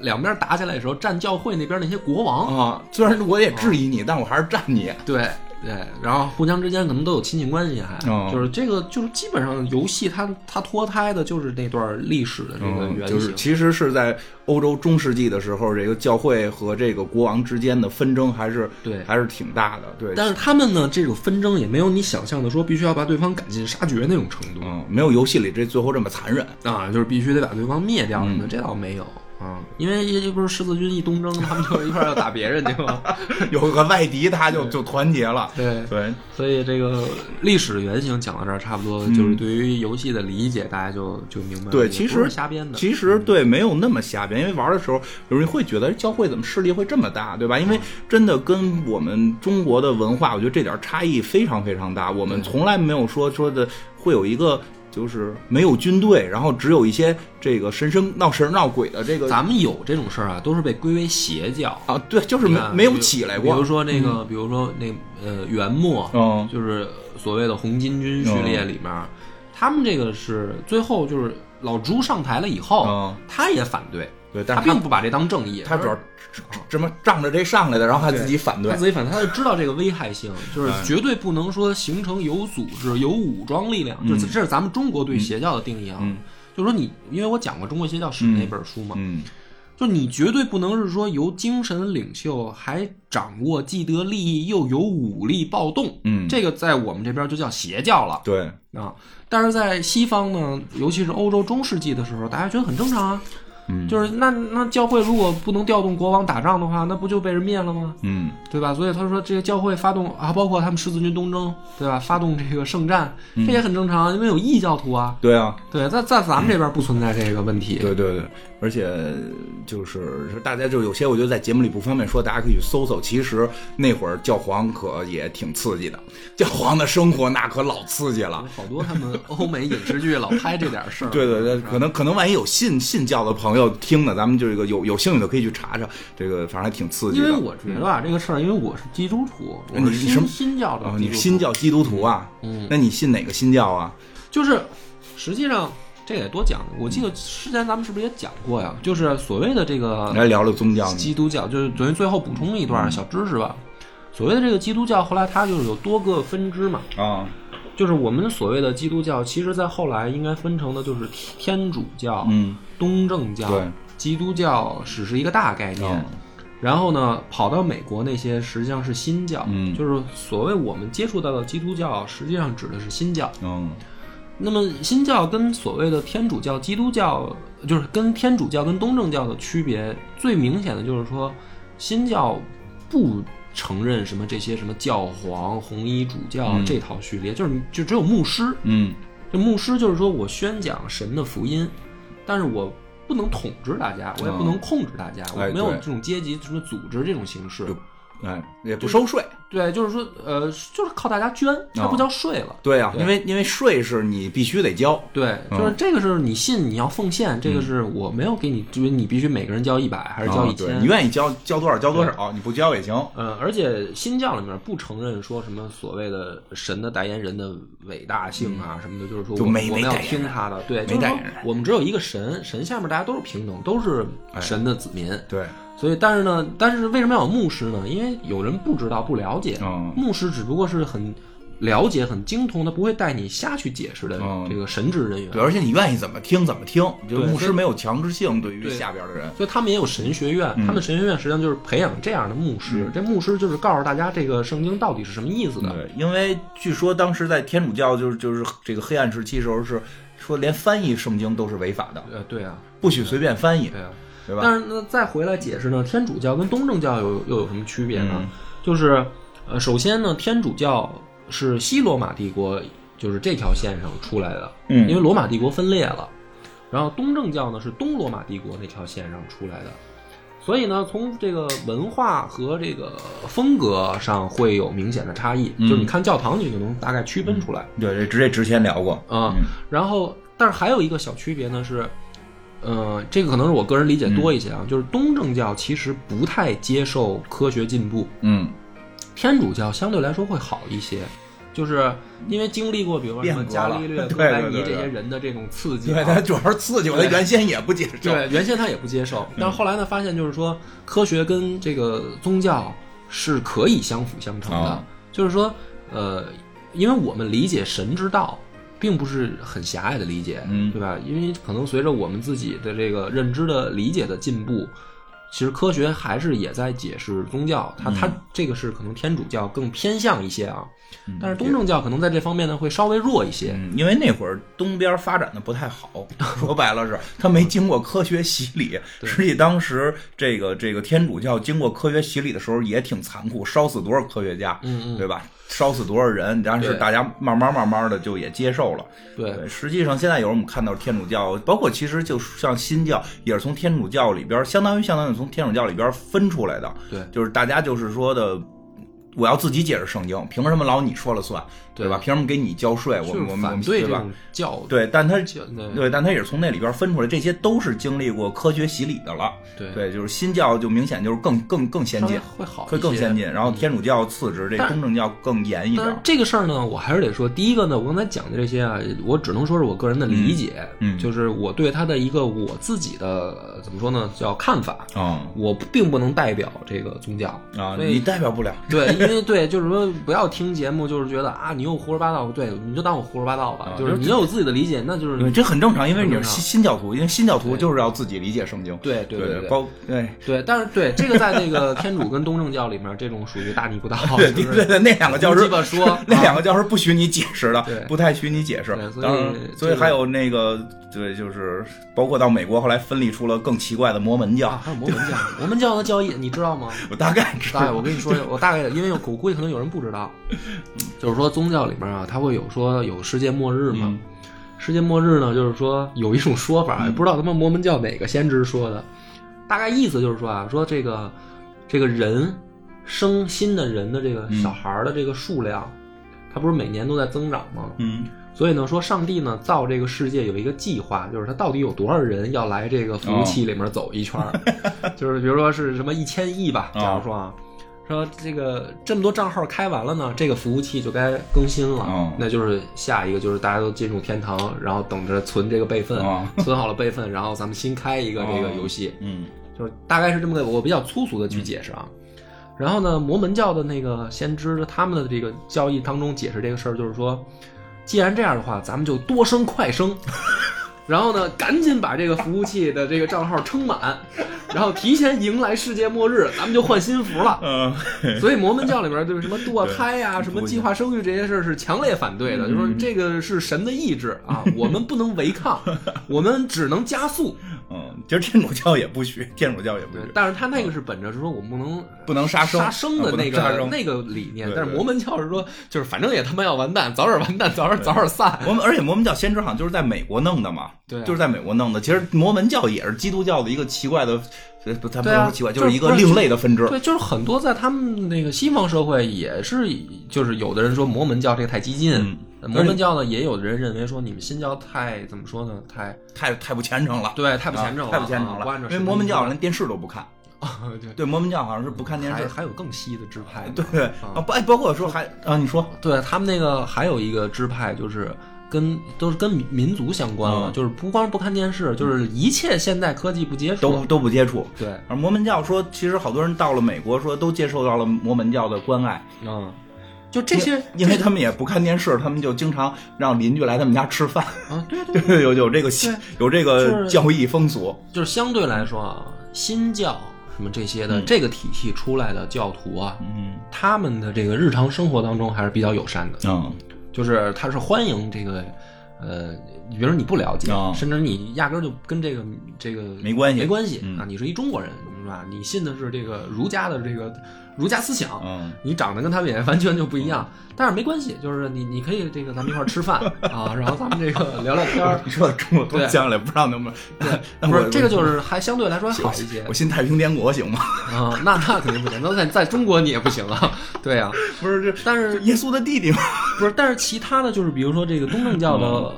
Speaker 2: 两边打起来的时候，站教会那边那些国王，
Speaker 1: 啊，虽然我也质疑你，但我还是站你。
Speaker 2: 对。对，然后互相之间可能都有亲戚关系还，
Speaker 1: 哦
Speaker 2: 就是这个，就是基本上游戏它它脱胎的就是那段历史的这个原型，
Speaker 1: 嗯就是其实是在欧洲中世纪的时候，这个教会和这个国王之间的纷争还是
Speaker 2: 对
Speaker 1: 还是挺大的。对，
Speaker 2: 但是他们呢，这种纷争也没有你想象的说必须要把对方赶尽杀绝那种程度、
Speaker 1: 嗯，没有游戏里这最后这么残忍。
Speaker 2: 啊，就是必须得把对方灭掉什么的，这倒没有啊。因为这不是十字军一东征，他们就一块儿要打别人去吗？
Speaker 1: 有个外敌，他就就团结了。
Speaker 2: 对，
Speaker 1: 对，
Speaker 2: 所以这个历史原型讲到这儿，差不多就是对于游戏的理解，大家就就明白了。
Speaker 1: 对
Speaker 2: 也
Speaker 1: 其
Speaker 2: 不
Speaker 1: 实
Speaker 2: 是瞎编的，嗯
Speaker 1: 其实对没有那么瞎编，因为玩的时候有人会觉得教会怎么势力会这么大，对吧？因为
Speaker 2: 嗯
Speaker 1: 真的跟我们中国的文化，我觉得这点差异非常非常大。我们从来没有说说的会有一个就是没有军队，然后只有一些这个神神闹神闹鬼的这个
Speaker 2: 咱们有这种事儿啊，都是被归为邪教，
Speaker 1: 啊，对，就是
Speaker 2: 你
Speaker 1: 没
Speaker 2: 看
Speaker 1: 没有
Speaker 2: 比如
Speaker 1: 起来
Speaker 2: 比如
Speaker 1: 过。
Speaker 2: 说那个，比如说那呃元末，
Speaker 1: 嗯
Speaker 2: 就是所谓的红巾军序列里
Speaker 1: 哦
Speaker 2: 面，他们这个是最后就是老朱上台了以后
Speaker 1: 嗯，
Speaker 2: 他也反对，
Speaker 1: 对，
Speaker 2: 他
Speaker 1: 但是
Speaker 2: 并不把这当正义，
Speaker 1: 他他主要只只什么仗着这上来的，然后还自己反对
Speaker 2: 他。自己反对，他就知道这个危害 性，就是绝对不能说形成有组织、有武装力量，
Speaker 1: 嗯
Speaker 2: 就是这是咱们中国对邪教的定义啊。就是说你，因为我讲过《中国邪教史》那本书嘛，
Speaker 1: 嗯，
Speaker 2: 就你绝对不能是说由精神领袖还掌握既得利益又有武力暴动，
Speaker 1: 嗯
Speaker 2: 这个在我们这边就叫邪教了
Speaker 1: 对，
Speaker 2: 啊。但是在西方呢，尤其是欧洲中世纪的时候，大家觉得很正常啊，
Speaker 1: 嗯
Speaker 2: 就是那那教会如果不能调动国王打仗的话，那不就被人灭了吗？
Speaker 1: 嗯，
Speaker 2: 对吧？所以他说这个教会发动啊，包括他们十字军东征，对吧？发动这个圣战，
Speaker 1: 嗯
Speaker 2: 这也很正常，因为有异教徒啊。
Speaker 1: 对啊，
Speaker 2: 对，在在咱们这边不存在这个问题。
Speaker 1: 对对对，而且就是大家就有些，我觉得在节目里不方便说，大家可以去搜搜。其实那会儿教皇可也挺刺激的，教皇的生活那可老刺激了。
Speaker 2: 好多他们欧美影视剧老拍这点事 儿。
Speaker 1: 对对对，可能可能万一有信信教的朋友听呢，咱们这个有有兴趣的可以去查查，这个反正还挺刺激
Speaker 2: 因
Speaker 1: 的。
Speaker 2: 为我觉得啊，这个事儿，因为我是基督徒，我
Speaker 1: 哎你
Speaker 2: 是
Speaker 1: 你什
Speaker 2: 新
Speaker 1: 么
Speaker 2: 新教的
Speaker 1: 啊、
Speaker 2: 基督徒，
Speaker 1: 你是新教基督徒啊？嗯，那你信哪个新教啊？
Speaker 2: 就是实际上这也多讲。我记得之前咱们是不是也讲过呀？就是所谓的这个
Speaker 1: 来聊聊宗教。
Speaker 2: 基督教，就是等于最后补充一段小知识吧。所谓的这个基督教，后来它就是有多个分支嘛，
Speaker 1: 啊，
Speaker 2: 就是我们所谓的基督教，其实在后来应该分成的就是天主教、
Speaker 1: 嗯，
Speaker 2: 东正教
Speaker 1: 对、嗯
Speaker 2: 基督教，只是一个大概念。然后呢，跑到美国那些实际上是新教，
Speaker 1: 嗯
Speaker 2: 就是所谓我们接触到的基督教，实际上指的是新教。
Speaker 1: 嗯
Speaker 2: 那么新教跟所谓的天主教、基督教，就是跟天主教跟东正教的区别，最明显的就是说，新教不承认什么这些什么教皇、红衣主教
Speaker 1: 嗯
Speaker 2: 这套序列，就是就只有牧师。
Speaker 1: 嗯
Speaker 2: 这牧师就是说我宣讲神的福音，但是我。不能统治大家，我也不能控制大家，我
Speaker 1: 哎
Speaker 2: 没有
Speaker 1: 对
Speaker 2: 这种阶级、什么组织这种形式。
Speaker 1: 就哎，也不收税。
Speaker 2: 对，就是说，呃，就是靠大家捐，
Speaker 1: 哦
Speaker 2: 它不叫税了。
Speaker 1: 对啊，
Speaker 2: 对
Speaker 1: 因为因为税是你必须得交。
Speaker 2: 对，就是这个是你信，你要奉献，
Speaker 1: 嗯
Speaker 2: 这个是我没有给你，就是你必须每个人交一百还是交
Speaker 1: 啊
Speaker 2: 一
Speaker 1: 对
Speaker 2: 千
Speaker 1: 你。愿意交交多少交多少，你不交也行。
Speaker 2: 嗯，而且新教里面不承认说什么所谓的神的代言人的伟大性啊什么的，就是说
Speaker 1: 嗯就
Speaker 2: 我
Speaker 1: 没
Speaker 2: 我
Speaker 1: 没
Speaker 2: 们要
Speaker 1: 代言
Speaker 2: 听
Speaker 1: 人
Speaker 2: 他的，对，
Speaker 1: 没
Speaker 2: 就是
Speaker 1: 代
Speaker 2: 说
Speaker 1: 言人
Speaker 2: 我们只有一个神，神下面大家都是平等，都是神的子民。
Speaker 1: 哎对，
Speaker 2: 所以，但是呢，但是为什么要有牧师呢？因为有人不知道、不了解，
Speaker 1: 嗯
Speaker 2: 牧师只不过是很了解、很精通，他不会带你瞎去解释的
Speaker 1: 嗯
Speaker 2: 这个神职人员。
Speaker 1: 对，而且你愿意怎么听怎么听，就是牧
Speaker 2: 对所
Speaker 1: 师
Speaker 2: 以
Speaker 1: 没有强制性对于
Speaker 2: 对
Speaker 1: 下边的人。
Speaker 2: 所以他们也有神学院，他们神学院实际上就是培养这样的牧师。这牧师就是告诉大家这个圣经到底是什么意思的。
Speaker 1: 对，因为据说当时在天主教就是就是这个黑暗时期时候是说连翻译圣经都是违法的，
Speaker 2: 呃，对啊，
Speaker 1: 不许随便翻译
Speaker 2: 对，啊。
Speaker 1: 对吧？
Speaker 2: 但是呢，再回来解释呢，天主教跟东正教有又有什么区别呢？
Speaker 1: 嗯
Speaker 2: 就是，呃，首先呢，天主教是西罗马帝国就是这条线上出来的，
Speaker 1: 嗯
Speaker 2: 因为罗马帝国分裂了，然后东正教呢是东罗马帝国那条线上出来的，所以呢，从这个文化和这个风格上会有明显的差异，
Speaker 1: 嗯
Speaker 2: 就是你看教堂你就能大概区分出来。
Speaker 1: 对，这直接之前聊过，
Speaker 2: 啊、
Speaker 1: 嗯
Speaker 2: 然后但是还有一个小区别呢是，呃，这个可能是我个人理解多一些
Speaker 1: 嗯
Speaker 2: 啊，就是东正教其实不太接受科学进步，
Speaker 1: 嗯，
Speaker 2: 天主教相对来说会好一些。就是因为经历过，比如说什么
Speaker 1: 变革
Speaker 2: 伽
Speaker 1: 了
Speaker 2: 利略、
Speaker 1: 对
Speaker 2: 哥白尼
Speaker 1: 对对
Speaker 2: 这
Speaker 1: 对
Speaker 2: 些人的这种刺激、啊，
Speaker 1: 对，嗯他主要是刺激我，他原先也不接受，
Speaker 2: 对，原先他也不接
Speaker 1: 嗯
Speaker 2: 受，但是后来呢，发现就是说，科学跟这个宗教是可以相辅相成的。
Speaker 1: 啊
Speaker 2: 就是说，呃，因为我们理解神之道，并不是很狭隘的理解，
Speaker 1: 嗯
Speaker 2: 对吧？因为可能随着我们自己的这个认知的理解的进步，其实科学还是也在解释宗教，
Speaker 1: 嗯
Speaker 2: 它、它这个是可能天主教更偏向一些啊，但是东正教可能在这方面呢会稍微弱一些。
Speaker 1: 嗯嗯，因为那会儿东边发展的不太 好，说白了是他没经过科学洗礼。实际当时这个这个天主教经过科学洗礼的时候也挺残酷，烧死多少科学家，
Speaker 2: 嗯
Speaker 1: 对吧？烧死多少人？但是
Speaker 2: 对
Speaker 1: 大家慢慢慢慢的就也接受了。
Speaker 2: 对，
Speaker 1: 实际上现在有时候我们看到天主教，包括其实就像新教，也是从天主教里边，相当于相当于从天主教里边分出来的。
Speaker 2: 对
Speaker 1: 就是大家就是说的。我要自己解释圣经，凭什么老你说了算，对吧？
Speaker 2: 对
Speaker 1: 凭什么给你交税？我
Speaker 2: 就
Speaker 1: 们我
Speaker 2: 是
Speaker 1: 们我
Speaker 2: 反
Speaker 1: 们
Speaker 2: 对
Speaker 1: 对
Speaker 2: 这
Speaker 1: 吧？
Speaker 2: 种教
Speaker 1: 对，嗯但他
Speaker 2: 教对
Speaker 1: 对，但他也是从那里边分出来，这些都是经历过科学洗礼的了。
Speaker 2: 对
Speaker 1: 对，就是新教就明显就是更更更先
Speaker 2: 稍微
Speaker 1: 进，
Speaker 2: 会好一
Speaker 1: 会更
Speaker 2: 些嗯
Speaker 1: 先进，然后天主教次之，这
Speaker 2: 但
Speaker 1: 东正教更严一
Speaker 2: 但是
Speaker 1: 点。
Speaker 2: 这个事儿呢，我还是得说，第一个呢，我刚才讲的这些啊，我只能说是我个人的理解，
Speaker 1: 嗯嗯
Speaker 2: 就是我对他的一个我自己的呃怎么说呢，叫看法，
Speaker 1: 啊
Speaker 2: 我并不能代表这个 宗教。
Speaker 1: 啊，
Speaker 2: 所以
Speaker 1: 你代表不了。
Speaker 2: 对，因为对，就是说不要听节目，就是觉得啊，你又胡说八道，对，你就当我胡说八道吧，
Speaker 1: 啊
Speaker 2: 就是
Speaker 1: 就是
Speaker 2: 你有自己的理解，那就是
Speaker 1: 对，这很正常，因为你
Speaker 2: 嗯很
Speaker 1: 是
Speaker 2: 正常
Speaker 1: 新新教徒，因为新教徒
Speaker 2: 对
Speaker 1: 就是要自己理解圣经。
Speaker 2: 对对
Speaker 1: 对
Speaker 2: 对
Speaker 1: 包对
Speaker 2: 对，但是对这个在那个天主跟东正教里面，这种属于大逆 不道，
Speaker 1: 对对
Speaker 2: 就是
Speaker 1: 对对，那两个教
Speaker 2: 胡
Speaker 1: 师
Speaker 2: 鸡巴说 啊
Speaker 1: 那两个教师不许你解释的
Speaker 2: 对，
Speaker 1: 不太许你解释
Speaker 2: 对。所以
Speaker 1: 当然
Speaker 2: 这，个
Speaker 1: 所以还有那个对，就是包括到美国后来分离出了更奇怪的摩门教
Speaker 2: 啊，，还有摩门教，摩门教的教义你知道吗？
Speaker 1: 我大概知
Speaker 2: 大概
Speaker 1: 道。
Speaker 2: 我跟你说，我大概因为我估计可能有人不知道，
Speaker 1: 嗯
Speaker 2: 就是说宗教里面啊，它会有说有世界末日嘛。
Speaker 1: 嗯
Speaker 2: 世界末日呢，就是说有一种说法，
Speaker 1: 嗯
Speaker 2: 也不知道他妈摩门教哪个先知说的，大概意思就是说啊，说这个这个人生新的人的这个
Speaker 1: 嗯
Speaker 2: 小孩儿的这个数量，它不是每年都在增长吗？
Speaker 1: 嗯，
Speaker 2: 所以呢，说上帝呢造这个世界有一个计划，就是他到底有多少人要来这个服务
Speaker 1: 哦
Speaker 2: 器里面走一 圈儿，就是比如说是什么一千亿吧，
Speaker 1: 哦
Speaker 2: 假如说啊，说这个这么多账号开完了呢，这个服务器就该更新了，
Speaker 1: 哦
Speaker 2: 那就是下一个就是大家都进入天堂，然后等着存这个备份，
Speaker 1: 哦
Speaker 2: 存好了备份，然后咱们新开一个嗯这个
Speaker 1: 哦
Speaker 2: 游戏，
Speaker 1: 嗯
Speaker 2: 就是大概是这么个，我比较粗俗的去解释啊。然后呢，摩门教的那个先知他们的这个教义当中解释这个事儿，就是说，既然这样的话，咱们就多升 快升。然后呢，赶紧把这个服务器的这个账号撑满，然后提前迎来世界末日，咱们就换新服 了。
Speaker 1: 嗯，
Speaker 2: 所以摩门教里面对什么堕胎呀、
Speaker 1: 对嗯
Speaker 2: 什么计划生育这些事儿是强烈反对的，就说这个是神的意志啊，我们不能 违抗，我们只能加速。
Speaker 1: 嗯，其实天主教也不许，天主教也不
Speaker 2: 对
Speaker 1: 许，，
Speaker 2: 但是他那个是本着是说我们不能。
Speaker 1: 不能杀生，
Speaker 2: 杀生
Speaker 1: 啊
Speaker 2: 的
Speaker 1: 不能
Speaker 2: 那
Speaker 1: 杀
Speaker 2: 个
Speaker 1: 生。
Speaker 2: 那个理念，
Speaker 1: 对
Speaker 2: 但是
Speaker 1: 对
Speaker 2: 摩门教是说，就是反正也他妈要完蛋，早点完蛋，早点早点散。
Speaker 1: 我们而且摩门教先知好像就是在美国弄的嘛，
Speaker 2: 对啊
Speaker 1: 就是在美国弄的。其实摩门教也是基督教的一个奇怪的，呃不，它不
Speaker 2: 对啊
Speaker 1: 能说奇怪，
Speaker 2: 就是
Speaker 1: 是一
Speaker 2: 不
Speaker 1: 个
Speaker 2: 是
Speaker 1: 另类的分支。
Speaker 2: 对，就是很多在他们那个西方社会也是，就是有的人说摩门教这个太激进，
Speaker 1: 嗯
Speaker 2: 摩门教呢也有的人认为说你们新教太怎么说呢，太
Speaker 1: 太太不虔诚了，
Speaker 2: 对太不虔诚了，
Speaker 1: 啊太不虔诚
Speaker 2: 啊不按照
Speaker 1: 了。因
Speaker 2: 神
Speaker 1: 为
Speaker 2: 的
Speaker 1: 摩门教
Speaker 2: 意
Speaker 1: 连电视都不看，
Speaker 2: 思对
Speaker 1: 对摩门教好像是不看电
Speaker 2: 还嗯
Speaker 1: 视。
Speaker 2: 还有更细的支派呢，
Speaker 1: 对对啊，不哎，包括说还啊，你说
Speaker 2: 对他们那个还有一个支派就是。跟都是跟民民族相关了，
Speaker 1: 嗯
Speaker 2: 就是不光是不看电视，就是一切现代科技不接触，
Speaker 1: 都都不接触。
Speaker 2: 对，
Speaker 1: 而摩门教说，其实好多人到了美国，说都接受到了摩门教的关爱，
Speaker 2: 嗯，就这些，
Speaker 1: 因为他们也不看电视，他们就经常让邻居来他们家吃饭，
Speaker 2: 啊， 对对，
Speaker 1: 对对，有有这个习
Speaker 2: 对
Speaker 1: 有这
Speaker 2: 就是
Speaker 1: 个教义风俗，
Speaker 2: 就是相对来说啊，新教什么这些的、这个体系出来的教徒啊，
Speaker 1: 嗯
Speaker 2: 他们的这个日常生活当中还是比较友善的，
Speaker 1: 嗯
Speaker 2: 就是他是欢迎这个，呃，比如说你不了解，
Speaker 1: 哦
Speaker 2: 甚至你压根儿就跟这个这个
Speaker 1: 没关系
Speaker 2: 没关系、
Speaker 1: 嗯
Speaker 2: 啊，你是一中国人是吧？你信的是这个儒家的这个儒家思想。
Speaker 1: 嗯，
Speaker 2: 你长得跟他们也完 全就不一
Speaker 1: 啊
Speaker 2: 样，但是没关系，就是你你可以这个咱们一块儿吃 饭啊，然后咱们这个聊聊天儿，
Speaker 1: 你说的中国
Speaker 2: 对
Speaker 1: 多将来，不知道能不 能，但
Speaker 2: 呃不
Speaker 1: 我
Speaker 2: 是这个就是还相对来说还好一些
Speaker 1: 我。我信太平天国行吗？
Speaker 2: 啊、那那肯定不行，那在在中国你也不行啊，对啊，
Speaker 1: 不是这
Speaker 2: 但是
Speaker 1: 耶稣的弟弟吗？
Speaker 2: 不是，但是其他的就是比如说这个东正
Speaker 1: 嗯
Speaker 2: 教的呃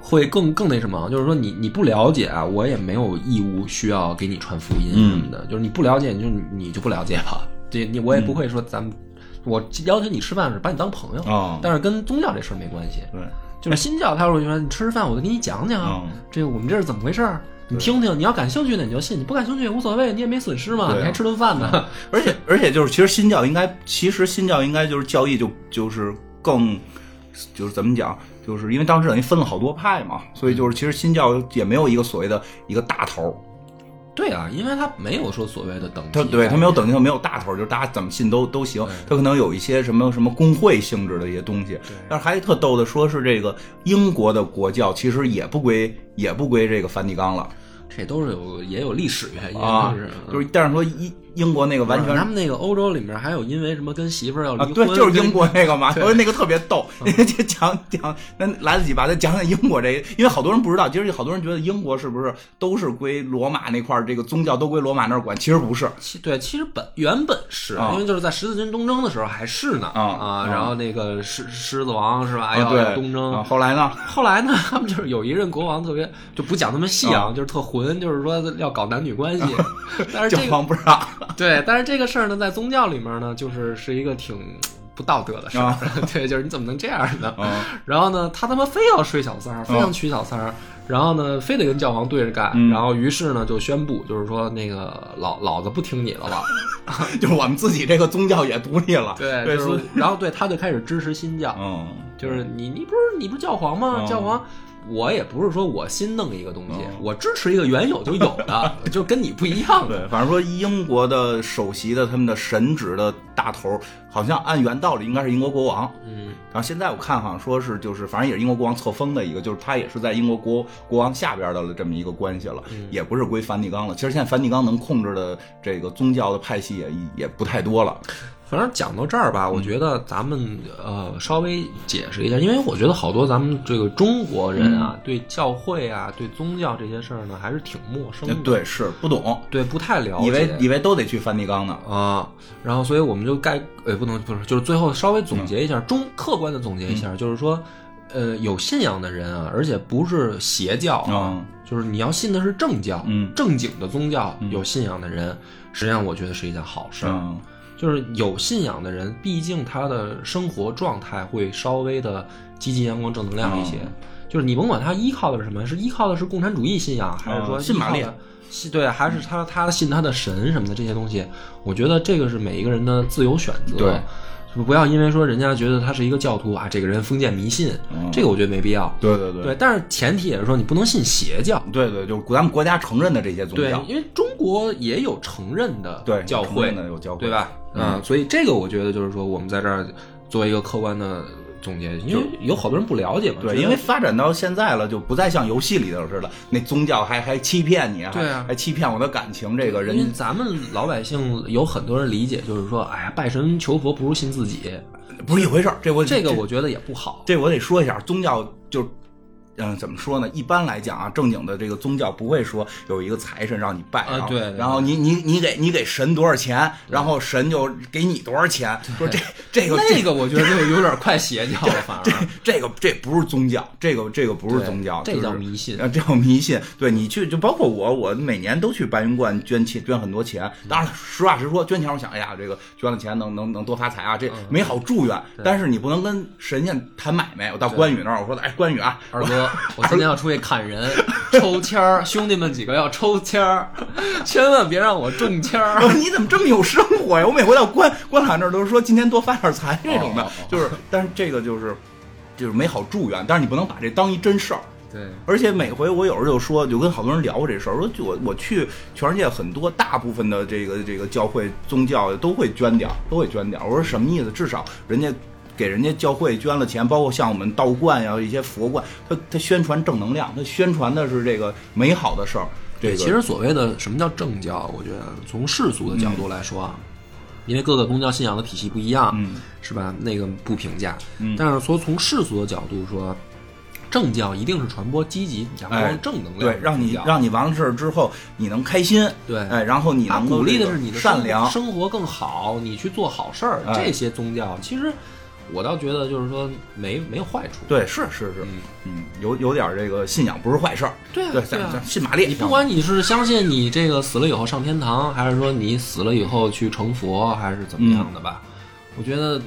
Speaker 2: 会更更那什么，啊就是说你你不了解啊，我也没有义务需要给你传福音
Speaker 1: 嗯嗯
Speaker 2: 什么的，就是你不了解你就你就不了解吧，这你我也不会说咱们、我要求你吃饭是把你当朋友，
Speaker 1: 哦哎
Speaker 2: 但是跟宗教这事儿没关系，
Speaker 1: 对，
Speaker 2: 就是新教他会说你吃吃饭我就给你讲讲啊，
Speaker 1: 嗯
Speaker 2: 这个我们这是怎么回事儿。你听听，你要感兴趣的你就信，你不感兴趣也无所谓，你也没损失嘛，
Speaker 1: 对啊
Speaker 2: 你还吃顿 饭呢。
Speaker 1: 而且而且就是，其实新教应该，其实新教应该就是教义就就是更，就是怎么讲，就是因为当时等于分了好多派嘛，所以就是其实新教也没有一个所谓的一个大头儿，
Speaker 2: 对啊，因为他没有说所谓的等级，
Speaker 1: 他对他没有等级，他没有大头儿，就是大家怎么信都都行，他可能有一些什么什么工会性质的一些东西。但是还特逗的说是这个英国的国教其实也不归也不归这个梵蒂冈了
Speaker 2: 这都是有也有历史原因，
Speaker 1: 啊
Speaker 2: 就是，嗯
Speaker 1: 就是但是说英英国那个完全
Speaker 2: 他们那个欧洲里面还有因为什么跟媳妇儿要离
Speaker 1: 啊
Speaker 2: 婚，，
Speaker 1: 对，就是英国那个嘛，我说那个特别逗，那
Speaker 2: 嗯
Speaker 1: 个 就讲讲，那来得及吧？再讲讲英国这个，因为好多人不知道，其实好多人觉得英国是不是都是归罗马那块儿，这个宗教都归罗马那儿管？其实不是，
Speaker 2: 其对，其实本原本是、
Speaker 1: 啊
Speaker 2: 因为就是在十字军东征的时候还是呢
Speaker 1: 啊啊
Speaker 2: 然后那个狮狮子王是啊吧，要、哎要
Speaker 1: 对，
Speaker 2: 东征。
Speaker 1: 啊后来呢？
Speaker 2: 后 来呢，他们就是有一任国王特别就不讲那么细啊，
Speaker 1: 啊
Speaker 2: 就是特混，就是说要搞男女关系。 但是
Speaker 1: 教
Speaker 2: 这个
Speaker 1: 皇不 让
Speaker 2: 对，但是这个事儿呢，在宗教里面呢，就是是一个挺不道德的事儿。
Speaker 1: 啊
Speaker 2: 对，就是你怎么能这样呢？
Speaker 1: 啊，
Speaker 2: 然后呢，他他妈非要睡小三儿，非要娶小三儿，然后呢，非得跟教皇对着干，
Speaker 1: 嗯
Speaker 2: 然后于是呢，就宣布，就是说那个老老子不听你的了，
Speaker 1: 就是我们自己这个宗教也独立了，
Speaker 2: 对，
Speaker 1: 对，
Speaker 2: 就
Speaker 1: 所以
Speaker 2: 是，然后对他就开始支持新教，
Speaker 1: 嗯，
Speaker 2: 就是你你不是你不是教皇吗？
Speaker 1: 嗯
Speaker 2: 教皇。我也不是说我新弄一个东西，
Speaker 1: 嗯
Speaker 2: 我支持一个原有就有 的，就跟你不一样的。
Speaker 1: 对，反正说英国的首席的他们的神职的大头儿，好像按原道理应该是英国国王，
Speaker 2: 嗯，
Speaker 1: 然后现在我看好像说是就是，反正也是英国国王册封的一个，就是他也是在英国国国王下边的这么一个关系了，
Speaker 2: 嗯
Speaker 1: 也不是归梵蒂冈了。其实现在梵蒂冈能控制的这个宗教的派系也也不太多了。
Speaker 2: 反正讲到这儿吧，我觉得咱们呃稍微解释一下，因为我觉得好多咱们这个中国人啊，对教会啊、对宗教这些事儿呢，还是挺陌生的，
Speaker 1: 呃对，是不懂，
Speaker 2: 对，不太了解。
Speaker 1: 以为以为都得去梵蒂冈呢。
Speaker 2: 啊，然后所以我们就概呃不能不是，就是最后稍微总结一下，
Speaker 1: 嗯
Speaker 2: 中客观的总结一下，就是说，呃，有信仰的人啊，而且不是邪教啊，
Speaker 1: 嗯
Speaker 2: 就是你要信的是正教，
Speaker 1: 嗯
Speaker 2: 正经的宗教，有信仰的人，实际上我觉得是一件好事儿。
Speaker 1: 嗯，
Speaker 2: 就是有信仰的人，毕竟他的生活状态会稍微的积极、阳光、正能量一些。
Speaker 1: 嗯
Speaker 2: 就是你甭管他依靠的是什么，是依靠的是共产主义信仰，还是说
Speaker 1: 嗯信马列嗯
Speaker 2: 依靠的？信对，啊还是他他信他的神什么的这些东西，我觉得这个是每一个人的自由选择。
Speaker 1: 对，
Speaker 2: 就不要因为说人家觉得他是一个教徒啊，这个人封建迷信，
Speaker 1: 嗯
Speaker 2: 这个我觉得没必要。
Speaker 1: 对对对
Speaker 2: 对，但是前提也是说你不能信邪教。
Speaker 1: 对对，就是咱们国家承认的这些宗
Speaker 2: 对
Speaker 1: 教，，
Speaker 2: 因为中国也有承认的
Speaker 1: 对
Speaker 2: 教
Speaker 1: 承
Speaker 2: 会
Speaker 1: 认，的有教会，嗯
Speaker 2: 对？吧？啊，所以这个我觉得就是说，我们在这儿做一个客观的总结，因为有好多人不了解嘛。
Speaker 1: 对，
Speaker 2: 觉得
Speaker 1: 因为发展到现在了，就不再像游戏里头似的，那宗教还还欺骗你，
Speaker 2: 对啊
Speaker 1: 还还欺骗我的感情，这个
Speaker 2: 因为
Speaker 1: 人
Speaker 2: 咱们老百姓有很多人理解，就是说，哎呀，拜神求佛不如信自己，
Speaker 1: 不是一回事儿。嗯这我
Speaker 2: 这个我觉得也不好。
Speaker 1: 这我得说一下，宗教就是，嗯、怎么说呢？一般来讲啊，正经的这个宗教不会说有一个财神让你拜，
Speaker 2: 啊
Speaker 1: 然后
Speaker 2: 对对
Speaker 1: 然后你你你给你给神多少钱，然后神就给你多少钱，说这这个
Speaker 2: 那
Speaker 1: 这
Speaker 2: 个我觉得就有点快邪教了，反而
Speaker 1: 这个这不是宗教，这个这个不是宗教，
Speaker 2: 这
Speaker 1: 就
Speaker 2: 叫
Speaker 1: 是
Speaker 2: 迷信。
Speaker 1: 啊，这种迷信，对你去就包括我，我每年都去白云观捐钱，捐很多钱。当然了，实话实说，捐钱我想，哎呀，这个捐了钱能能能多发财啊，这
Speaker 2: 嗯
Speaker 1: 美好祝愿。但是你不能跟神仙谈买卖。我到关羽那儿，我说的，哎，关羽啊，
Speaker 2: 二哥，我今天要出去砍人，抽签儿，兄弟们几个要抽签儿，千万别让我中 签儿。
Speaker 1: 我说你怎么这么有生活呀？我每回到关关卡那儿都是说今天多发点财这种的，
Speaker 2: 哦哦哦
Speaker 1: 就是，但是这个就是就是美好祝愿，但是你不能把这当一真事儿。
Speaker 2: 对，
Speaker 1: 而且每回我有时候就说，就跟好多人聊过这事儿，说就我我去全世界很多大部分的这个这个教会宗教都会捐点儿，都会捐点儿。我说什么意思？至少人家给人家教会捐了钱，包括像我们道观呀、一些佛观，他他宣传正能量，他宣传的是这个美好的事儿。这个
Speaker 2: 其实所谓的什么叫正教，我觉得从世俗的角度来说啊，因为各个宗教信仰的体系不一样，
Speaker 1: 嗯
Speaker 2: 是吧？那个不评价。
Speaker 1: 嗯
Speaker 2: 但是说从世俗的角度说，正教一定是传播积极、阳
Speaker 1: 哎
Speaker 2: 光、正能量的
Speaker 1: 对，
Speaker 2: 宗教、
Speaker 1: 让你让你完了事儿之后，你能开心，
Speaker 2: 对
Speaker 1: 哎，然后你
Speaker 2: 他
Speaker 1: 能够
Speaker 2: 鼓励的
Speaker 1: 这个
Speaker 2: 是你的生
Speaker 1: 善
Speaker 2: 活
Speaker 1: 良，
Speaker 2: 生活更好，你去做好事儿。
Speaker 1: 哎
Speaker 2: 这些宗教其实，我倒觉得就是说没没有坏处。
Speaker 1: 对，是是是，嗯，有有点儿这个信仰不是坏事儿，
Speaker 2: 对啊
Speaker 1: 对，
Speaker 2: 对啊
Speaker 1: 咱咱信马列，
Speaker 2: 你不管你是相信你这个死了以后上天堂，还是说你死了以后去成佛，还是怎么样的
Speaker 1: 嗯
Speaker 2: 吧，我觉得，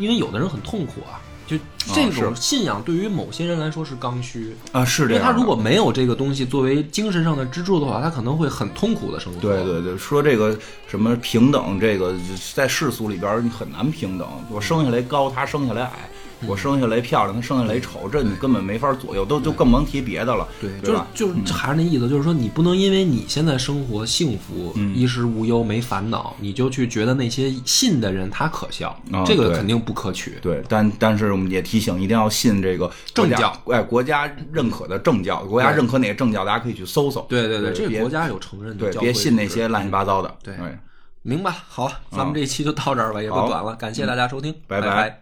Speaker 2: 因为有的人很痛苦啊，
Speaker 1: 哦
Speaker 2: 就这种信仰对于某些人来说是刚需，
Speaker 1: 啊，是
Speaker 2: 因
Speaker 1: 这
Speaker 2: 为
Speaker 1: 样的。
Speaker 2: 他如果没有这个东西作为精神上的支柱的话，他可能会很痛苦的生活。
Speaker 1: 对对对，说这个什么平等，这个在世俗里边儿你很难平等。我生下来高，他生下来矮；
Speaker 2: 嗯
Speaker 1: 我生下来漂亮，他生下来丑，这你根本没法左右，都就更甭提别的了，
Speaker 2: 对，
Speaker 1: 对
Speaker 2: 就是
Speaker 1: 吧？嗯
Speaker 2: 就是还是那意思，就是说你不能因为你现在生活幸福、
Speaker 1: 嗯
Speaker 2: 衣食无忧、没烦恼，你就去觉得那些信的人他可笑，
Speaker 1: 啊
Speaker 2: 这个
Speaker 1: 对
Speaker 2: 肯定不可取。
Speaker 1: 对，但但是我们也提醒，一定要信这个国家
Speaker 2: 正教，
Speaker 1: 哎，国家认可的正教，国家
Speaker 2: 对
Speaker 1: 认可哪个正教，大家可以去搜搜。
Speaker 2: 对对对，
Speaker 1: 对
Speaker 2: 这个
Speaker 1: 别
Speaker 2: 国家有承认的
Speaker 1: 对，
Speaker 2: 教
Speaker 1: 别
Speaker 2: 会
Speaker 1: 信那
Speaker 2: 组织
Speaker 1: 些乱七八糟的。
Speaker 2: 对
Speaker 1: 哎
Speaker 2: 明白，好，咱们这一期就到这儿吧，也不
Speaker 1: 啊好
Speaker 2: 短了，感谢大家收听，
Speaker 1: 拜拜
Speaker 2: 拜